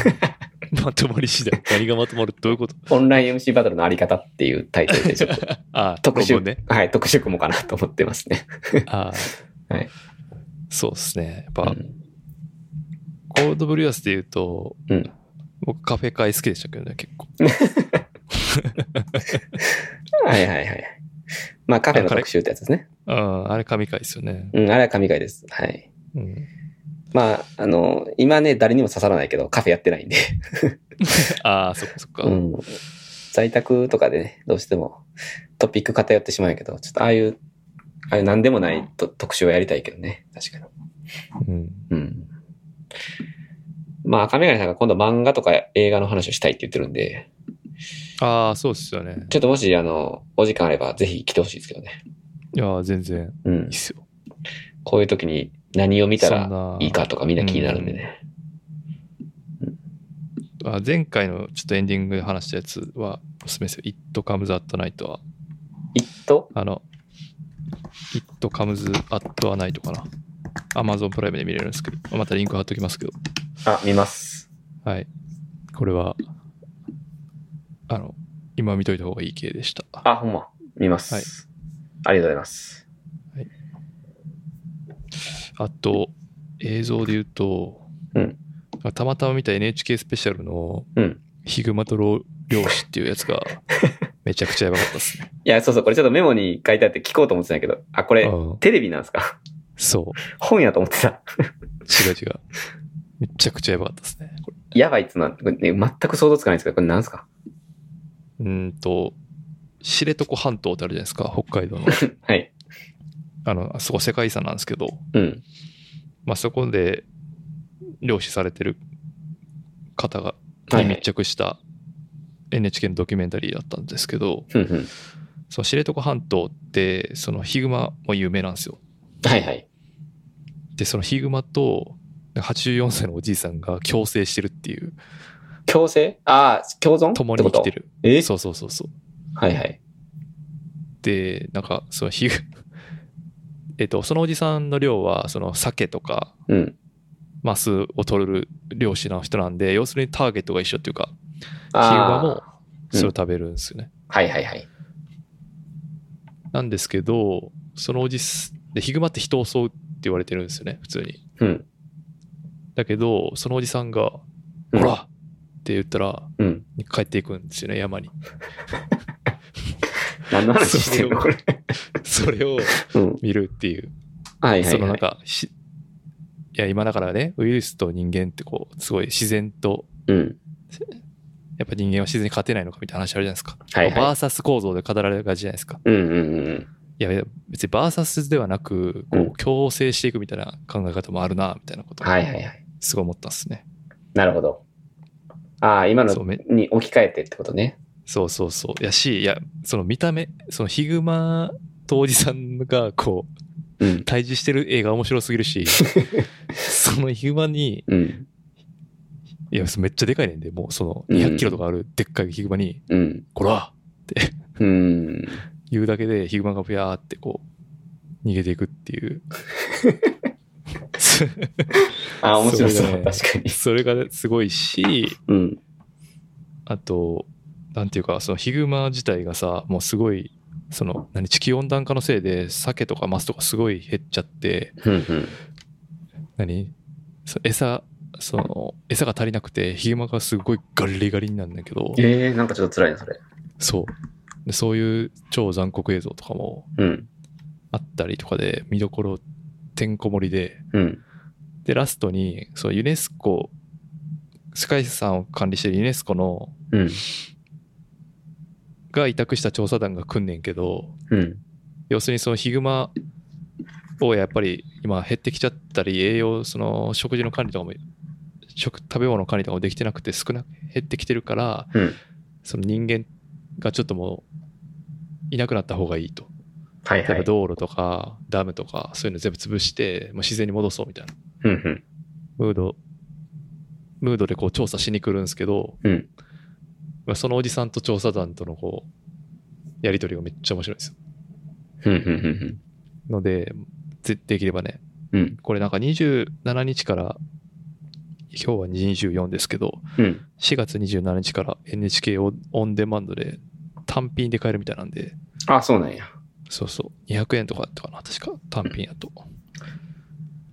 Speaker 3: まとまり次第。 何がまとまるどういうこと
Speaker 2: オンライン MC バトルのあり方っていうタイトルでちょっと
Speaker 3: ああ、
Speaker 2: 特集、
Speaker 3: 論文ね。
Speaker 2: はい、特集もかなと思ってますね。
Speaker 3: ああ。
Speaker 2: はい。
Speaker 3: そうですね。やっぱ、
Speaker 2: うん
Speaker 3: コールドブリュアスで言うと、
Speaker 2: うん
Speaker 3: 僕カフェ会好きでしたけどね、結構。
Speaker 2: はいはいはい。まあカフェの特集ってやつですね。
Speaker 3: うん、あれ神回ですよね。
Speaker 2: うん、あれは神回です。はい。
Speaker 3: うん。
Speaker 2: まあ、あの、今ね、誰にも刺さらないけど、カフェやってないんで、
Speaker 3: ああ、そっかそっか。
Speaker 2: うん。在宅とかでね、どうしてもトピック偏ってしまうけど、ちょっとああいうあれ、なんでもないと特集はやりたいけどね。確かに。
Speaker 3: うん。
Speaker 2: うん。まあ、赤メガネさんが今度漫画とか映画の話をしたいって言ってるんで、
Speaker 3: ああ、そうっすよね。
Speaker 2: ちょっともし、あの、お時間あれば、ぜひ来てほしいですけどね。
Speaker 3: いやー、全然
Speaker 2: う
Speaker 3: いい
Speaker 2: ん
Speaker 3: っ。すよ。
Speaker 2: こういう時に何を見た
Speaker 3: そん
Speaker 2: ら
Speaker 3: ない
Speaker 2: いかとかみんな気になるんでね。
Speaker 3: あ前回のちょっとエンディングで話したやつはおすすめですよ。It comes at night は。
Speaker 2: いっと
Speaker 3: あの、It comes at a night かな。Amazon プライムで見れるんですけど、またリンク貼っときますけど。
Speaker 2: あ、見ます。
Speaker 3: はい。これは、あの、今見といた方がいい系でした。
Speaker 2: あ、ほんま。見ます。
Speaker 3: はい
Speaker 2: ありがとうございます。
Speaker 3: あと、映像で言うと、
Speaker 2: うん
Speaker 3: たまたま見た NHK スペシャルの
Speaker 2: うん、
Speaker 3: ヒグマと老漁師っていうや つが、めちゃくちゃやばかったですね。
Speaker 2: いや、そうそう、これちょっとメモに書いてあって聞こうと思ってたんやけど、あ、これ、
Speaker 3: うん
Speaker 2: テレビなんですか
Speaker 3: そう。
Speaker 2: 本やと思ってた。
Speaker 3: 違う違う。めちゃくちゃやばかったですね。こ
Speaker 2: やばいっつうのは、これね、全く想像つかないんですけど、これなんですか
Speaker 3: れうーんと、知床半島ってあるじゃないですか、北海 道の。
Speaker 2: はい。
Speaker 3: あの、あそこ世界遺産なんですけど、
Speaker 2: うん。
Speaker 3: まあそこで漁師されてる方が、
Speaker 2: はい
Speaker 3: に密着した NHK のドキュメンタリーだったんですけど、
Speaker 2: ふんふん。
Speaker 3: その知床半島って、そのヒグマも有名なんですよ。
Speaker 2: はいはい。
Speaker 3: で、そのヒグマと、84歳のおじいさんが共生してるっていう、
Speaker 2: 共生ああ、共存
Speaker 3: 共に生きて
Speaker 2: る。
Speaker 3: る。
Speaker 2: え
Speaker 3: そうそうそうそう。
Speaker 2: はいはい。
Speaker 3: でなんかそのひ えっとそのおじさんの漁はその鮭とか
Speaker 2: うん。
Speaker 3: マスを取る漁師の人なんで要するにターゲットが一緒っていうか
Speaker 2: あー
Speaker 3: ヒグマも
Speaker 2: うん
Speaker 3: それを食べるんですよね、
Speaker 2: はいはいはい。
Speaker 3: なんですけどそのおじすでヒグマって人を襲うって言われてるんですよね普通に
Speaker 2: うん。
Speaker 3: だけどそのおじさんが「
Speaker 2: う
Speaker 3: ほ
Speaker 2: ん
Speaker 3: ら!」って言ったら
Speaker 2: うん。
Speaker 3: 帰っていくんですよね山に
Speaker 2: 何の話してるのこれ。
Speaker 3: それを
Speaker 2: うん。
Speaker 3: 見るっていう
Speaker 2: はいは
Speaker 3: そ
Speaker 2: い
Speaker 3: の
Speaker 2: は
Speaker 3: なん
Speaker 2: い。
Speaker 3: かし、いや、今だからね、ウイルスと人間ってこう、すごい自然と、
Speaker 2: うん。
Speaker 3: やっぱ人間は自然に勝てないのかみたいな話あるじゃないですか。
Speaker 2: はい
Speaker 3: こうバ
Speaker 2: は
Speaker 3: ーサス構造で語られがちじゃないですか。
Speaker 2: い。うんうんうん。
Speaker 3: いやいや、別にバーサスではなく、こ
Speaker 2: うん
Speaker 3: う、共生していくみたいな考え方もあるな、みたいなことを
Speaker 2: はいはいはい。
Speaker 3: すごい思ったんですね。
Speaker 2: なるほど。ああ、今の
Speaker 3: そうめ
Speaker 2: に置き換えてってことね。
Speaker 3: そうそうそう。やし、いや、その見た目、そのヒグマとおじさんが、こう、
Speaker 2: うん。
Speaker 3: 対峙してる映画面白すぎ るし、そのヒグマに、
Speaker 2: うん。
Speaker 3: いや、めっちゃでかいねんで、もうそ
Speaker 2: うん
Speaker 3: の200キロとかあるでっかいヒグマに、
Speaker 2: うん。
Speaker 3: こら
Speaker 2: うん。
Speaker 3: 言うだけでヒグマがふやーってこう逃げていくっていう
Speaker 2: ああ、面白そう。
Speaker 3: そうね
Speaker 2: 確かに。
Speaker 3: それがすごいし
Speaker 2: うん。
Speaker 3: あとなんていうかそのヒグマ自体がさもうすごいその何地球温暖化のせいで鮭とかマスとかすごい減っちゃって
Speaker 2: うんうん。
Speaker 3: 何そ餌その餌が足りなくてヒグマがすごいガリガリになるんだけど
Speaker 2: ええー、なんかちょっと辛いな、それ。
Speaker 3: そうでそういう超残酷映像とかも
Speaker 2: うん。
Speaker 3: あったりとかで見どころてんこ盛りで
Speaker 2: うん。
Speaker 3: で、ラストに、そう、ユネスコ、世界遺産を管理してるユネスコの、
Speaker 2: うん。
Speaker 3: が委託した調査団が来んねんけど、
Speaker 2: うん。
Speaker 3: 要するにそのヒグマをやっぱり今減ってきちゃったり、栄養、その食事の管理とかも、食、食べ物の管理とかもできてなくて少なく減ってきてるから、
Speaker 2: うん。
Speaker 3: その人間がちょっともう、いなくなった方がいいと。
Speaker 2: はい
Speaker 3: 例
Speaker 2: は
Speaker 3: えば
Speaker 2: い。
Speaker 3: 道路とかダムとかそういうの全部潰して、もう自然に戻そうみたいな。
Speaker 2: うんうん。
Speaker 3: ムード、ムードでこう調査しに来るんですけど、
Speaker 2: うん
Speaker 3: まあそのおじさんと調査団とのこう、やりとりがめっちゃ面白いんですよ。
Speaker 2: うんうんうん
Speaker 3: ので、ぜできればね、
Speaker 2: うん。うん。
Speaker 3: これなんか27日から、今日は24ですけど、
Speaker 2: うん。
Speaker 3: 4月27日から NHK オンオンデマンドで単品で買えるみたいなんで、
Speaker 2: あ、そうなんや。
Speaker 3: そうそう、200円とかだったかな、確か、単品やと。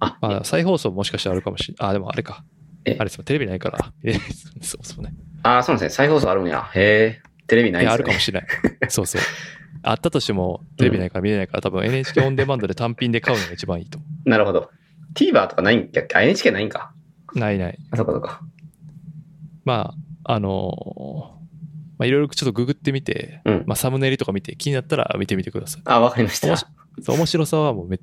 Speaker 2: あ、
Speaker 3: まあ、再放送もしかしたらあるかもしれない。あ、でもあれか。
Speaker 2: え
Speaker 3: あれですテレビないから、見れないですそうそうね。
Speaker 2: ああ、そうなんですね。再放送あるんや。へえ。テレビない
Speaker 3: い
Speaker 2: ん
Speaker 3: や
Speaker 2: す
Speaker 3: あ
Speaker 2: ね
Speaker 3: るかもしれない。そうそう。あったとしても、テレビないから見れないから、多分 NHK オンデマンドで単品で買うのが一番いいと思
Speaker 2: なるほど。TVer とかないんやっけあ ?NHK ないんか。
Speaker 3: う。ないない。
Speaker 2: あ、そうかそうか。
Speaker 3: まあ、あのーまあ、いろいろちょっとググってみて、
Speaker 2: うん
Speaker 3: まあ、サムネイルとか見て、気になったら見てみてください。
Speaker 2: あ、わかりました。
Speaker 3: 面白そう面白さはもうめ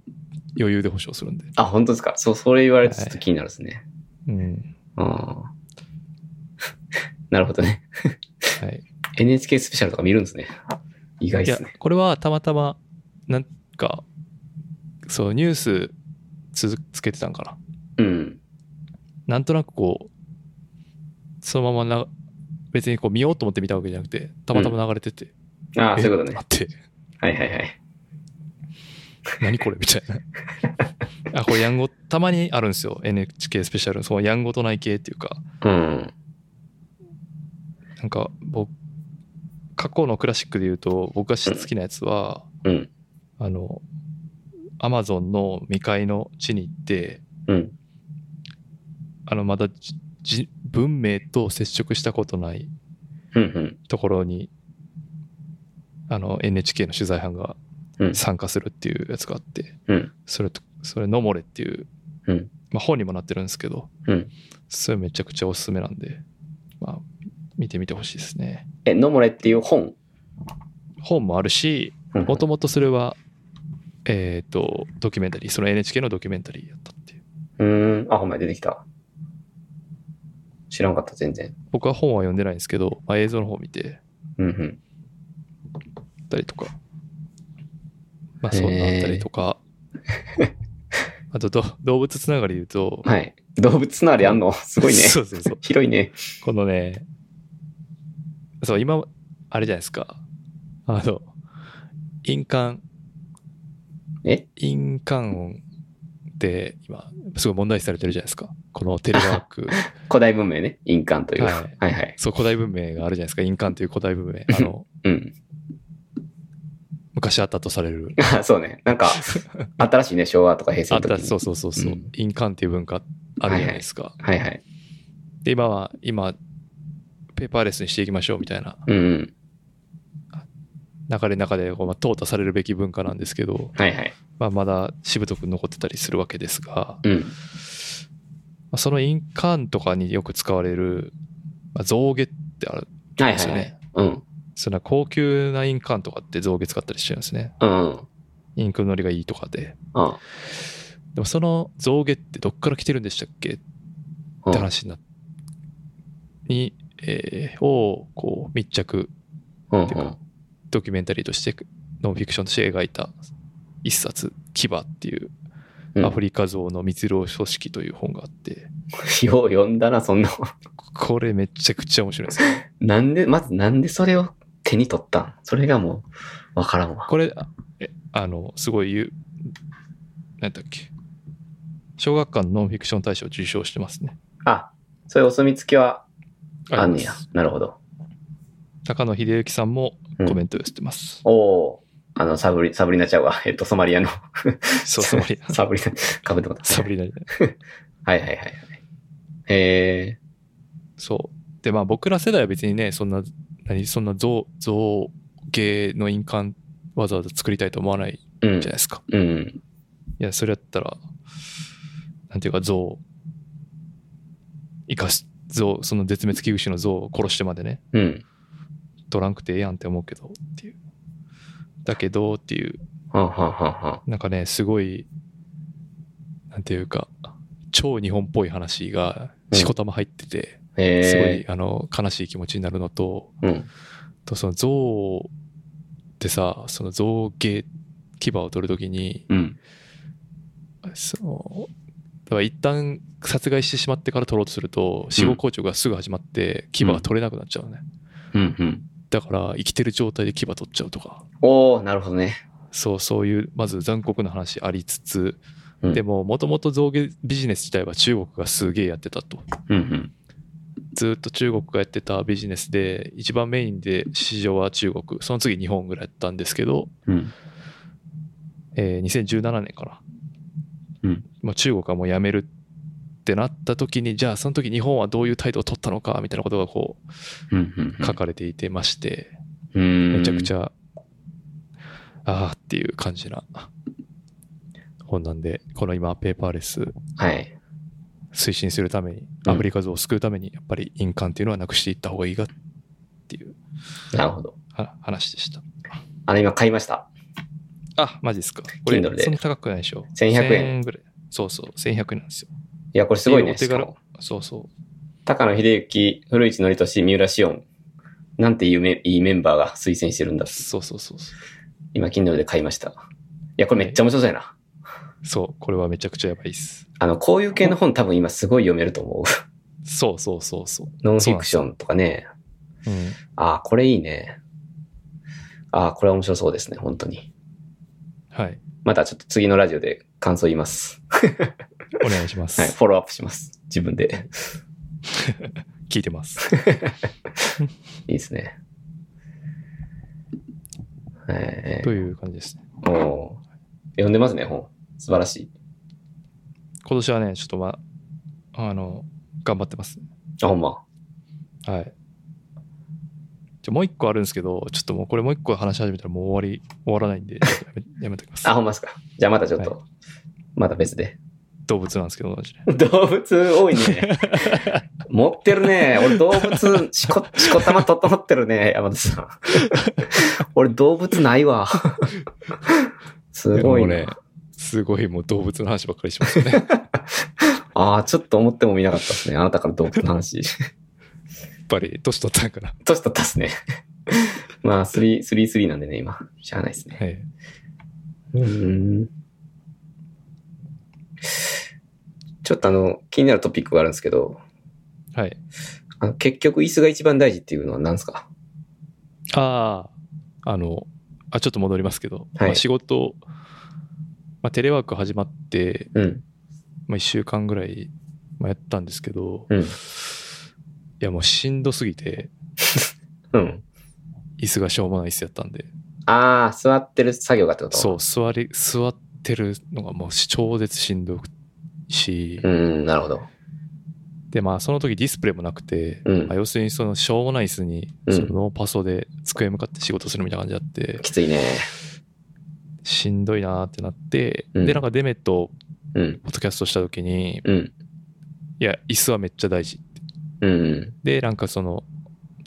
Speaker 3: 余裕で保証するんで。
Speaker 2: あ、本当ですか。そう、それ言われてちょっと気になるですね。
Speaker 3: うん。
Speaker 2: うん。 なるほどね。
Speaker 3: はい。
Speaker 2: NHK スペシャルとか見るんですね。意外
Speaker 3: い
Speaker 2: で
Speaker 3: や
Speaker 2: すね。、
Speaker 3: これはたまたま、なんか、そう、ニュース続つけてたんかな。
Speaker 2: うん。
Speaker 3: なんとなくこう、そのままな、別にこう見ようと思って見たわけじゃなくて、たまたま流れてて、
Speaker 2: ああ、
Speaker 3: え
Speaker 2: そういうことね
Speaker 3: あ。って、
Speaker 2: はいはいはい。
Speaker 3: 何これみたいな。あ、これやんご、たまにあるんですよ。NHK スペシャル。そのやんごとない系っていうか、
Speaker 2: うん。
Speaker 3: なんか僕、過去のクラシックで言うと、僕が好きなやつは、
Speaker 2: うん。
Speaker 3: あの、アマゾンの未開の地に行って、
Speaker 2: うん。
Speaker 3: あの、まだじじ文明と接触したことない
Speaker 2: うんうん。
Speaker 3: ところに、あの、NHK の取材班が
Speaker 2: うん
Speaker 3: 参加するっていうやつがあって、
Speaker 2: うん
Speaker 3: それと、それ、のもれっていう、
Speaker 2: うん
Speaker 3: まあ、本にもなってるんですけど、
Speaker 2: うん
Speaker 3: それめちゃくちゃおすすめなんで、まあ、見てみてほしいですね。
Speaker 2: え、ノモレっていう本
Speaker 3: 本もあるし、
Speaker 2: うん
Speaker 3: もともとそれは、えっ、と、ドキュメンタリー、その NHK のドキュメンタリーやったっていう。
Speaker 2: うーん。あ、ほんまや出てきた。知らんかった、全然。
Speaker 3: 僕は本は読んでないんですけど、まあ、映像の方を見て
Speaker 2: うんうん。
Speaker 3: たりとか、まあ、そんなあったりとか、あとど動物つながりで言うと、
Speaker 2: はい。動物つながりあんのすごいね。
Speaker 3: そうそうそう。
Speaker 2: 広いね。
Speaker 3: このね、そう、今、あれじゃないですか。あの、印鑑、
Speaker 2: え
Speaker 3: 印鑑音って今、すごい問題視されてるじゃないですか。このテレワー ク。
Speaker 2: 古代文明ね。印鑑という。
Speaker 3: は
Speaker 2: はいい、はいはい。
Speaker 3: そう、古代文明があるじゃないですか。印鑑という古代文明。あの、
Speaker 2: うん。
Speaker 3: 昔あったとされる。
Speaker 2: あそうね。なん か、新しいね、昭和とか平成
Speaker 3: あっ
Speaker 2: の時に
Speaker 3: た、そうそうそうそう。
Speaker 2: うん
Speaker 3: 印鑑っていう文化あるじゃないですか。
Speaker 2: はいはい。
Speaker 3: で、今は、今、ペーパーレスにしていきましょうみたいな
Speaker 2: うんうん。
Speaker 3: 流れの中でこう、まあ、淘汰されるべき文化なんですけど、
Speaker 2: はいはい。
Speaker 3: まあ、まだしぶとく残ってたりするわけですが、ま
Speaker 2: うん。
Speaker 3: あその印鑑とかによく使われる、まあ、象牙ってある
Speaker 2: はい
Speaker 3: で
Speaker 2: は
Speaker 3: す
Speaker 2: い、
Speaker 3: よ
Speaker 2: は
Speaker 3: ね。
Speaker 2: い。うん。
Speaker 3: そんな高級な印鑑とかって象牙使ったりしてるんですね。
Speaker 2: うん。うん。
Speaker 3: インクのりがいいとかで。
Speaker 2: うん
Speaker 3: でもその象牙ってどっから来てるんでしたっけって話になっに、えーをこう密着
Speaker 2: うんうん
Speaker 3: ていうかドキュメンタリーとしてノンフィクションとして描いた一冊「牙」っていう
Speaker 2: うん
Speaker 3: アフリカ像の密漁組織という本があって
Speaker 2: よう読んだな、そんな。
Speaker 3: これめちゃくちゃ面白いんですよ
Speaker 2: なんで、まずなんでそれを手に取ったんそれがもう、わからんわ。
Speaker 3: これあえあのすごい言う何だっけ小学館のノンフィクション大賞を受賞してますね
Speaker 2: あ、そういうお墨付きはあん
Speaker 3: りま
Speaker 2: ね
Speaker 3: す
Speaker 2: や。なるほど。
Speaker 3: 高野秀幸さんも
Speaker 2: うん
Speaker 3: コメントを寄せてます、
Speaker 2: おおーあの、サブリ、サブリナちゃうわ。 えっと、ソマリアの。
Speaker 3: そうそう
Speaker 2: サブリナ、かぶってもらった。
Speaker 3: サブリナにね
Speaker 2: はいはいはいはい。へえ。
Speaker 3: そう。で、まあ僕ら世代は別にね、そんな、何、そんな造、造芸の印鑑わざわざ作りたいと思わないじ
Speaker 2: う
Speaker 3: ゃ
Speaker 2: ん
Speaker 3: ない。ですか。
Speaker 2: うん。
Speaker 3: いや、それやったら、なんていうか、造、生かし、造、その絶滅危惧種の像を殺してまでね、
Speaker 2: うん。
Speaker 3: 取らんくてええやんって思うけどっていう。だけどっていう、
Speaker 2: はんはんはんは
Speaker 3: なんかね、すごい、なんていうか、超日本っぽい話が、しこたま入ってて、
Speaker 2: ん。へえ。
Speaker 3: すごい、あの、悲しい気持ちになるのと、
Speaker 2: うん。
Speaker 3: とその象ってさその象牙牙を取るときに
Speaker 2: うん。
Speaker 3: そのだから一旦殺害してしまってから取ろうとすると死後硬直がすぐ始まって牙が取れなくなっちゃうのね、
Speaker 2: うん。うん。
Speaker 3: だから生きてる状態で牙取っちゃうとか
Speaker 2: おおなるほどね。
Speaker 3: そうそういうまず残酷な話ありつつ、
Speaker 2: うん
Speaker 3: でももともと象牙ビジネス自体は中国がすげえやってたと
Speaker 2: うん。
Speaker 3: ずっと中国がやってたビジネスで一番メインで市場は中国その次日本ぐらいやったんですけど
Speaker 2: うん。うん。
Speaker 3: えー2017年かな、
Speaker 2: うん
Speaker 3: まあ、中国はもうやめるってなった時にじゃあその時日本はどういう態度を取ったのかみたいなことがこ
Speaker 2: うん。
Speaker 3: う書かれていてまして、
Speaker 2: うん。
Speaker 3: めちゃくちゃああっていう感じな本なんでこの今ペーパーレス
Speaker 2: はい。
Speaker 3: 推進するために
Speaker 2: うん
Speaker 3: アフリカ像を救うためにやっぱり印鑑っていうのはなくしていった方がいいがっていう
Speaker 2: なるほど。
Speaker 3: は話でした
Speaker 2: あの、今買いました。
Speaker 3: あ、マジですか。俺
Speaker 2: Kindle で
Speaker 3: そんな高くないでしょ。
Speaker 2: 1100円
Speaker 3: 円ぐらい。そうそう、1100円なんですよ。
Speaker 2: いや、これすごいね。
Speaker 3: お手
Speaker 2: しか
Speaker 3: 軽
Speaker 2: も
Speaker 3: そうそう。
Speaker 2: 高野秀幸、古市憲俊、三浦紫音。なんていうめいいメンバーが推薦してるんだ。
Speaker 3: そうそうそうそう。
Speaker 2: 今、Kindle で買いました。いや、これめっちゃ面白そうやな。
Speaker 3: そう、これはめちゃくちゃやばいっす。
Speaker 2: あの、こういう系の本多分今すごい読めると思う。
Speaker 3: そうそうそうそう。
Speaker 2: ノンフィクションとかね。
Speaker 3: うん。
Speaker 2: ああ、これいいね。ああ、これは面白そうですね、本当に。
Speaker 3: はい。
Speaker 2: またちょっと次のラジオで感想言います。
Speaker 3: お願いします。
Speaker 2: はい、フォローアップします。自分で。
Speaker 3: 聞いてます。
Speaker 2: いいですね。え
Speaker 3: という感じですね。
Speaker 2: ー、もう、読んでますね、本。素晴らしい。
Speaker 3: 今年はね、ちょっとまあ、あの、頑張ってます。
Speaker 2: あ、ほんま。
Speaker 3: はい。じゃあもう一個あるんですけど、ちょっともうこれもう一個話し始めたらもう終わり、終わらないんで、ちょっとやめや めときます
Speaker 2: あ、。ほんまですか。じゃあまたちょっと、
Speaker 3: は
Speaker 2: また別で。
Speaker 3: 動物なんですけど、同じで。
Speaker 2: 動物多い ね。持ってるね。俺動物、し こ、しこたま整ってるね、山田さ ん。俺動物ない わ。すごい
Speaker 3: もうね
Speaker 2: ね。。
Speaker 3: すごいもう動物の話ばっかりしますよね。やっ
Speaker 2: ああ、ちょっと思っても見なかったですね。あなたから動物の 話。
Speaker 3: ぱり年取ったんかな。
Speaker 2: 年取ったっすね。 まあ、3、3、3なんでね、今。しゃあないですね。
Speaker 3: はい。
Speaker 2: うん。ちょっとあの、気になるトピックがあるんですけど、
Speaker 3: はい。
Speaker 2: あの結局椅子が一番大事っていうのは何ですか
Speaker 3: ああ、あの、あ、ちょっと戻りますけど、まあ仕事、まあ、テレワーク始まって、
Speaker 2: うん。
Speaker 3: まあ、1週間ぐらい、まあ、やったんですけど、
Speaker 2: うん
Speaker 3: いやもうしんどすぎて、
Speaker 2: うん。
Speaker 3: 椅子がしょうもない椅子やったんで、
Speaker 2: ああ、座ってる作業がってこと
Speaker 3: そう、座り、座ってるのがもう超絶しんどくし、
Speaker 2: うん、なるほど。
Speaker 3: で、まあ、その時ディスプレイもなくて、
Speaker 2: うん
Speaker 3: まあ、要するにそのしょうもない椅子に、
Speaker 2: うん
Speaker 3: そのノーパソで机向かって仕事するみたいな感じだって、
Speaker 2: きついね。
Speaker 3: しんどいなーってなって、
Speaker 2: うん
Speaker 3: で、なんかデメと
Speaker 2: うん、
Speaker 3: ポッドキャストした時に、
Speaker 2: うん、
Speaker 3: いや、椅子はめっちゃ大事。
Speaker 2: うん、
Speaker 3: で、なんかその、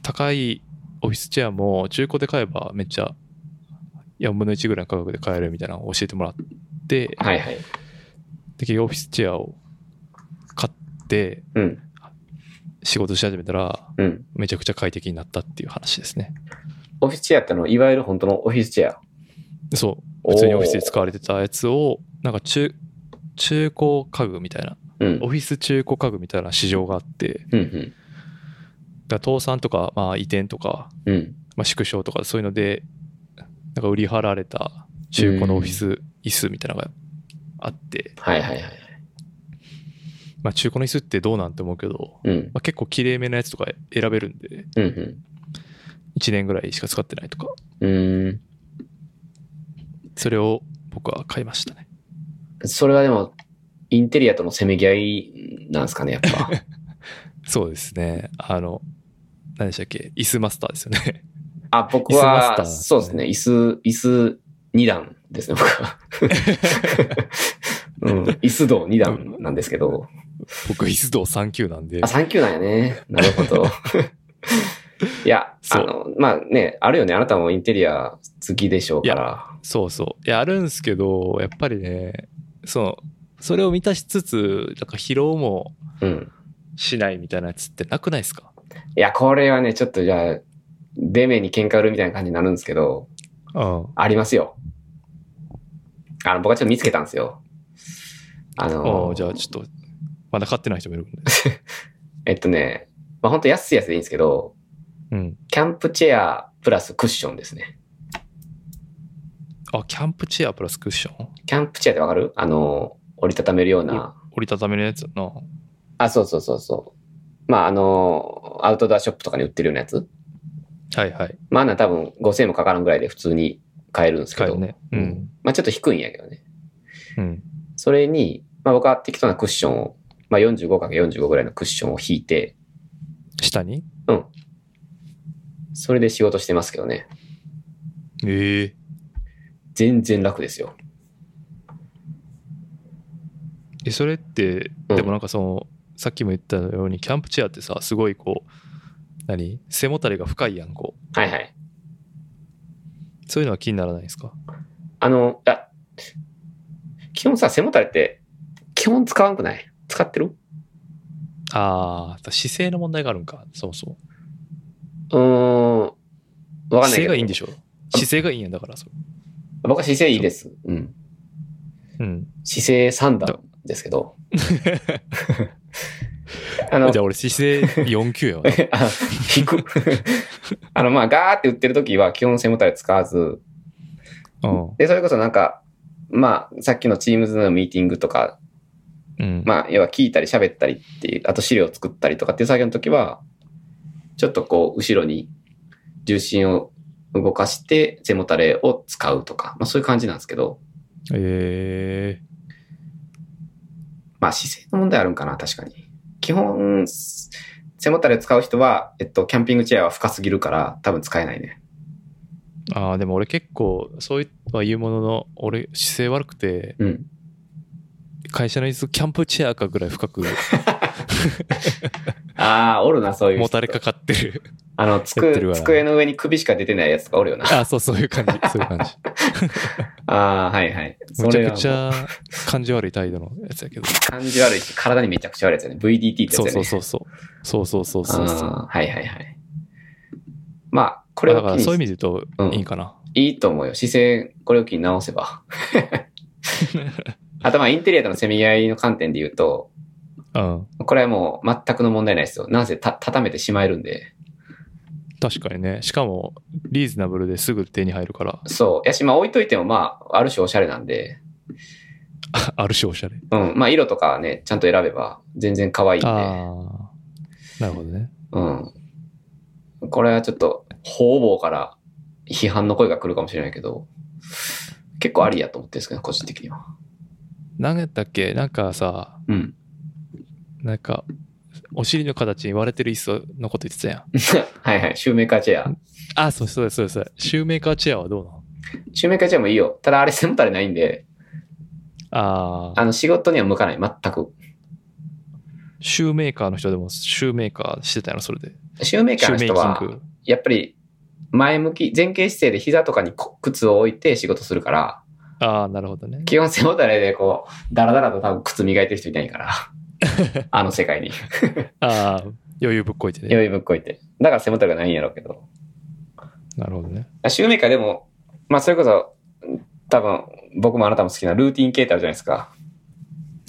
Speaker 3: 高いオフィスチェアも中古で買えばめっちゃ4分の1ぐらいの価格で買えるみたいなのを教えてもらって、
Speaker 2: はいはい。
Speaker 3: で、結局オフィスチェアを買って
Speaker 2: うん、
Speaker 3: 仕事し始めたら、
Speaker 2: うん。
Speaker 3: めちゃくちゃ快適になったっていう話ですね。
Speaker 2: オフィスチェアってのは、いわゆる本当のオフィスチェア。
Speaker 3: そう。
Speaker 2: おー
Speaker 3: 普通にオフィスで使われてたやつを、なんか中、中古家具みたいな、
Speaker 2: うん
Speaker 3: オ、フィス中古家具みたいな市場があって、
Speaker 2: うん、うん、
Speaker 3: だから倒産とか、まあ移転とか、
Speaker 2: うん。
Speaker 3: まあ、縮小とかそういうので、なんか売り払われた中古のオフィス椅子みたいなのがあって、
Speaker 2: はいはいはい。
Speaker 3: まあ中古の椅子ってどうなんて思うけど、
Speaker 2: うん、
Speaker 3: まあ、結構綺麗めなやつとか選べるんで、
Speaker 2: うん、うん。
Speaker 3: 1年ぐらいしか使ってないとか、
Speaker 2: うーん。
Speaker 3: それを僕は買いましたね。
Speaker 2: それはでも、インテリアとのせめぎ合いなんですかね、やっ ぱ。
Speaker 3: そうですね。あの、何でしたっけ椅子マスターですよ ね。
Speaker 2: あ、僕
Speaker 3: 椅子マスタ
Speaker 2: は、
Speaker 3: ーですね
Speaker 2: そうですね、椅子、椅子二段ですね、僕 は。うん、椅子道二段なんですけど。
Speaker 3: 僕、椅子道3級なんで
Speaker 2: あ、、3級なんやね。なるほ ど。いや、あ
Speaker 3: そう
Speaker 2: の、まあね、あるよね。あなたもインテリア好きでしょうから。
Speaker 3: そうそう。いや、あるんですけど、やっぱりね、その、それを満たしつつ、なんか疲労も
Speaker 2: うん。
Speaker 3: しないみたいなやつってなくないですか
Speaker 2: いや、これはね、ちょっとじゃあ、デメに喧嘩売るみたいな感じになるんですけど、
Speaker 3: うん。
Speaker 2: ありますよ。あの、僕はちょっと見つけたんですよ。あ
Speaker 3: あ
Speaker 2: の
Speaker 3: あ、、じゃあちょっと、まだ買ってない人もいる もんね。
Speaker 2: えっとね、まあ本当安いやつでいいんですけど、
Speaker 3: うん。
Speaker 2: キャンプチェアプラスクッションですね。
Speaker 3: あ、キャンプチェアプラスクッション
Speaker 2: キャンプチェアってわかるあの、折りたためるような。
Speaker 3: 折りたためのやつやな。
Speaker 2: あ、そうそうそうそう。まあ、あの、アウトドアショップとかに売ってるようなやつ。
Speaker 3: はいはい。
Speaker 2: まあ、あんなん多分5000円もかからんぐらいで普通に買えるんですけ
Speaker 3: 使え
Speaker 2: ど。
Speaker 3: るね。うん。
Speaker 2: まあ、ちょっと低いんやけどね。
Speaker 3: うん。
Speaker 2: それに、まあ、僕は適当なクッションを、まあ、45×45 ぐらいのクッションを引いて、
Speaker 3: 下に
Speaker 2: それで仕事してますけどね。
Speaker 3: ええ
Speaker 2: 全然楽ですよ。
Speaker 3: え、それって、
Speaker 2: うん
Speaker 3: でもなんかその、さっきも言ったように、キャンプチェアってさ、すごいこう、何背もたれが深いやん、こう。
Speaker 2: はいはい。
Speaker 3: そういうのは気にならないですか
Speaker 2: あの、あ、基本さ、背もたれって、基本使わんくない使ってる
Speaker 3: ああ、姿勢の問題があるんか。そうそう。
Speaker 2: うーん。わかんない
Speaker 3: 姿
Speaker 2: け
Speaker 3: 勢
Speaker 2: ど。
Speaker 3: がいいんでしょ姿勢がいいんやんだから、それ。
Speaker 2: 僕は姿勢いいです。うん。
Speaker 3: うん。
Speaker 2: 姿勢3段ですけ ど。あの
Speaker 3: じゃ、あ俺姿勢4級や わ。
Speaker 2: あ引く。 あの、まあ、ガーって打ってる時は基本背もたれ使わず、
Speaker 3: うん
Speaker 2: で、それこそなんか、まあ、さっきの Teams のミーティングとか、
Speaker 3: うん。
Speaker 2: まあ、要は聞いたり喋ったりっていう、あと資料を作ったりとかっていう作業の時は、ちょっとこう、後ろに重心を動かして背もたれを使うとか、まあそういう感じなんですけど、
Speaker 3: ええ
Speaker 2: まあ姿勢の問題あるんかな、確かに。基本、背もたれ使う人は、えっと、キャンピングチェアは深すぎるから、多分使えないね。
Speaker 3: ああ、でも俺結構、そういうは言うものの、俺姿勢悪くて、
Speaker 2: うん。
Speaker 3: 会社の椅子、キャンプチェアかぐらい深 く
Speaker 2: ああ、おるな、そういう人。
Speaker 3: もたれかかってる。
Speaker 2: あの、
Speaker 3: やってる
Speaker 2: 机、
Speaker 3: わ
Speaker 2: 机の上に首しか出てないやつとかおるよな。
Speaker 3: ああ、そう、そういう感じ。そういう感じ。
Speaker 2: ああ、はいはい。
Speaker 3: むちゃくち
Speaker 2: はも
Speaker 3: ゃ感じ悪い態度のやつやけど。
Speaker 2: う感じ悪いし、体にめちゃくちゃ悪いやつよね。VDT ってやつよ
Speaker 3: そう
Speaker 2: ね。
Speaker 3: そうそうそう。そうそうそうそうそう。
Speaker 2: あーはいはいはい。まあ、こ
Speaker 3: こ
Speaker 2: れ
Speaker 3: れ
Speaker 2: を
Speaker 3: だから
Speaker 2: 機
Speaker 3: そういう
Speaker 2: に、
Speaker 3: 意味で言う
Speaker 2: うん
Speaker 3: といいんかな。
Speaker 2: いいと思うよ。姿勢、これを機に直せば。あとまあ、インテリアとのせめぎ合いの観点で言うと、
Speaker 3: うん。
Speaker 2: これはもう全くの問題ないですよ。なんせた、畳めてしまえるんで。
Speaker 3: 確かにね。しかも、リーズナブルですぐ手に入るから、
Speaker 2: そう。やし、まあ置いといてもまあ、ある種おしゃれなんで、
Speaker 3: あある種おしゃれ。
Speaker 2: うん。まあ、色とかはね、ちゃんと選べば全然可愛いんで。
Speaker 3: ああ。なるほどね。
Speaker 2: うん。これはちょっと、方々から批判の声が来るかもしれないけど、結構ありやと思ってるんですけど、個人的には。
Speaker 3: 何やったっけなんかさ、
Speaker 2: うん。
Speaker 3: なんか、お尻の形に割れてる椅子のこと言ってたやん。
Speaker 2: はいはい。シューメーカーチェア。
Speaker 3: あ、そうそうそうそう。シューメーカーチェアはどうなの
Speaker 2: シューメーカーチェアもいいよ。ただあれ背もたれないんで、
Speaker 3: ああ
Speaker 2: あ。の仕事には向かない。全く。
Speaker 3: シューメーカーの人でも、シューメーカーしてたよな、それで。
Speaker 2: シューメーカ
Speaker 3: シ
Speaker 2: ーの
Speaker 3: ューメイキ
Speaker 2: 人は、
Speaker 3: ング。
Speaker 2: やっぱり前向き、前傾姿勢で膝とかにこ靴を置いて仕事するから、
Speaker 3: ああ、なるほどね。
Speaker 2: 基本背もたれでこう、ダラダラと多分靴磨いてる人いないから。あの世界に。
Speaker 3: ああ、余裕ぶっこいてね。
Speaker 2: 余裕ぶっこいて。だから背もたれがないんやろうけど。
Speaker 3: なるほどね。
Speaker 2: シューメーカーでも、まあそれこそ、多分僕もあなたも好きなルーティン系ってあるじゃないですか。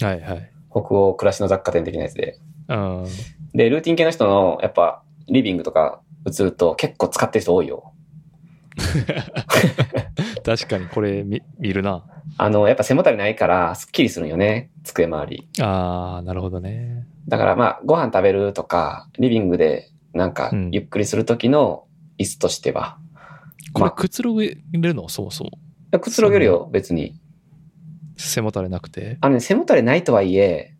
Speaker 3: はいはい。
Speaker 2: 北欧暮らしの雑貨店的なやつで。
Speaker 3: うん。
Speaker 2: で、ルーティン系の人の、やっぱ、リビングとか映ると結構使ってる人多いよ。
Speaker 3: 確かにこれ見見るな。
Speaker 2: あの、やっぱ背もたれないから、スッキリするんよね。机周り。
Speaker 3: ああ、なるほどね。
Speaker 2: だからまあ、ご飯食べるとか、リビングで、なんか
Speaker 3: う、ん
Speaker 2: ゆっくりする時の椅子としては。
Speaker 3: こ
Speaker 2: ま
Speaker 3: れ
Speaker 2: あ
Speaker 3: くつろげるのそうそう。
Speaker 2: くつろげるよ、別に。
Speaker 3: 背もたれなくて。
Speaker 2: あのね、背もたれないとはいえ、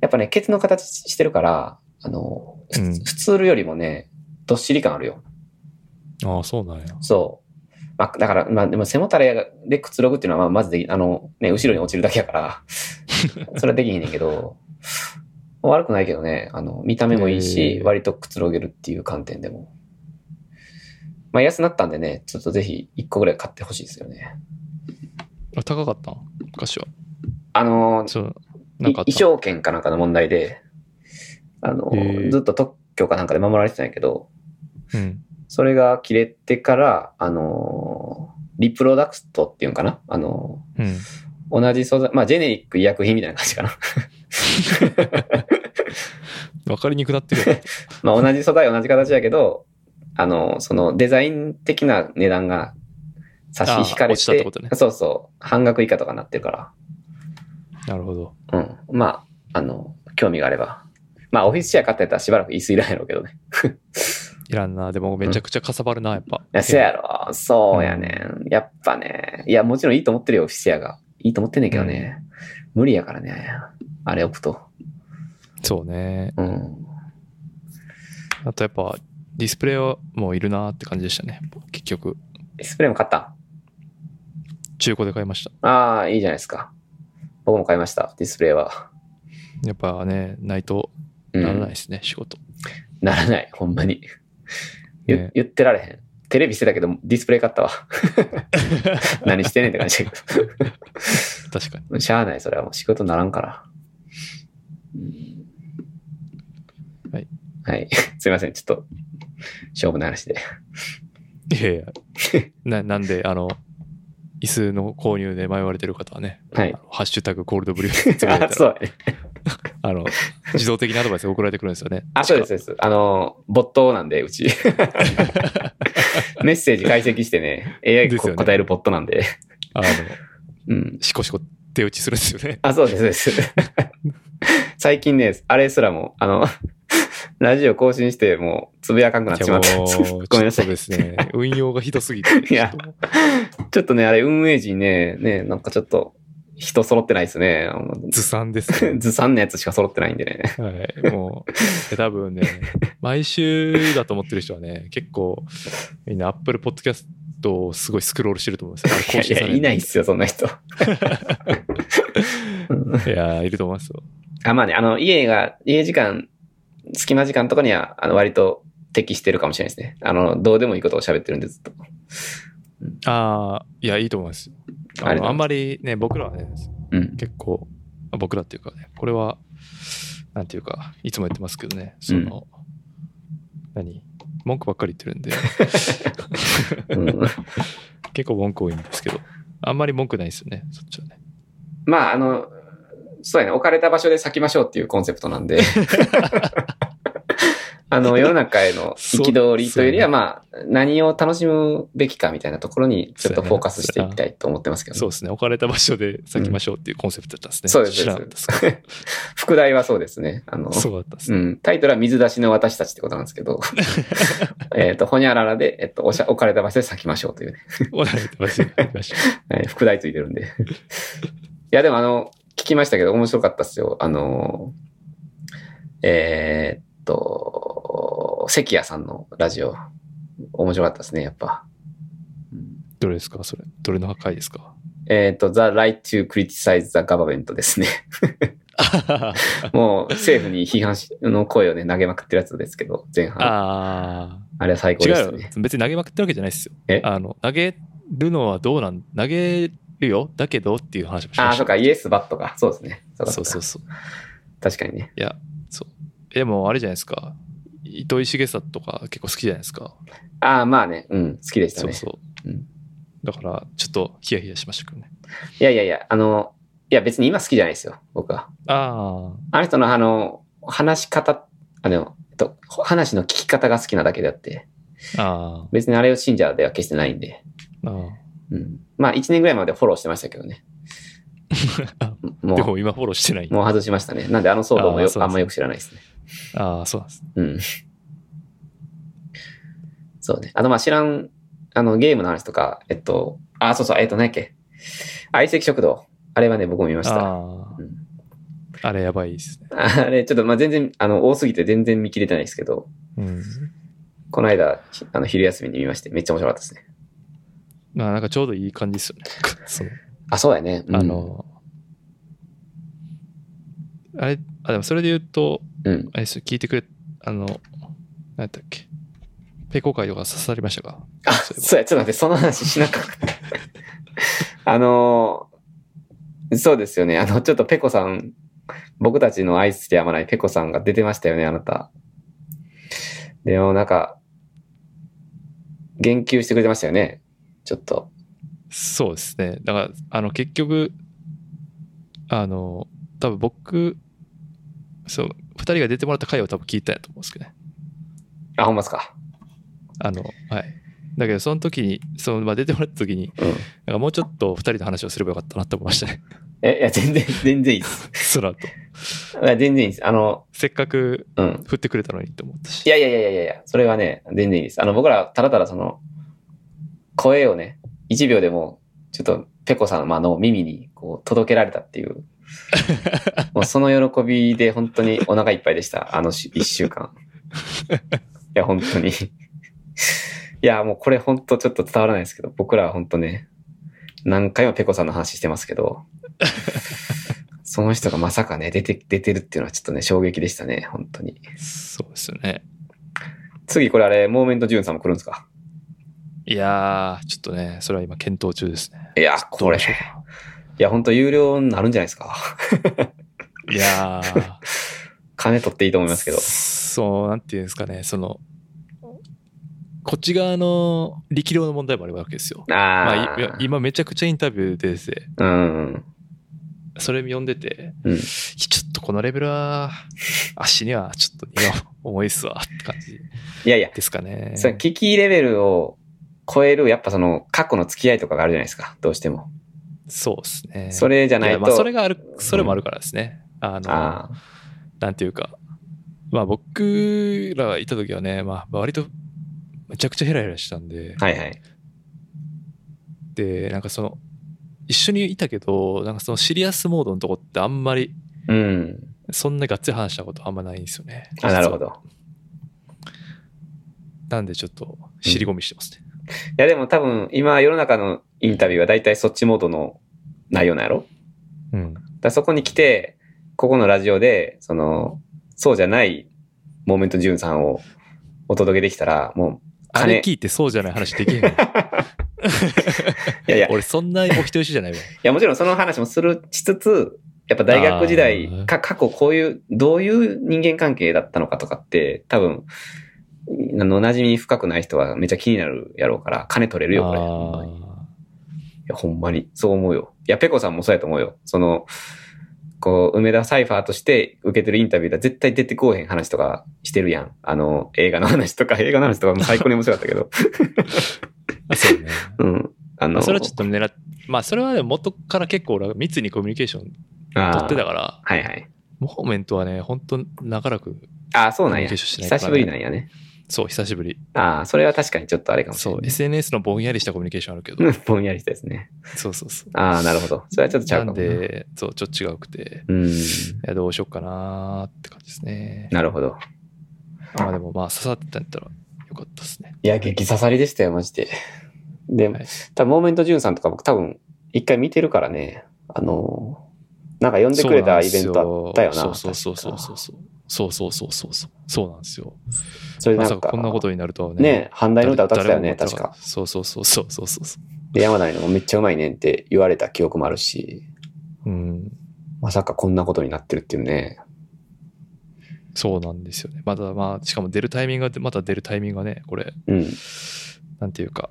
Speaker 2: やっぱね、ケツの形してるから、あの、ふ
Speaker 3: うん
Speaker 2: 普通よりもね、どっしり感あるよ。
Speaker 3: ああ、そうなんや。
Speaker 2: そう。まあ、だから、まあ、でも背もたれでくつろぐっていうのは、まあ、まずでき、あの、ね、後ろに落ちるだけやから、それはできへんねんけど、悪くないけどね、あの、見た目もいいし、
Speaker 3: えー
Speaker 2: 割とくつろげるっていう観点でも。まあ、安なったんでね、ちょっとぜひ1個ぐらい買ってほしいですよね。
Speaker 3: あ高かったん昔は。
Speaker 2: あの、
Speaker 3: そう。なん
Speaker 2: い
Speaker 3: かあ
Speaker 2: 衣
Speaker 3: った
Speaker 2: 装権かなんかの問題で、あの
Speaker 3: へ、ー
Speaker 2: ずっと特許かなんかで守られてたんやけど、
Speaker 3: うん。
Speaker 2: それが切れてから、あの、リプロダクトっていうんかなあの、
Speaker 3: うん。
Speaker 2: 同じ素材、まあ、ジェネリック医薬品みたいな感じかな。
Speaker 3: わかりにくなってるよ。
Speaker 2: まあ、同じ素材、同じ形やけど、あの、そのデザイン的な値段が差し引かれ
Speaker 3: あー落ちたって
Speaker 2: て、
Speaker 3: ことね
Speaker 2: そうそう、半額以下とかになってるか
Speaker 3: なるほど。
Speaker 2: ら、うん。まあ、あの、興味があれば。まあ、オフィスチェア買ったやったらしばらく言い過ぎないやろうけどね。
Speaker 3: いらんな。でもめちゃくちゃかさばるな、やっぱ。
Speaker 2: いや、せやろ。そうやねん。やっぱね。いや、もちろんいいと思ってるよ、オフィスチェアが。いいと思ってんねんけどね。無理やからね。あれ置くと。
Speaker 3: そうね。
Speaker 2: うん。
Speaker 3: あとやっぱ、ディスプレイはもういるなって感じでしたね。結局、
Speaker 2: ディスプレイも買った
Speaker 3: 中古で買いました。
Speaker 2: ああ、いいじゃないですか。僕も買いました、ディスプレイは。
Speaker 3: やっぱね、ないと
Speaker 2: うん
Speaker 3: ならないですね、仕事。
Speaker 2: ならない、ほんまに。言
Speaker 3: ね
Speaker 2: 言ってられへん。テレビしてたけど、ディスプレイ買 ったわ。何してんねんって感じだけ
Speaker 3: 確かに。
Speaker 2: ど。 しゃあない、それはもう仕事にならんから。うん
Speaker 3: はい。
Speaker 2: はい。すいません、ちょっと、勝負の話で。
Speaker 3: いやいや。 ななんで、あの、椅子の購入で迷われてる方はね、
Speaker 2: はい
Speaker 3: あ。のハッシュタグコールドブリュ ーつぶやいた
Speaker 2: あ、
Speaker 3: ら
Speaker 2: そうやね。
Speaker 3: あの、自動的にアドバイスが送られてくるんですよね。
Speaker 2: あ、そうです、そうです。あの、没頭なんで、う ち。メッセージ解析してね、AI
Speaker 3: で
Speaker 2: が
Speaker 3: すよね
Speaker 2: 答えるボットなんで。
Speaker 3: あの、
Speaker 2: うん。
Speaker 3: しこしこ手打ちするんですよ ね。
Speaker 2: あ、そうです、そうです。最近ね、あれすらも、あの、 ラジオ更新して、もう、つぶやかんくなってしまった。
Speaker 3: もう、
Speaker 2: ごめんな
Speaker 3: ち
Speaker 2: さ
Speaker 3: ょっと
Speaker 2: い。
Speaker 3: ですね、運用がひどすぎて。
Speaker 2: いや
Speaker 3: ちょっとも
Speaker 2: ちょっとね、あれ、運営時ね、ね、なんかちょっと、人揃ってないですね。あの
Speaker 3: うずさんですね。
Speaker 2: ずさんのやつしか揃ってないんでね。
Speaker 3: はい、もう、いや多分ね、毎週だと思ってる人はね、結構、みんな Apple Podcast をすごいスクロールしてると思うんですよ。
Speaker 2: いや
Speaker 3: あれ更
Speaker 2: い
Speaker 3: 新さ
Speaker 2: や、
Speaker 3: れる
Speaker 2: いないっすよ、そんな人。うん
Speaker 3: いやー、いると思いますよ。
Speaker 2: あ、まあね、あの、家が、家時間、隙間時間とかには、あの、割と適してるかもしれないですね。あの、どうでもいいことを喋ってるんで、ずっと。
Speaker 3: ああ、いや、いいと思います。
Speaker 2: あ
Speaker 3: あ
Speaker 2: りがとうございます
Speaker 3: のあんまりね、僕らはね、
Speaker 2: うん。
Speaker 3: 結構、あ僕らっていうかね、これは、なんていうか、いつも言ってますけどね、その、何文句ばっかり言ってるんで、
Speaker 2: うん、
Speaker 3: 結構文句多いんですけど、あんまり文句ないですよね、そっちはね。
Speaker 2: まあ、あの、そうやね、置かれた場所で咲きましょうっていうコンセプトなん で。あの、世の中への憤りというよりは、
Speaker 3: そう
Speaker 2: まあ、何を楽しむべきかみたいなところに、ちょっとフォーカスしていきたいと思ってますけど、
Speaker 3: そうですね、置かれた場所で咲きましょうっていうコンセプトだったんですね。
Speaker 2: そうです
Speaker 3: 知らなかったですけど
Speaker 2: 副題はそうですね。あの、
Speaker 3: そうだったんです
Speaker 2: う
Speaker 3: ね。
Speaker 2: ん。タイトルは水出しの私たちってことなんですけ ど、えっと、ほにゃららで、えっと、おしゃ、置かれた場所で咲きましょうというね、
Speaker 3: わかりました
Speaker 2: はい副題ついてるんで。い や、でもあの、聞きましたけど面白かったっすよ。あの、えーっと、関谷さんのラジオ、面白かったですね、やっぱ。
Speaker 3: どれですかそれ。どれの破壊で すか
Speaker 2: えーっと、The Right to Criticize the Government ですね。もう、政府に批判しの声をね、投げまくってるやつですけど、前半。あ
Speaker 3: ああ。
Speaker 2: れは最高
Speaker 3: 違
Speaker 2: で
Speaker 3: う
Speaker 2: す
Speaker 3: よ
Speaker 2: ね。。
Speaker 3: 別に投げまくってるわけじゃないですよ
Speaker 2: え。
Speaker 3: あの、投げるのはどうなん、投げるよだけどっていう話もし
Speaker 2: あ
Speaker 3: ま
Speaker 2: あ、
Speaker 3: し
Speaker 2: そ
Speaker 3: た
Speaker 2: う。か、イエスバットか。そうですね。そうか
Speaker 3: そうそう
Speaker 2: か
Speaker 3: そう。
Speaker 2: 確かにね。
Speaker 3: いや、そう。でも、あれじゃないですか。糸井重里とか結構好きじゃないですか。
Speaker 2: ああ、まあね。うん、好きでした
Speaker 3: そう
Speaker 2: ね。
Speaker 3: そう
Speaker 2: うん。
Speaker 3: だから、ちょっとヒヤヒヤしましたけどね。
Speaker 2: いやいやいや、あの、いや別に今好きじゃないですよ、僕は。
Speaker 3: あ
Speaker 2: あの人のあの、話し方、あの、えっと、話の聞き方が好きなだけであって、
Speaker 3: あ、あ
Speaker 2: 別にあれを信者では決してないんで。
Speaker 3: あ、あ
Speaker 2: うん。まあ、1年ぐらいまでフォローしてましたけど ね。
Speaker 3: あ。
Speaker 2: も
Speaker 3: で
Speaker 2: う、
Speaker 3: も今フォローしてない。
Speaker 2: もう外しましたね。なんであの騒動もよ
Speaker 3: あーそうですね
Speaker 2: あんまよく知らないですね。
Speaker 3: ああ、そうなんです。
Speaker 2: うん。そうね。あと、まあ、知らん、あの、ゲームの話とか、えっと、あ、そうそう、えっと、何やっけ。相席食堂。あれはね、僕も見ました。
Speaker 3: あ
Speaker 2: うん
Speaker 3: あ、あれやばいですね。
Speaker 2: あれ、ちょっと、まあ、全然、あの、多すぎて全然見切れてないですけど、
Speaker 3: うん。
Speaker 2: この間、ひあの、昼休みに見まして、めっちゃ面白かったですね。
Speaker 3: まあなんかちょうどいい感じですよね。 その
Speaker 2: あ、そうやね。うん
Speaker 3: あ、の、あれ、あ、でもそれで言うと、
Speaker 2: うん。
Speaker 3: あれですよ聞いてくれ、あの、何やったっけ。ペコ会とか刺さりましたか
Speaker 2: あ、
Speaker 3: そういえば
Speaker 2: そうや、ちょっと待って、その話しなかった。あ のーそうですよね。あの、ちょっとペコさん、僕たちの愛してやまないペコさんが出てましたよね、あなた。でも、なんか、言及してくれてましたよね。ちょっと。
Speaker 3: そうですね。だから、あの、結局、あの、多分僕、そう、二人が出てもらった回を多分聞いたんやと思うんですけどね。
Speaker 2: あ、ほんまっすか。
Speaker 3: あの、はい。だけど、その時に、その、まあ、出てもらった時に、
Speaker 2: うん。
Speaker 3: なんかもうちょっと二人の話をすればよかったなって思いまし たね。
Speaker 2: え、いや、全然、全然いいです。
Speaker 3: その後。
Speaker 2: いや全然いいです。あの、
Speaker 3: せっかく
Speaker 2: うん。
Speaker 3: 振ってくれたのにって思ったし。
Speaker 2: いやいやいやいやいや、それはね、全然いいです。あの、僕ら、ただただその、声をね、1秒でも、ちょっと、ペコさんまあの耳に、こう、届けられたっていう。もうその喜びで、本当にお腹いっぱいでした。あのし1週間。いや、本当に。いや、もうこれ本当ちょっと伝わらないですけど、僕らは本当ね、何回もペコさんの話してますけど、その人がまさかね、出て、出てるっていうのはちょっとね、衝撃でしたね、本当に。
Speaker 3: そうですよね。
Speaker 2: 次これあれ、モーメントジュンさんも来るんですか
Speaker 3: いやー、ちょっとね、それは今検討中ですね。
Speaker 2: いや、
Speaker 3: ど
Speaker 2: こ
Speaker 3: う
Speaker 2: れ、
Speaker 3: で
Speaker 2: い
Speaker 3: しょうか
Speaker 2: や、本当有料になるんじゃないですか。
Speaker 3: いやー。
Speaker 2: 金取っていいと思いますけど。
Speaker 3: そう、なんていうんですかね、その、こっち側の力量の問題もあるわけですよ。ま
Speaker 2: あ
Speaker 3: あ、いいや
Speaker 2: あ、
Speaker 3: 今めちゃくちゃインタビューでですね
Speaker 2: うん。
Speaker 3: それ読んでて、
Speaker 2: うん
Speaker 3: ちょっとこのレベルは、足にはちょっと荷が重いっすわって感じ
Speaker 2: いやいや、
Speaker 3: ですかね。
Speaker 2: その危機レベルを超える、やっぱその過去の付き合いとかがあるじゃないですか、どうしても。
Speaker 3: そうですね。
Speaker 2: それじゃない
Speaker 3: や
Speaker 2: と。
Speaker 3: まあそれがある、それもあるからですね。あの、
Speaker 2: ああ、
Speaker 3: なんていうか、まあ僕らがいた時はね、まあ割とめちゃくちゃヘラヘラしたんで、
Speaker 2: はいはい。
Speaker 3: でなんかその一緒にいたけどなんかそのシリアスモードのとこってあんまり
Speaker 2: うん。
Speaker 3: そんながっつり話したことあんまないんですよね
Speaker 2: あ、なるほ
Speaker 3: 実は
Speaker 2: ど。
Speaker 3: なんでちょっと尻込みしてますね、
Speaker 2: いやでも多分今世の中のインタビューは大体そっちモードの内容なんやろだか
Speaker 3: うん
Speaker 2: らそこに来て、ここのラジオで、その、そうじゃないモーメントジュンさんをお届けできたら、もう、
Speaker 3: あれ
Speaker 2: 金、い
Speaker 3: 聞いてそうじゃない話できへ んの
Speaker 2: やいや、い
Speaker 3: 俺そんなお人よしじゃないわ
Speaker 2: やもちろんその話もする、しつつ、やっぱ大学時代
Speaker 3: あー、
Speaker 2: か、過去こういう、どういう人間関係だったのかとかって、多分、あの、馴染み深くない人はめっちゃ気になるやろうから、金取れるよ、これ。ほんまに
Speaker 3: あ
Speaker 2: いや、ほんまに。そう思うよ。いや、ペコさんもそうやと思うよ。その、こう、梅田サイファーとして受けてるインタビューでは絶対出てこうへん話とかしてるやん。あの、映画の話とか、 映画の話とかも最高に面白かったけ ど。
Speaker 3: ーあそうね
Speaker 2: うん。あの、
Speaker 3: それはちょっ
Speaker 2: と
Speaker 3: と狙っまあそれはでも元から結構俺は密にコミュニケーション取
Speaker 2: 撮
Speaker 3: ってたから
Speaker 2: はいはい。
Speaker 3: モーメントはね本当長らく
Speaker 2: ああ、そうなんや。
Speaker 3: コミュニケーションしないと
Speaker 2: 久しぶりなんやね。
Speaker 3: そう久しぶり
Speaker 2: ああ、それは確かにちょっとあれかもしれ
Speaker 3: そう
Speaker 2: ない。
Speaker 3: SNS のぼんやりしたコミュニケーションあるけど
Speaker 2: うん ぼんやりしたですね。
Speaker 3: そうそうそう
Speaker 2: ああ、なるほど。それはちょっとちゃう
Speaker 3: な
Speaker 2: か
Speaker 3: ん
Speaker 2: も。
Speaker 3: で、そう、ちょっと違うくて、
Speaker 2: うん。
Speaker 3: いや、どうしよっかなーって感じですね。
Speaker 2: なるほど。
Speaker 3: まあでも、まあ、刺さってたんだったらよかったですね。
Speaker 2: いや、激刺さりでしたよ、マジで。 で、
Speaker 3: はい
Speaker 2: 多分モーメントジュンさんとか僕多分一回見てるからね、あのー、なんか呼んでくれたイベントあったよな。
Speaker 3: そうそうそうそう
Speaker 2: 確
Speaker 3: そ
Speaker 2: か
Speaker 3: うそう。そうそうそうそうそう。そうなんですよ。
Speaker 2: それで
Speaker 3: ま
Speaker 2: な
Speaker 3: さ
Speaker 2: ん
Speaker 3: か
Speaker 2: か、
Speaker 3: こんなことになるとはね。
Speaker 2: ね、反対の歌歌ってたよね、
Speaker 3: 誰
Speaker 2: 確
Speaker 3: も思ってな
Speaker 2: か
Speaker 3: っ。たそうそうそうそうそうそうそ
Speaker 2: で、山谷のもめっちゃうまいねんって言われた記憶もあるし、
Speaker 3: う。うん。
Speaker 2: まさかこんなことになってるっていうね。
Speaker 3: そうなんですよね。まだまあ、しかも出るタイミングが、また出るタイミングがね、これ、
Speaker 2: うん。
Speaker 3: なんていうか、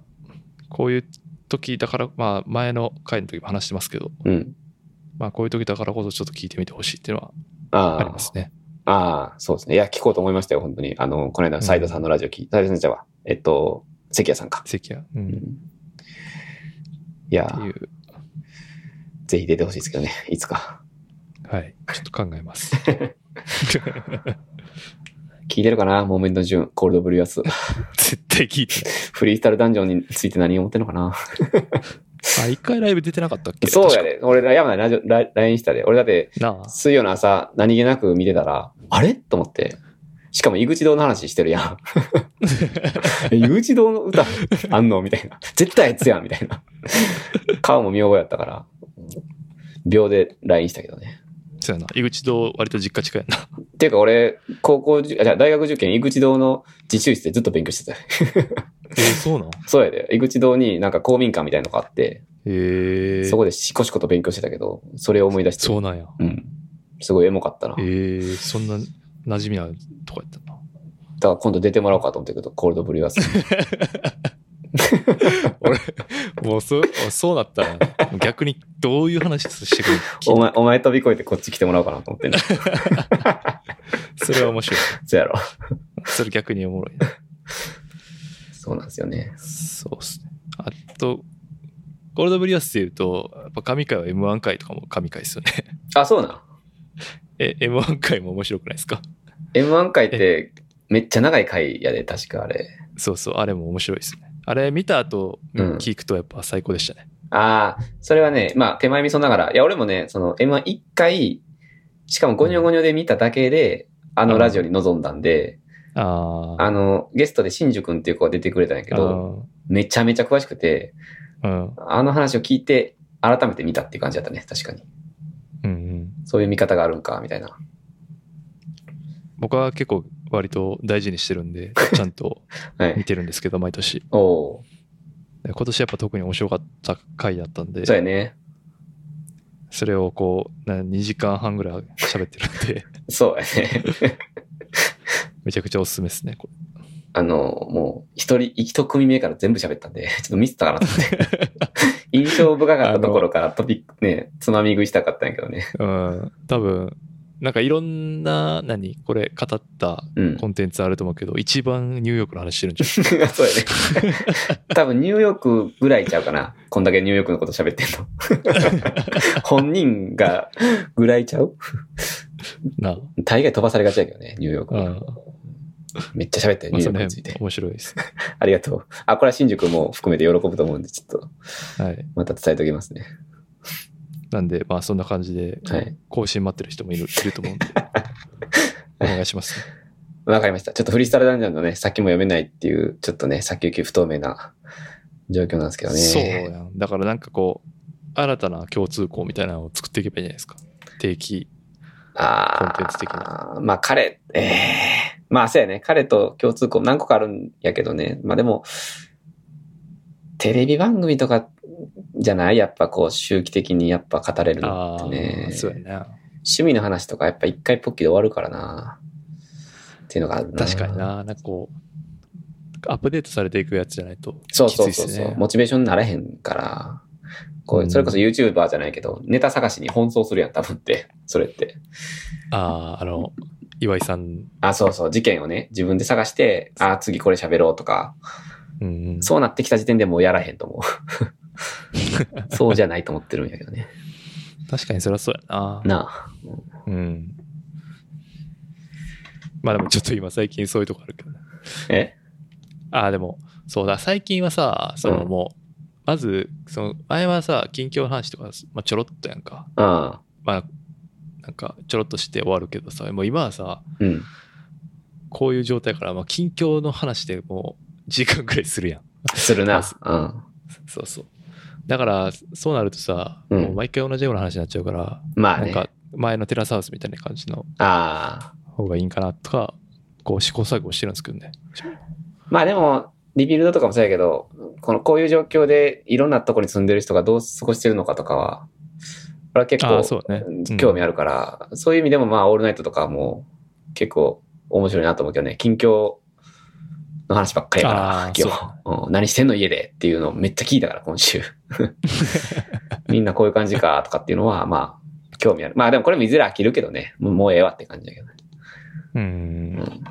Speaker 3: こういう時だから、まあ、前の回の時も話してますけど、
Speaker 2: うん。
Speaker 3: まあ、こういう時だからこそちょっと聞いてみてほしいっていうのは
Speaker 2: あ
Speaker 3: あり
Speaker 2: あ
Speaker 3: ますね。
Speaker 2: ああ、そうですね。いや、聞こうと思いましたよ、本当に。あの、この間、斉藤さんのラジオ聞い斉藤先生は、えっと、関谷さんか。
Speaker 3: 関谷。う。
Speaker 2: うん
Speaker 3: っ
Speaker 2: ん。いや
Speaker 3: て
Speaker 2: ー、
Speaker 3: いう、
Speaker 2: ぜひ出てほしいですけどね、 いつか。
Speaker 3: はい。ちょっと考えます。
Speaker 2: 聞いてるかなモーメントジュン、コールドブリュアス。
Speaker 3: 絶対聞いてない。
Speaker 2: フリースタイルダンジョンについて何を思ってんのかな
Speaker 3: あ、一回ライブ出てなかったっけ
Speaker 2: そうや。で。俺、山田ラジオ、ラ LINE したで。俺だって、
Speaker 3: 確かなあ。
Speaker 2: 水曜の朝、何気なく見てたら、あれと思って。しかも、井口堂の話してるやん。 井口堂の歌あんのみたいな。絶対あいつやんみたいな。顔も見覚えやったから。秒で LINE したけどね。
Speaker 3: そうやな。井口堂、割と実家近いな。
Speaker 2: っていうか俺、高校じゅ、あじゃあ大学受験、井口堂の自習室でずっと勉強してた。
Speaker 3: えー、そうなん
Speaker 2: そうやで。井口堂になんか公民館みたいのがあって、
Speaker 3: ええ
Speaker 2: そこでしこしこと勉強してたけど、それを思い出して。
Speaker 3: そうなんや。
Speaker 2: うん。すごいエモかったな。
Speaker 3: え
Speaker 2: だか
Speaker 3: えそんな馴染みのあるとこやったな。
Speaker 2: ら今度出てもらおうかと思ってるけど、コールドブリュアス。
Speaker 3: もうそ、そうなったら、逆にどういう話してくる
Speaker 2: お前、お前飛び越えてこっち来てもらおうかなと思ってんの。
Speaker 3: それは面白い。
Speaker 2: そうやろ。
Speaker 3: それ逆におもろいな。
Speaker 2: そうなんですよね。
Speaker 3: そうっすね。あと、ゴールドブリュアスで言うと、やっぱ神回は M1 回とかも神回ですよね。
Speaker 2: あ、そうなん。
Speaker 3: え、M1 回も面白くないですか
Speaker 2: M1 回って、めっちゃ長い回やで、確かあれ。
Speaker 3: そうそう、あれも面白いですね。あれ見た後、
Speaker 2: うん
Speaker 3: 聞くとやっぱ最高でしたね。
Speaker 2: ああ、それはね、まあ、手前味噌ながら、いや、俺もね、その M11 回、しかもゴニョゴニョで見ただけで、あのラジオに臨んだんで、
Speaker 3: あー
Speaker 2: あの、ゲストで新宿くんっていう子が出てくれたんやけど、めちゃめちゃ詳しくて、
Speaker 3: あーうん。
Speaker 2: あの話を聞いて、改めて見たっていう感じだったね、確かに。
Speaker 3: うんうん。
Speaker 2: そういう見方があるんか、みたいな。
Speaker 3: 僕は結構割と大事にしてるんで、ちゃんと
Speaker 2: は
Speaker 3: 見
Speaker 2: い。
Speaker 3: てるんですけど、毎年。
Speaker 2: おー
Speaker 3: で今年やっぱ特に面白かった回だったんで、
Speaker 2: そうやね。
Speaker 3: それをこう、な2時間半ぐらい喋ってるんで、
Speaker 2: そうやね。
Speaker 3: めちゃくちゃおすすめですね、これ。
Speaker 2: あの、もう、一人、一組目から全部喋ったんで、ちょっとミスったかなと思って。 印象深かったところからトピックね、つまみ食いしたかったんやけどね。
Speaker 3: うん、多分、なんかいろんな、何、これ語った
Speaker 2: うん。
Speaker 3: コンテンツあると思うけど、一番ニューヨークの話してるんじゃない
Speaker 2: そうやね。多分ニューヨークぐらいちゃうかな。こんだけニューヨークのこと喋ってんの。 本人がぐらいちゃう
Speaker 3: なあ。
Speaker 2: 大概飛ばされがちだけどね、ニューヨーク
Speaker 3: う
Speaker 2: は。
Speaker 3: ん。
Speaker 2: めっちゃ喋ったよ、
Speaker 3: まあ、
Speaker 2: ニューヨー
Speaker 3: その
Speaker 2: クについ
Speaker 3: 辺
Speaker 2: て。
Speaker 3: 面白いですね。
Speaker 2: ありがとう。あ、これは新宿も含めて喜ぶと思うんで、ちょっと
Speaker 3: はい。
Speaker 2: また伝えておきますね。
Speaker 3: なんで、まあそんな感じで、
Speaker 2: はい。
Speaker 3: 更新待ってる人もいるいる と思うんで、お願いします、ね。
Speaker 2: わかりました。ちょっとフリースタイルダンジョンのね、先も読めないっていう、ちょっとね、先行き不透明な状況なんですけどね。
Speaker 3: そうやん。だからなんかこう、新たな共通項みたいなのを作っていけばいいんじゃないですか。定期。
Speaker 2: ああ。
Speaker 3: コンテンツ的
Speaker 2: まあ彼、ええまあそうやね。彼と共通項何個かあるんやけどね。まあでも、テレビ番組とかじゃないやっぱこう周期的にやっぱ語れるの
Speaker 3: あ
Speaker 2: って
Speaker 3: あ、
Speaker 2: ね。
Speaker 3: そうやな。
Speaker 2: 趣味の話とかやっぱ一回ポッキーで終わるからな。っていうのがあるな。
Speaker 3: 確かに。な。なんかこう、アップデートされていくやつじゃないときつい
Speaker 2: そ
Speaker 3: っ
Speaker 2: うそう
Speaker 3: す
Speaker 2: そうそう、
Speaker 3: ね。
Speaker 2: モチベーションにならへんから。こ
Speaker 3: う
Speaker 2: う、
Speaker 3: ん
Speaker 2: それこそ YouTuber じゃないけど、ネタ探しに奔走するやん、多分って。それって。
Speaker 3: ああ、あの、岩井さん。
Speaker 2: あ、そうそう、事件をね、自分で探して、あ、次これ喋ろうとか、
Speaker 3: うんうん、
Speaker 2: そうなってきた時点でもうやらへんと思う。 そうじゃないと思ってるんやけどね。
Speaker 3: 確かにそりゃそうやな。
Speaker 2: な
Speaker 3: うん。まあでもちょっと今最近そういうとこあるけどね。
Speaker 2: あ。え
Speaker 3: ああ、でも、そうだ、最近はさ、そうの
Speaker 2: ん
Speaker 3: もう、まず、その、前はさ、近況の話とか、まあ、ちょろっとやんか。
Speaker 2: ああ。
Speaker 3: まあ、なんか、ちょろっとして終わるけどさ、もう今はさ、
Speaker 2: うん。
Speaker 3: こういう状態から、まあ、近況の話でもう、時間くらいす るやん。
Speaker 2: するな
Speaker 3: あそ。
Speaker 2: うん。
Speaker 3: そうそう。だから、そうなるとさ、
Speaker 2: うん
Speaker 3: もう毎回同じような話になっちゃうから、
Speaker 2: まあ
Speaker 3: なん
Speaker 2: ね。
Speaker 3: か、前のテラスハウスみたいな感じの
Speaker 2: ああ。
Speaker 3: 方がいいんかなとか、こう、試行錯誤してるんですけどね。
Speaker 2: まあでも、リビルドとかもそうやけど、この、こういう状況でいろんなとこに住んでる人がどう過ごしてるのかとかは、これは結
Speaker 3: あ
Speaker 2: 構
Speaker 3: あ、、そうね。うん
Speaker 2: 興味あるから、そういう意味でもまあ、オールナイトとかも結構面白いなと思うけどね、近況の話ばっかりやから
Speaker 3: あ、ー
Speaker 2: 今日、うん何してんの家でっていうのをめっちゃ聞いたから、今 週。みんなこういう感じかとかっていうのは、まあ、興味ある。まあでもこれもいずれ飽きるけどね、もうもうええわって感じだけどね。
Speaker 3: うん。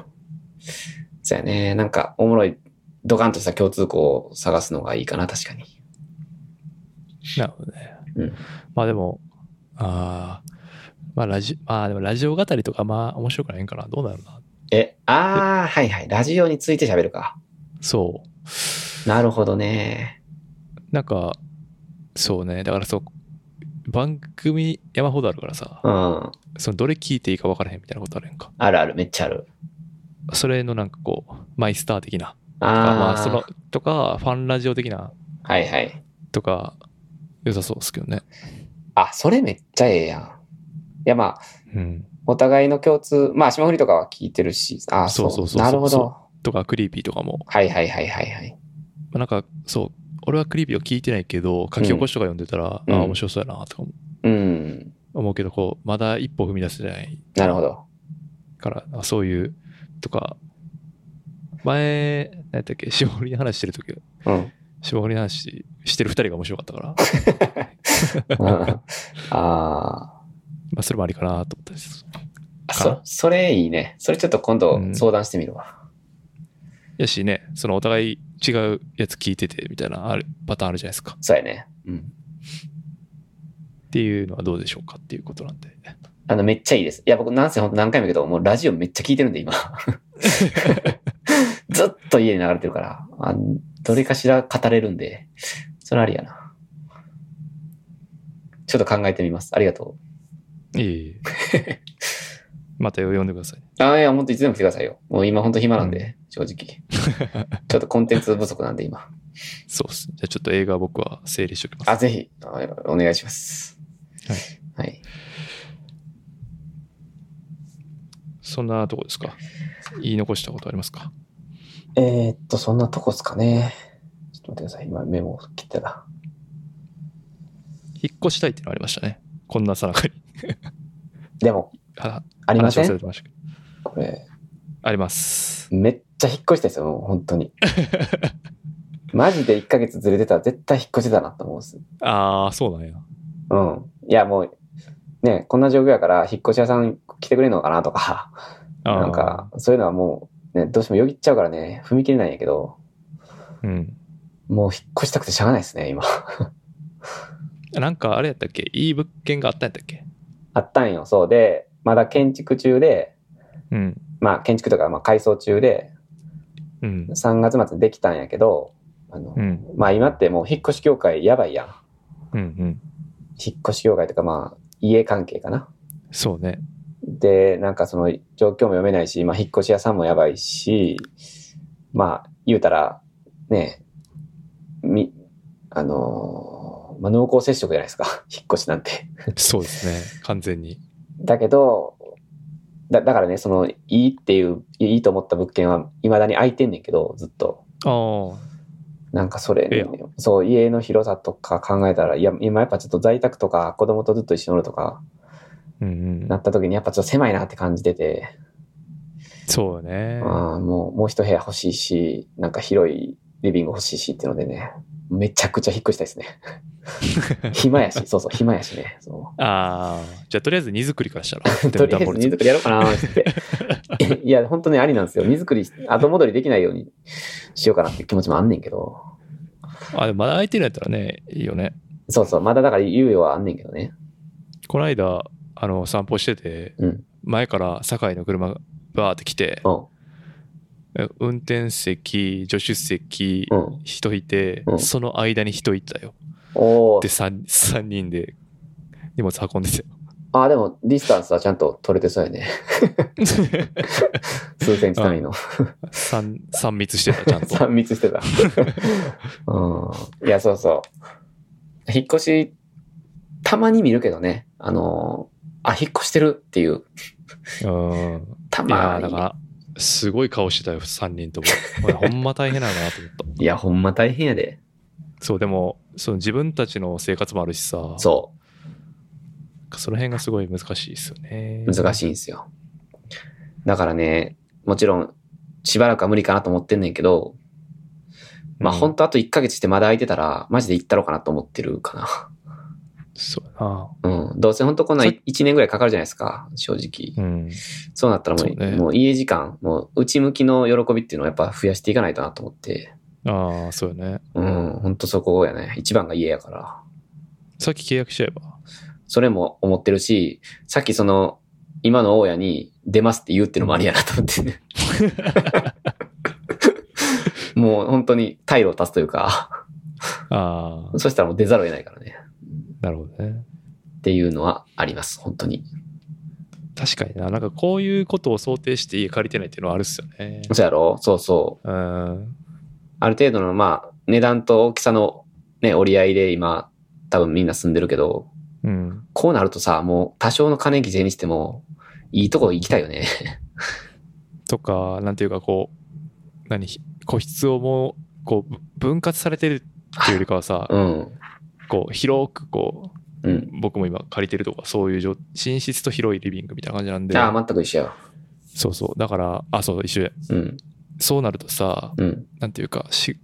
Speaker 2: そうやね、なんかおもろい、ドカンとした共通項を探すのがいいかな、確かに。
Speaker 3: なるほどね。
Speaker 2: うん
Speaker 3: まあでも、ああ、まあラジ、まあでもラジオ語りとかまあ面白くないんかな。どうなるな。
Speaker 2: え、あー、はいはい、ラジオについて喋るか。
Speaker 3: そう。
Speaker 2: なるほどね。
Speaker 3: なんか、そうね。だからそう、番組山ほどあるからさ、
Speaker 2: うん。
Speaker 3: そのどれ聞いていいか分からへんみたいなことあるやんか。
Speaker 2: あるある、めっちゃある。
Speaker 3: それのなんかこう、マイスター的な。
Speaker 2: あー、
Speaker 3: まあその、とか、ファンラジオ的な
Speaker 2: はいはい。
Speaker 3: とか、良さそうですけどね。
Speaker 2: あ、それめっちゃええやん。いやまあ、
Speaker 3: うん。
Speaker 2: お互いの共通、まあ、霜降りとかは聞いてるし、あ
Speaker 3: そうそうそうそう
Speaker 2: なるほ
Speaker 3: そう
Speaker 2: ど。
Speaker 3: とか、クリーピーとかも。
Speaker 2: はいはいはいはいはい。
Speaker 3: まあなんか、そう、俺はクリーピーを聞いてないけど、書き起こしとか読んでたら、
Speaker 2: うん
Speaker 3: ああ、
Speaker 2: うん
Speaker 3: 面白そうやな、とか思う
Speaker 2: うん。
Speaker 3: 思うけど、こう、まだ一歩踏み出せてない
Speaker 2: なるほど。
Speaker 3: から、あそういう、とか、前、何やったっけ、 絞りの話してるとき、
Speaker 2: うん。
Speaker 3: 絞りの話してる二人が面白かった から、
Speaker 2: ああ
Speaker 3: まあ、それもありかなと思ったりする。
Speaker 2: ー。そ、それいいね。それちょっと今度
Speaker 3: うん
Speaker 2: 相談してみるわ。
Speaker 3: やしね、そのお互い違うやつ聞いてて、みたいなあるパターンあるじゃないですか。
Speaker 2: そうやね。うん。
Speaker 3: っていうのはどうでしょうかっていうことなんで。
Speaker 2: あの、めっちゃいいです。いや、僕、なんせほんと何回も言うけど、もうラジオめっちゃ聞いてるん で、今。ずっと家に流れてるから、あどれかしら語れるんで、それありやな。ちょっと考えてみます。ありがと
Speaker 3: いえいえ。 また読んでください。
Speaker 2: う。あいや、ほんといつでも来てくださいよ。もう今ほんと暇なんで、正直。ちょっとコンテンツ不足なんで、今。
Speaker 3: そうっすね。じゃあちょっと映画は僕は整理しておきます。
Speaker 2: あ、ぜひ、あお願いします。はい。
Speaker 3: そんなとこですか言い残したことありますか
Speaker 2: えーっと、そんなとこっすかね。ちょっとょっと待ってください。今メモを切ってた。
Speaker 3: 引っ越したいっていうのありましたね。こんなさなかに。
Speaker 2: でも、
Speaker 3: あ
Speaker 2: ありませ
Speaker 3: 話忘れ
Speaker 2: ん
Speaker 3: てましたけど
Speaker 2: これ、
Speaker 3: あ ります。
Speaker 2: めっちゃ引っ越したいですよ、もう本当に。マジで1ヶ月ずれてたら絶対引っ越してたなと思うんです。
Speaker 3: ああ、そうなんや。
Speaker 2: うん。いや、もう、ね、こんな状況やから、引っ越し屋さん来てくれるのかなとか、
Speaker 3: あー
Speaker 2: なんか、、そういうのはもう、ね、どうしてもよぎっちゃうからね、踏み切れないんやけど、
Speaker 3: うん。
Speaker 2: もう引っ越したくてしゃあないですね、今。
Speaker 3: なんかあれやったっけいい物件があったんやったっけ
Speaker 2: あったんよ、そうで、まだ建築中で、
Speaker 3: うん。
Speaker 2: まあ、建築とか、まあ、改装中で、
Speaker 3: うん。
Speaker 2: 3月末にできたんやけど、あの、
Speaker 3: うん。
Speaker 2: まあ今ってもう引っ越し業界やばいやん。
Speaker 3: うん。うん。
Speaker 2: 引っ越し業界とかまあ家関係かな。
Speaker 3: そうね。
Speaker 2: で、なんかその状況も読めないし、まあ引っ越し屋さんもやばいし、まあ言うたら、ねえ、み、あのーまあ濃厚接触じゃないですか。 引っ越しなんて。
Speaker 3: そうですね。完全に。
Speaker 2: だけど、だだからね、そのいいっていう、いいと思った物件は未だに空いてんねんけど、ずっと。
Speaker 3: ああ。
Speaker 2: なんかそれ、
Speaker 3: ええや
Speaker 2: そう、家の広さとか考えたら、いや、今やっぱちょっと在宅とか子供とずっと一緒におるとか
Speaker 3: うんうん
Speaker 2: な。った時にやっぱちょっと狭いなって感じてて、
Speaker 3: そうよね。
Speaker 2: あーもう、もう一部屋欲しいし、なんか広いリビング欲しいしっていうのでね、めちゃくちゃ引っ越したいです ね。暇やし、そうそう、暇やしね。そ
Speaker 3: ああ。じゃあ、とりあえず荷造りから したら。
Speaker 2: うとりあえず荷造りやろうかなー って。いや、本当ね、ありなんですよ。荷造り、後戻りできないようにしようかなっていう気持ちもあんねんけど。
Speaker 3: あ、でもまだ空いてるんやったらね、いいよね。
Speaker 2: そうそう、まだだから猶予はあんねんけどね。
Speaker 3: この間、あの、散歩してて、
Speaker 2: うん。
Speaker 3: 前から堺の車がバーって来て、
Speaker 2: うん。
Speaker 3: え運転席、助手席、
Speaker 2: うん。
Speaker 3: 人いて、
Speaker 2: うん
Speaker 3: その間に人いたよ。
Speaker 2: おー
Speaker 3: で、3, 三人で荷物運んでて。
Speaker 2: ああ、でも、ディスタンスはちゃんと取れてそうやね。数センチ単位の。
Speaker 3: 三三密してた、ちゃんと。
Speaker 2: 三密して た。うん。いや、そうそう。引っ越し、たまに見るけどね。あのー、あ、引っ越してるっていう。
Speaker 3: うん。
Speaker 2: た
Speaker 3: いや
Speaker 2: ま
Speaker 3: ーだか
Speaker 2: に。
Speaker 3: ら、すごい顔してたよ、3人とも。俺ほんま大変なのかなと思っ
Speaker 2: いや、ほんま大変やで。
Speaker 3: た。そう、でも、その自分たちの生活もあるしさ、
Speaker 2: そ
Speaker 3: その辺がすごい難しいですよね。
Speaker 2: う。難しいんですよ。だからね、もちろん、しばらくは無理かなと思ってんねんけど、まあ、
Speaker 3: うん
Speaker 2: ほんとあと1ヶ月してまだ空いてたら、マジで行ったろうかなと思ってるかな。
Speaker 3: そうやな。
Speaker 2: うん。どうせほんとこんな
Speaker 3: さ
Speaker 2: い1年ぐらいかかるじゃないですか、正直。
Speaker 3: うん。
Speaker 2: そうなったらもう
Speaker 3: そうね
Speaker 2: もう家時間、もう内向きの喜びっていうのをやっぱ増やしていかないとなと思って。
Speaker 3: ああ、そうよね。
Speaker 2: うん、ほんとそこやね。一番が家やから。
Speaker 3: さっき契約しちゃえば。
Speaker 2: それも思ってるし、さっきその、今の大家に出ますって言うっていうのもありやなと思って ね。もう本当に退路を断つというか、
Speaker 3: ああ、
Speaker 2: そしたらもう出ざるを得ないからね。
Speaker 3: なるほどね。
Speaker 2: っていうのはあります、本当に。
Speaker 3: 確かにな。なんかこういうことを想定して家借りてないっていうのはあるっすよね。
Speaker 2: そうやろそうそう。
Speaker 3: うん。
Speaker 2: ある程度の、まあ、値段と大きさのね、折り合いで今、多分みんな住んでるけど、
Speaker 3: うん。
Speaker 2: こうなるとさ、もう多少の金犠牲にしても、いいとこ行きたいよね。
Speaker 3: とか、なんていうかこう、何、個室をもう、こう、ぶ分割されてるっていうよりかはさ、
Speaker 2: うん。
Speaker 3: こう、広くこう、
Speaker 2: うん。
Speaker 3: 僕も今借りてるとか、そういう状寝室と広いリビングみたいな感じなんで、
Speaker 2: ああ、全く一緒や。
Speaker 3: そうそう。だから、あ、そう、一緒や。
Speaker 2: うん。
Speaker 3: そうなるとさ、
Speaker 2: うん。
Speaker 3: なんていうか、し、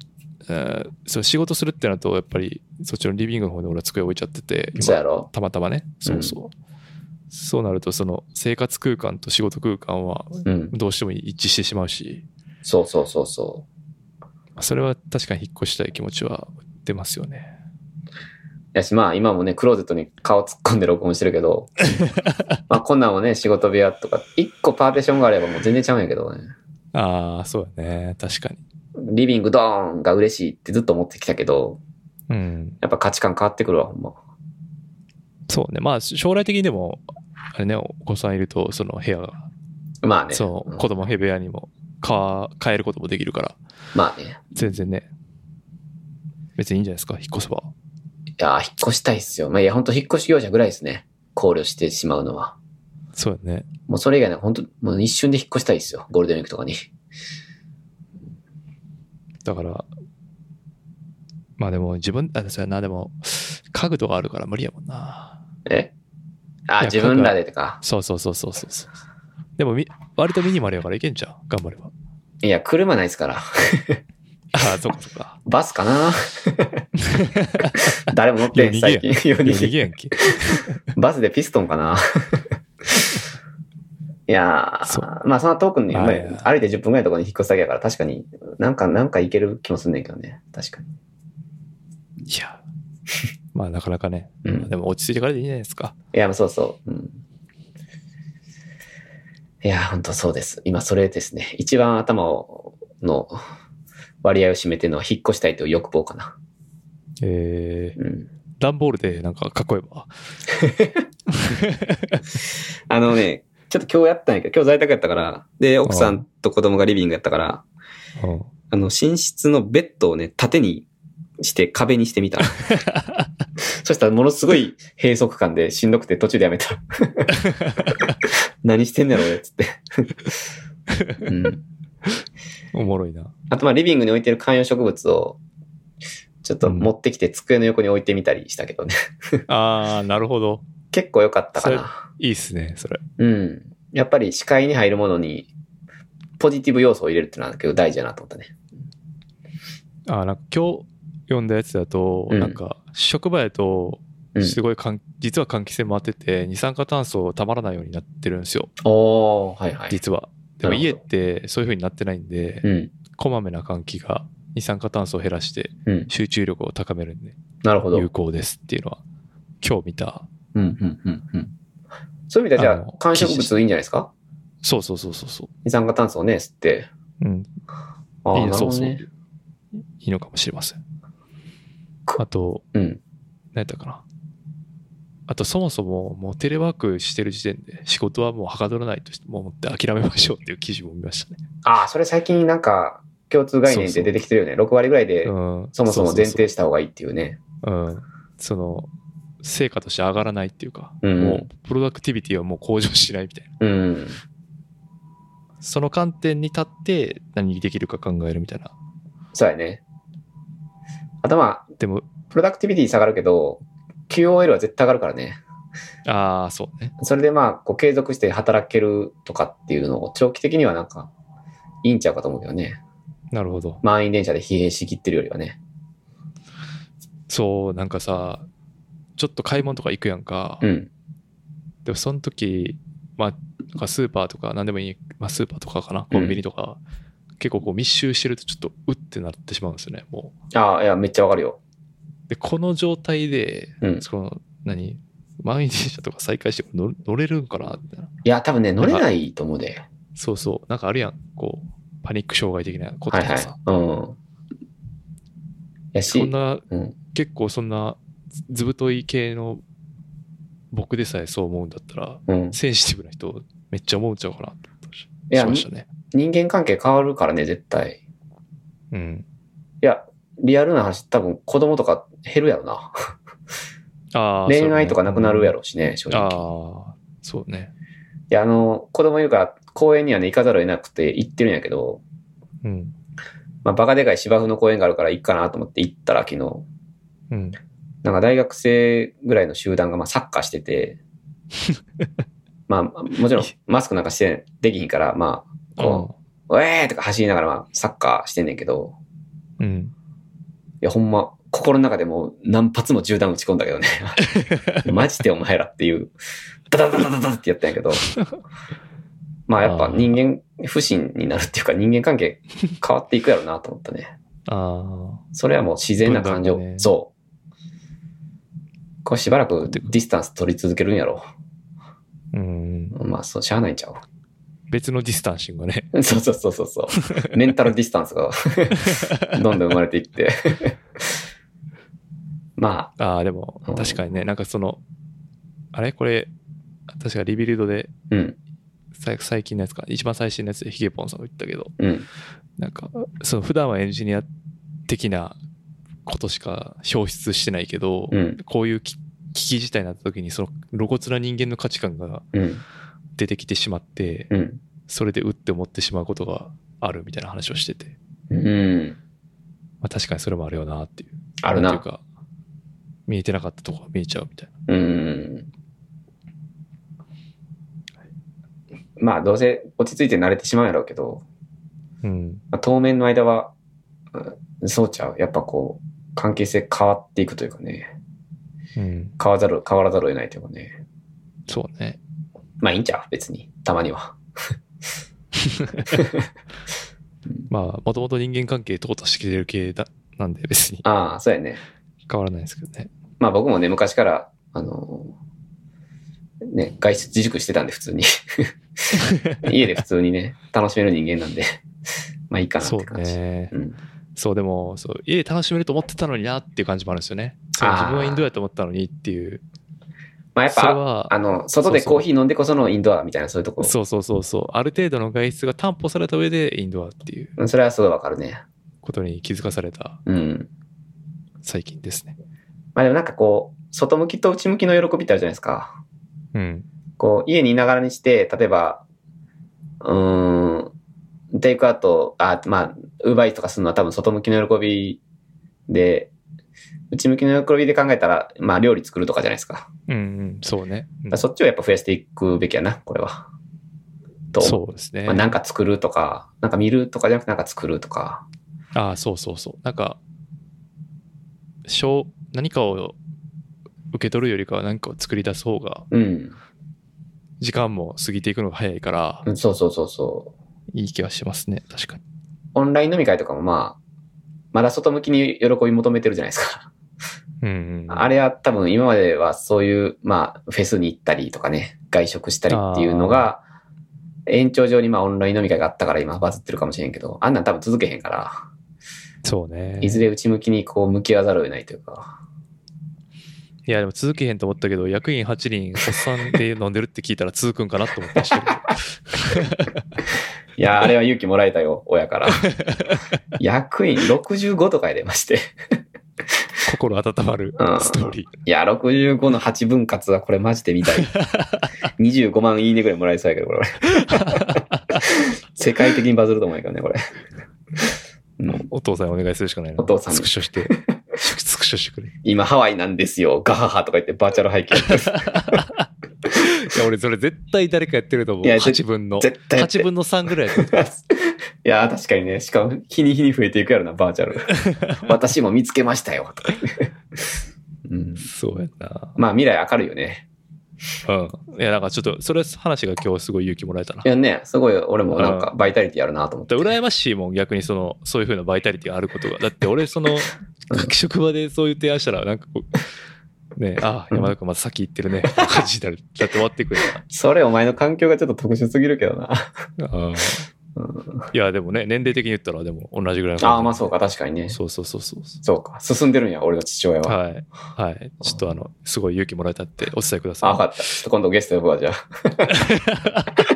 Speaker 3: えーそう仕事するってなると、やっぱり、そっちのリビングの方に俺は机置いちゃってて、今
Speaker 2: そうやろ
Speaker 3: たまたまね。そうそう。そうなると、その生活空間と仕事空間は
Speaker 2: うん。
Speaker 3: どうしても一致してしまうし、
Speaker 2: そうそうそうそ
Speaker 3: それは確かに引っ越したい気持ちは出ますよね。
Speaker 2: う。やし、まあ今もね、クローゼットに顔突っ込んで録音してるけ ど、まあこんなんもね、仕事部屋とか、一個パーティションがあればもう全然ちゃうんやけどね。
Speaker 3: ああ、そうだね。確かに。
Speaker 2: リビングドーンが嬉しいってずっと思ってきたけど、
Speaker 3: うん。
Speaker 2: やっぱ価値観変わってくるわ、ほんま。
Speaker 3: そうね。まあ、将来的にでも、あれね、お子さんいると、その部屋が
Speaker 2: まあね。
Speaker 3: そう、
Speaker 2: ん
Speaker 3: 子供部屋にもか変えることもできるから、
Speaker 2: まあね。
Speaker 3: 全然ね、別にいいんじゃないですか、引っ越せば。
Speaker 2: いやー、引っ越したいっすよ。まあ、いや、本当引っ越し業者ぐらいですね。考慮してしまうのは。
Speaker 3: そうだね。
Speaker 2: もうそれ以外ね、本当もう一瞬で引っ越したいっすよ。ゴールデンウィークとかに。
Speaker 3: だから、まあでも自分、あ、そうやな、でも、家具とかあるから無理やもんな。
Speaker 2: え
Speaker 3: い
Speaker 2: あ、
Speaker 3: や
Speaker 2: 自分らでとか。
Speaker 3: そうそうそうそうそうそう。でもみ、割とミニマルやからいけんじゃん。頑張れ ば。
Speaker 2: いや、車ないですから。
Speaker 3: ああ、そっかそっ か。
Speaker 2: バスかな誰も乗ってん、最近。夜
Speaker 3: いや、
Speaker 2: 逃
Speaker 3: 逃
Speaker 2: げ
Speaker 3: げやんけ。
Speaker 2: バスでピストンかないや
Speaker 3: そ
Speaker 2: ー、まあそんな遠くに、まあ
Speaker 3: はい
Speaker 2: 歩いて10分ぐらいのところに引っ越すだけやから、確かに、なんか、なんか行ける気もすんねんけどね。確かに。
Speaker 3: いや。 まあなかなかね。
Speaker 2: うん
Speaker 3: まあでも落ち着いてからでいいんじゃないですか。
Speaker 2: いや、そうそう。うん、いや、本当そうです。今、それですね。一番頭をの割合を占めてるのは、引っ越したいという欲望かな。
Speaker 3: えー、
Speaker 2: うん。
Speaker 3: 段ボールでなんか囲えば。
Speaker 2: あのね、ちょっと今日やったんやけど、今日在宅やったから、で、奥さんと子供がリビングやったから、
Speaker 3: うん。
Speaker 2: あの、寝室のベッドをね、縦にして、壁にして みた。そしたら、ものすごい閉塞感でしんどくて途中でやめ た。何してんねやろ、俺、つって。 うん
Speaker 3: おもろい な。
Speaker 2: あとまあリビングに置いてる観葉植物をちょっと持ってきて机の横に置いてみたりしたけどね。
Speaker 3: ああ、なるほど。
Speaker 2: 結構良かったかな。
Speaker 3: いいっすね、それ。
Speaker 2: うん。やっぱり視界に入るものにポジティブ要素を入れるってのは結構大事だなと思ったね。
Speaker 3: あーなんか今日読んだやつだと、
Speaker 2: うん
Speaker 3: なんか職場やと、
Speaker 2: うん。
Speaker 3: すごいかん、実は換気扇回ってて、二酸化炭素たまらないようになってるんですよ、
Speaker 2: おー、はいはい。
Speaker 3: 実は。でも
Speaker 2: なる
Speaker 3: 家
Speaker 2: ほ
Speaker 3: っ
Speaker 2: ど
Speaker 3: てそういう風になってないんで、
Speaker 2: うん。
Speaker 3: こまめな換気が二酸化炭素を減らして
Speaker 2: うん。
Speaker 3: 集中力を高めるんで、
Speaker 2: なるほど。う
Speaker 3: 有
Speaker 2: ん
Speaker 3: 効ですっていうのは、今日見た。
Speaker 2: うんうんうん。そういう意味ではじ
Speaker 3: あ
Speaker 2: ゃ
Speaker 3: の
Speaker 2: あ観葉植物いいんじゃないですか
Speaker 3: そうそうそうそうそ
Speaker 2: 二酸化炭素をね、吸って。
Speaker 3: う。うん。
Speaker 2: ああ、
Speaker 3: い
Speaker 2: なる
Speaker 3: いね
Speaker 2: ほ
Speaker 3: そう
Speaker 2: ど
Speaker 3: そう。
Speaker 2: ね
Speaker 3: い。いのかもしれません。あと、
Speaker 2: うん。
Speaker 3: 何やったかな。あと、そもそも、もうテレワークしてる時点で、仕事はもうはかどらないとしてもう思って諦めましょうっていう記事も見ましたね。
Speaker 2: ああ、それ最近なんか共通概念で出てきてるよね。6割ぐらいで
Speaker 3: うん。
Speaker 2: そもそも
Speaker 3: うう
Speaker 2: 前
Speaker 3: う
Speaker 2: 提した方がいいっていうね。
Speaker 3: うん、その成果として上がらないっていうか、
Speaker 2: うん
Speaker 3: もうプロダクティビティはもう向上しないみたいな
Speaker 2: うん。
Speaker 3: その観点に立って何できるか考えるみたいな
Speaker 2: そうやね。あとまあ、
Speaker 3: でも
Speaker 2: プロダクティビティ下がるけど、QOL は絶対上がるからね。
Speaker 3: ああそうね
Speaker 2: それでまあ、こう継続して働けるとかっていうのを長期的にはなんか、いいんちゃうかと思うけどね。
Speaker 3: なるほど
Speaker 2: 満員電車で疲弊しきってるよりはね。
Speaker 3: そうなんかさちょっと買い物とか行くやんか、
Speaker 2: うん。
Speaker 3: でもその時まあなんかスーパーとか何でもいい、まあ、スーパーとかかなコンビニとか、結構こう密集してるとちょっとうってなってしまうんですよねも
Speaker 2: ああ、いや、めっちゃわかるよ。
Speaker 3: うでこの状態で
Speaker 2: うん。い
Speaker 3: その何満員電車とか再開して乗る乗れるんかなみたいな
Speaker 2: や、多分ね、乗れないと思うで。
Speaker 3: そうそう。なんかあるやん。こう、パニック障害的なこと
Speaker 2: は
Speaker 3: と
Speaker 2: いは
Speaker 3: か
Speaker 2: い
Speaker 3: さ。。
Speaker 2: うん。やし、
Speaker 3: そんな、
Speaker 2: うん。
Speaker 3: 結構そんな、ずずぶとい系の僕でさえそう思うんだったら、
Speaker 2: うん。
Speaker 3: センシティブな人、めっちゃ思うんちゃうかなって思ったし
Speaker 2: いや
Speaker 3: しましたね。
Speaker 2: 人間関係変わるからね、絶対。
Speaker 3: うん。
Speaker 2: いや、リアルな話、多分子供とか減るやろな。
Speaker 3: ああ。
Speaker 2: 恋愛とかなくなるや
Speaker 3: ろ。
Speaker 2: ろしね、正
Speaker 3: ああ
Speaker 2: 直。い
Speaker 3: ー、そうね。
Speaker 2: や、あの、子供いるから公園にはね、行かざるを得なくて行ってるんやけど、
Speaker 3: うん。
Speaker 2: まあ、バカでかい芝生の公園があるから行くかなと思って行ったら昨日、
Speaker 3: うん。
Speaker 2: なんか大学生ぐらいの集団がまあサッカーしてて、まあ、もちろんマスクなんかしてできひんから、まあ、こう、ウェーとか走りながらまあサッカーしてんねんけど、
Speaker 3: うん。うん。
Speaker 2: いや、ほんま、心の中でもう何発も銃弾打ち込んだけどね。マジでお前らっていう、ダダダダダダってやったんやけど。まあやっぱ人間不信になるっていうか人間関係変わっていくやろうなと思ったね。
Speaker 3: あ
Speaker 2: それはもう自然な感情。
Speaker 3: 分断がね
Speaker 2: そう。これしばらくディスタンス取り続けるんやろ。
Speaker 3: あ。うん。
Speaker 2: まあそう、しゃあないんちゃう。
Speaker 3: 別のディスタンシングがね。
Speaker 2: そうそうそうそうそう。メンタルディスタンスがどんどん生まれていって。まあ、
Speaker 3: ああ、でも、
Speaker 2: うん
Speaker 3: 確かにね、なんかその、あれこれ、確かリビルドで、
Speaker 2: うん、
Speaker 3: 最最近のやつか一番最新のやつでヒゲポンさんが言ったけど
Speaker 2: うん。
Speaker 3: なんかその普段はエンジニア的なことしか表出してないけど、
Speaker 2: うん
Speaker 3: こういうき危機事態になった時にその露骨な人間の価値観が
Speaker 2: うん。
Speaker 3: 出てきてしまって
Speaker 2: うん。
Speaker 3: それでうって思ってしまうことがあるみたいな話をしてて、
Speaker 2: うん。
Speaker 3: まあ、確かにそれもあるよなっていう
Speaker 2: あるな
Speaker 3: なんていうか、見えてなかったとこが見えちゃうみたいな。
Speaker 2: うん。まあ、どうせ落ち着いて慣れてしまうんやろうけど、
Speaker 3: うん。
Speaker 2: まあ、当面の間は、うんそうちゃう。やっぱこう、関係性変わっていくというかね、
Speaker 3: うん。
Speaker 2: 変わざる、変わらざるを得ないというかね。
Speaker 3: そうね。
Speaker 2: まあいいんちゃう別に。たまには。
Speaker 3: まあ、もともと人間関係とことしてきてる系だ、なんで別に
Speaker 2: ああ、そうやね。
Speaker 3: 変わらないですけどね。
Speaker 2: まあ僕もね、昔から、あのーね、外出自粛してたんで、普通に。 家で普通にね、楽しめる人間なんで、まあいいかなっ
Speaker 3: そ
Speaker 2: て
Speaker 3: う
Speaker 2: 感じ。
Speaker 3: ね。
Speaker 2: うん、
Speaker 3: そう、でも、そう、家で楽しめると思ってたのになっていう感じもあるんですよね。そう
Speaker 2: あー
Speaker 3: 自分はインドアやと思ったのにっていう。
Speaker 2: まあやっ
Speaker 3: それ
Speaker 2: ぱ、
Speaker 3: は
Speaker 2: あ、の、外で
Speaker 3: そうそう
Speaker 2: コーヒー飲んでこそのインドアみたいな、そういうとこ。
Speaker 3: そうそうそうそう。ある程度の外出が担保された上でインドアっていう
Speaker 2: うんそれはすごいわかるね。
Speaker 3: ことに気づかされた
Speaker 2: うん。
Speaker 3: 最近ですね。
Speaker 2: まあでもなんかこう、外向きと内向きの喜びってあるじゃないですか。
Speaker 3: うん。
Speaker 2: こう、家にいながらにして、例えば、うーん、テイクアウト、あ、まあ、ウーバーイーツとかするのは多分外向きの喜びで、内向きの喜びで考えたら、まあ、料理作るとかじゃないですか。
Speaker 3: うんうん、そうね。うん
Speaker 2: そっちをやっぱ増やしていくべきやな、これは。と。
Speaker 3: そうですね。
Speaker 2: まあ、なんか作るとか、なんか見るとかじゃなくてなんか作るとか。
Speaker 3: ああ、そうそうそう。なんか、しょう何かを受け取るよりかは何かを作り出す方が、
Speaker 2: うん。
Speaker 3: 時間も過ぎていくのが早いから、
Speaker 2: うんそうそうそうそう。
Speaker 3: いい気がしますね。確かに。
Speaker 2: オンライン飲み会とかもまあ、まだ外向きに喜び求めてるじゃないですか。
Speaker 3: うんうん。
Speaker 2: あれは多分今まではそういう、まあ、フェスに行ったりとかね、外食したりっていうのが、延長上にまあオンライン飲み会があったから今バズってるかもしれんけど、あんなん多分続けへんから、
Speaker 3: そうね。
Speaker 2: いずれ内向きにこう向き合わざるを得ないというか、
Speaker 3: いや、でも続けへんと思ったけど、役員8人、おっさんで飲んでるって聞いたら続くんかなと思っ たりしてる。
Speaker 2: いや、あれは勇気もらえたよ、親 から。役員65とかやでまして。
Speaker 3: 心温まる
Speaker 2: うん
Speaker 3: ストーリー。
Speaker 2: いや、65の8分割はこれマジで見たい。25万いいねぐらいもらえそうやけど、これ。世界的にバズると思うけどね、これ。うん
Speaker 3: お父さんにお願いするしかないな。
Speaker 2: お父さんに
Speaker 3: スクシ ョして。スクショしてくれ。い
Speaker 2: 今ハワイなんですよ、ガハハとか言ってバーチャル背景。
Speaker 3: や、俺それ絶対誰かやってると思う。
Speaker 2: いや
Speaker 3: 8分の。
Speaker 2: 絶対やって
Speaker 3: 8分の3ぐらいやってる。
Speaker 2: いや、確かにね、しかも日に日に増えていくやろな、バーチャル。私も見つけましたよ、とか、うん。
Speaker 3: そうやな。
Speaker 2: まあ未来明るいよね。
Speaker 3: うん。いや、なんかちょっと、それ話が今日すごい勇気もらえたな。
Speaker 2: いやね、すごい俺もなんかバイタリティあるなと思って。
Speaker 3: だから羨ましいもん、逆にその、そういう風なバイタリティがあることが。だって俺、その、職場でそういう提案したら、なんかこう、ねああ、山田君また先行ってるね。感じになる。だって終わってくるか
Speaker 2: それお前の環境がちょっと特殊すぎるけどな。
Speaker 3: ら。ああ
Speaker 2: うん
Speaker 3: いや、でもね、年齢的に言ったら、でも同じぐらいの感じ。
Speaker 2: ああ、まあそうか、確かにね。
Speaker 3: そうそうそうそう。
Speaker 2: そうか。進んでるんや、俺の父親は。
Speaker 3: はい。はい。ちょっとあの、すごい勇気もらえたってお伝えくだ
Speaker 2: あ、わか
Speaker 3: さ
Speaker 2: った。ちょっと今度ゲスト呼ぶわ、じゃあ。
Speaker 3: い。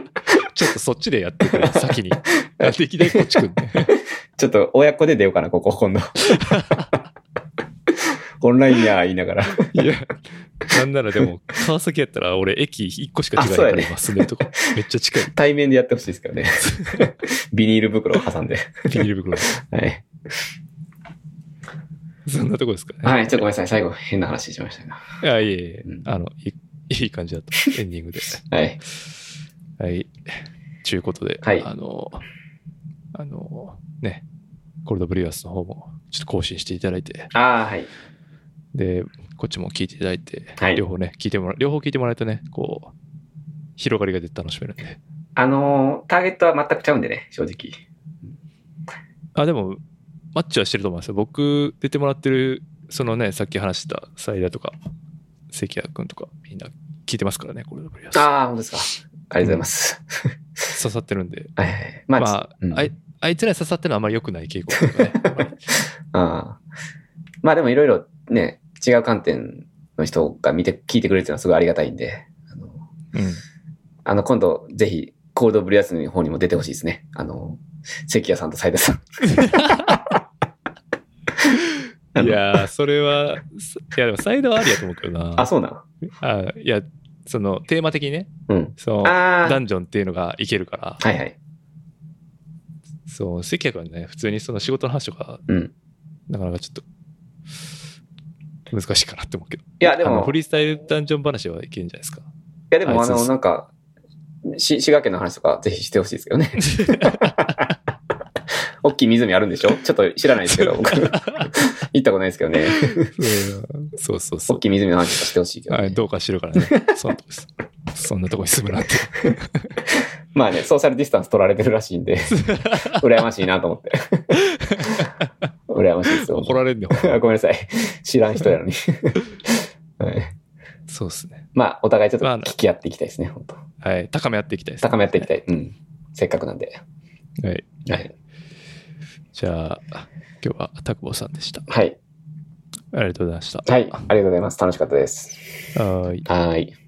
Speaker 3: ちょっとそっちでやってくれ、先に。なんでいきなりこっち来ん ね。
Speaker 2: ちょっと親子で出ようかな、ここ、 今度。オンラインや、言いながら。
Speaker 3: いや、なんならでも、川崎やったら俺、駅1個しか違いな
Speaker 2: あ
Speaker 3: いか
Speaker 2: そうや
Speaker 3: ら
Speaker 2: ね
Speaker 3: 今住んでるとこ。めっちゃ近い。
Speaker 2: 対面でやってほしいですけどね。ビニール袋を挟んで。
Speaker 3: ビニール 袋。
Speaker 2: はい。
Speaker 3: そんなとこですかね。
Speaker 2: はい、ちょっとごめんなさい。最後、変な話しましたが。
Speaker 3: いや、いえいえ
Speaker 2: うん、
Speaker 3: あの、いいいい感じだった。エンディングで。
Speaker 2: はい。
Speaker 3: はい。ちゅうことで、
Speaker 2: はい
Speaker 3: あの、あの、ね、コールドブリュアスの方も、ちょっと更新していただいて、
Speaker 2: ああ、はい。
Speaker 3: で、こっちも聞いていただいて、
Speaker 2: はい
Speaker 3: 両方ね、聞いてもら、両方聞いてもらえるとね、こう、広がりが出て楽しめるんで。
Speaker 2: あのーターゲットは全くちゃうんでね、正直。
Speaker 3: あ、でも、マッチはしてると思いますよ。僕、出てもらってる、そのね、さっき話した、斉田とか、関谷君とか、みんな聞いてますからね、コールドブリュアス。刺
Speaker 2: ああ、本当ですか。ありがとうございます。
Speaker 3: さってるんで、
Speaker 2: はいはい。まあ、
Speaker 3: ま
Speaker 2: ちょ
Speaker 3: あ、
Speaker 2: うん
Speaker 3: あいあいつらに刺さってるのはあんまり良くない傾向とかねやっぱり。
Speaker 2: あーまあでもいろいろね、違う観点の人が見て、聞いてくれるっていうのはすごいありがたいんで、あの
Speaker 3: うん。
Speaker 2: あの、今度、ぜひ、コールドブリュアスの方にも出てほしいですね。あの、関谷さんと斉田さん。あの
Speaker 3: いやー、それは、そいや、でも、サイドはありやと思うけどな。
Speaker 2: あ、そうな
Speaker 3: あいや、その、テーマ的にね、
Speaker 2: のうん。
Speaker 3: その、
Speaker 2: ああ
Speaker 3: ダ。ンジョンっていうのがいけるから、
Speaker 2: はいはい。
Speaker 3: そう、関谷君はね、普通にその仕事の話とか、
Speaker 2: うん
Speaker 3: なかなかちょっと、難しいかなって思うけど。
Speaker 2: いや、で
Speaker 3: あの
Speaker 2: も
Speaker 3: フ、リースタイルダンジョン話はいけるんじゃないですか。
Speaker 2: いや、でも、
Speaker 3: あ
Speaker 2: あ
Speaker 3: いつで
Speaker 2: の、
Speaker 3: す
Speaker 2: なんか、し、滋賀県の話とかぜひしてほしいですけど ね。大きい湖あるんでしょちょっと知らないですけど、 僕。行ったことないですけどね。
Speaker 3: そうそうそ
Speaker 2: 大
Speaker 3: う
Speaker 2: き。い湖の話とかしてほしいけど、
Speaker 3: はい、
Speaker 2: ね。
Speaker 3: どうかしてるからね。そんなとこです。そんなとこに住むなんて。
Speaker 2: まあね、ソーシャルディスタンス取られてるらしいん で、羨ましいなと思って。羨ましいですよ。
Speaker 3: 怒られんね
Speaker 2: あ ごめんなさい。知らん人やの に。はい
Speaker 3: そうですね。
Speaker 2: まあ、お互いちょっと
Speaker 3: まあ
Speaker 2: 聞き合っていきたいですね、本当
Speaker 3: はい。高め合っていきたいです、ね。
Speaker 2: 高め合っていきたい。うん。せっかくなんで。
Speaker 3: はい。
Speaker 2: はい。
Speaker 3: じゃあ、今日は田久保さんでした。
Speaker 2: はい。
Speaker 3: ありがとうございました。
Speaker 2: はい。ありがとうございます。楽しかったです。
Speaker 3: はい。
Speaker 2: はい。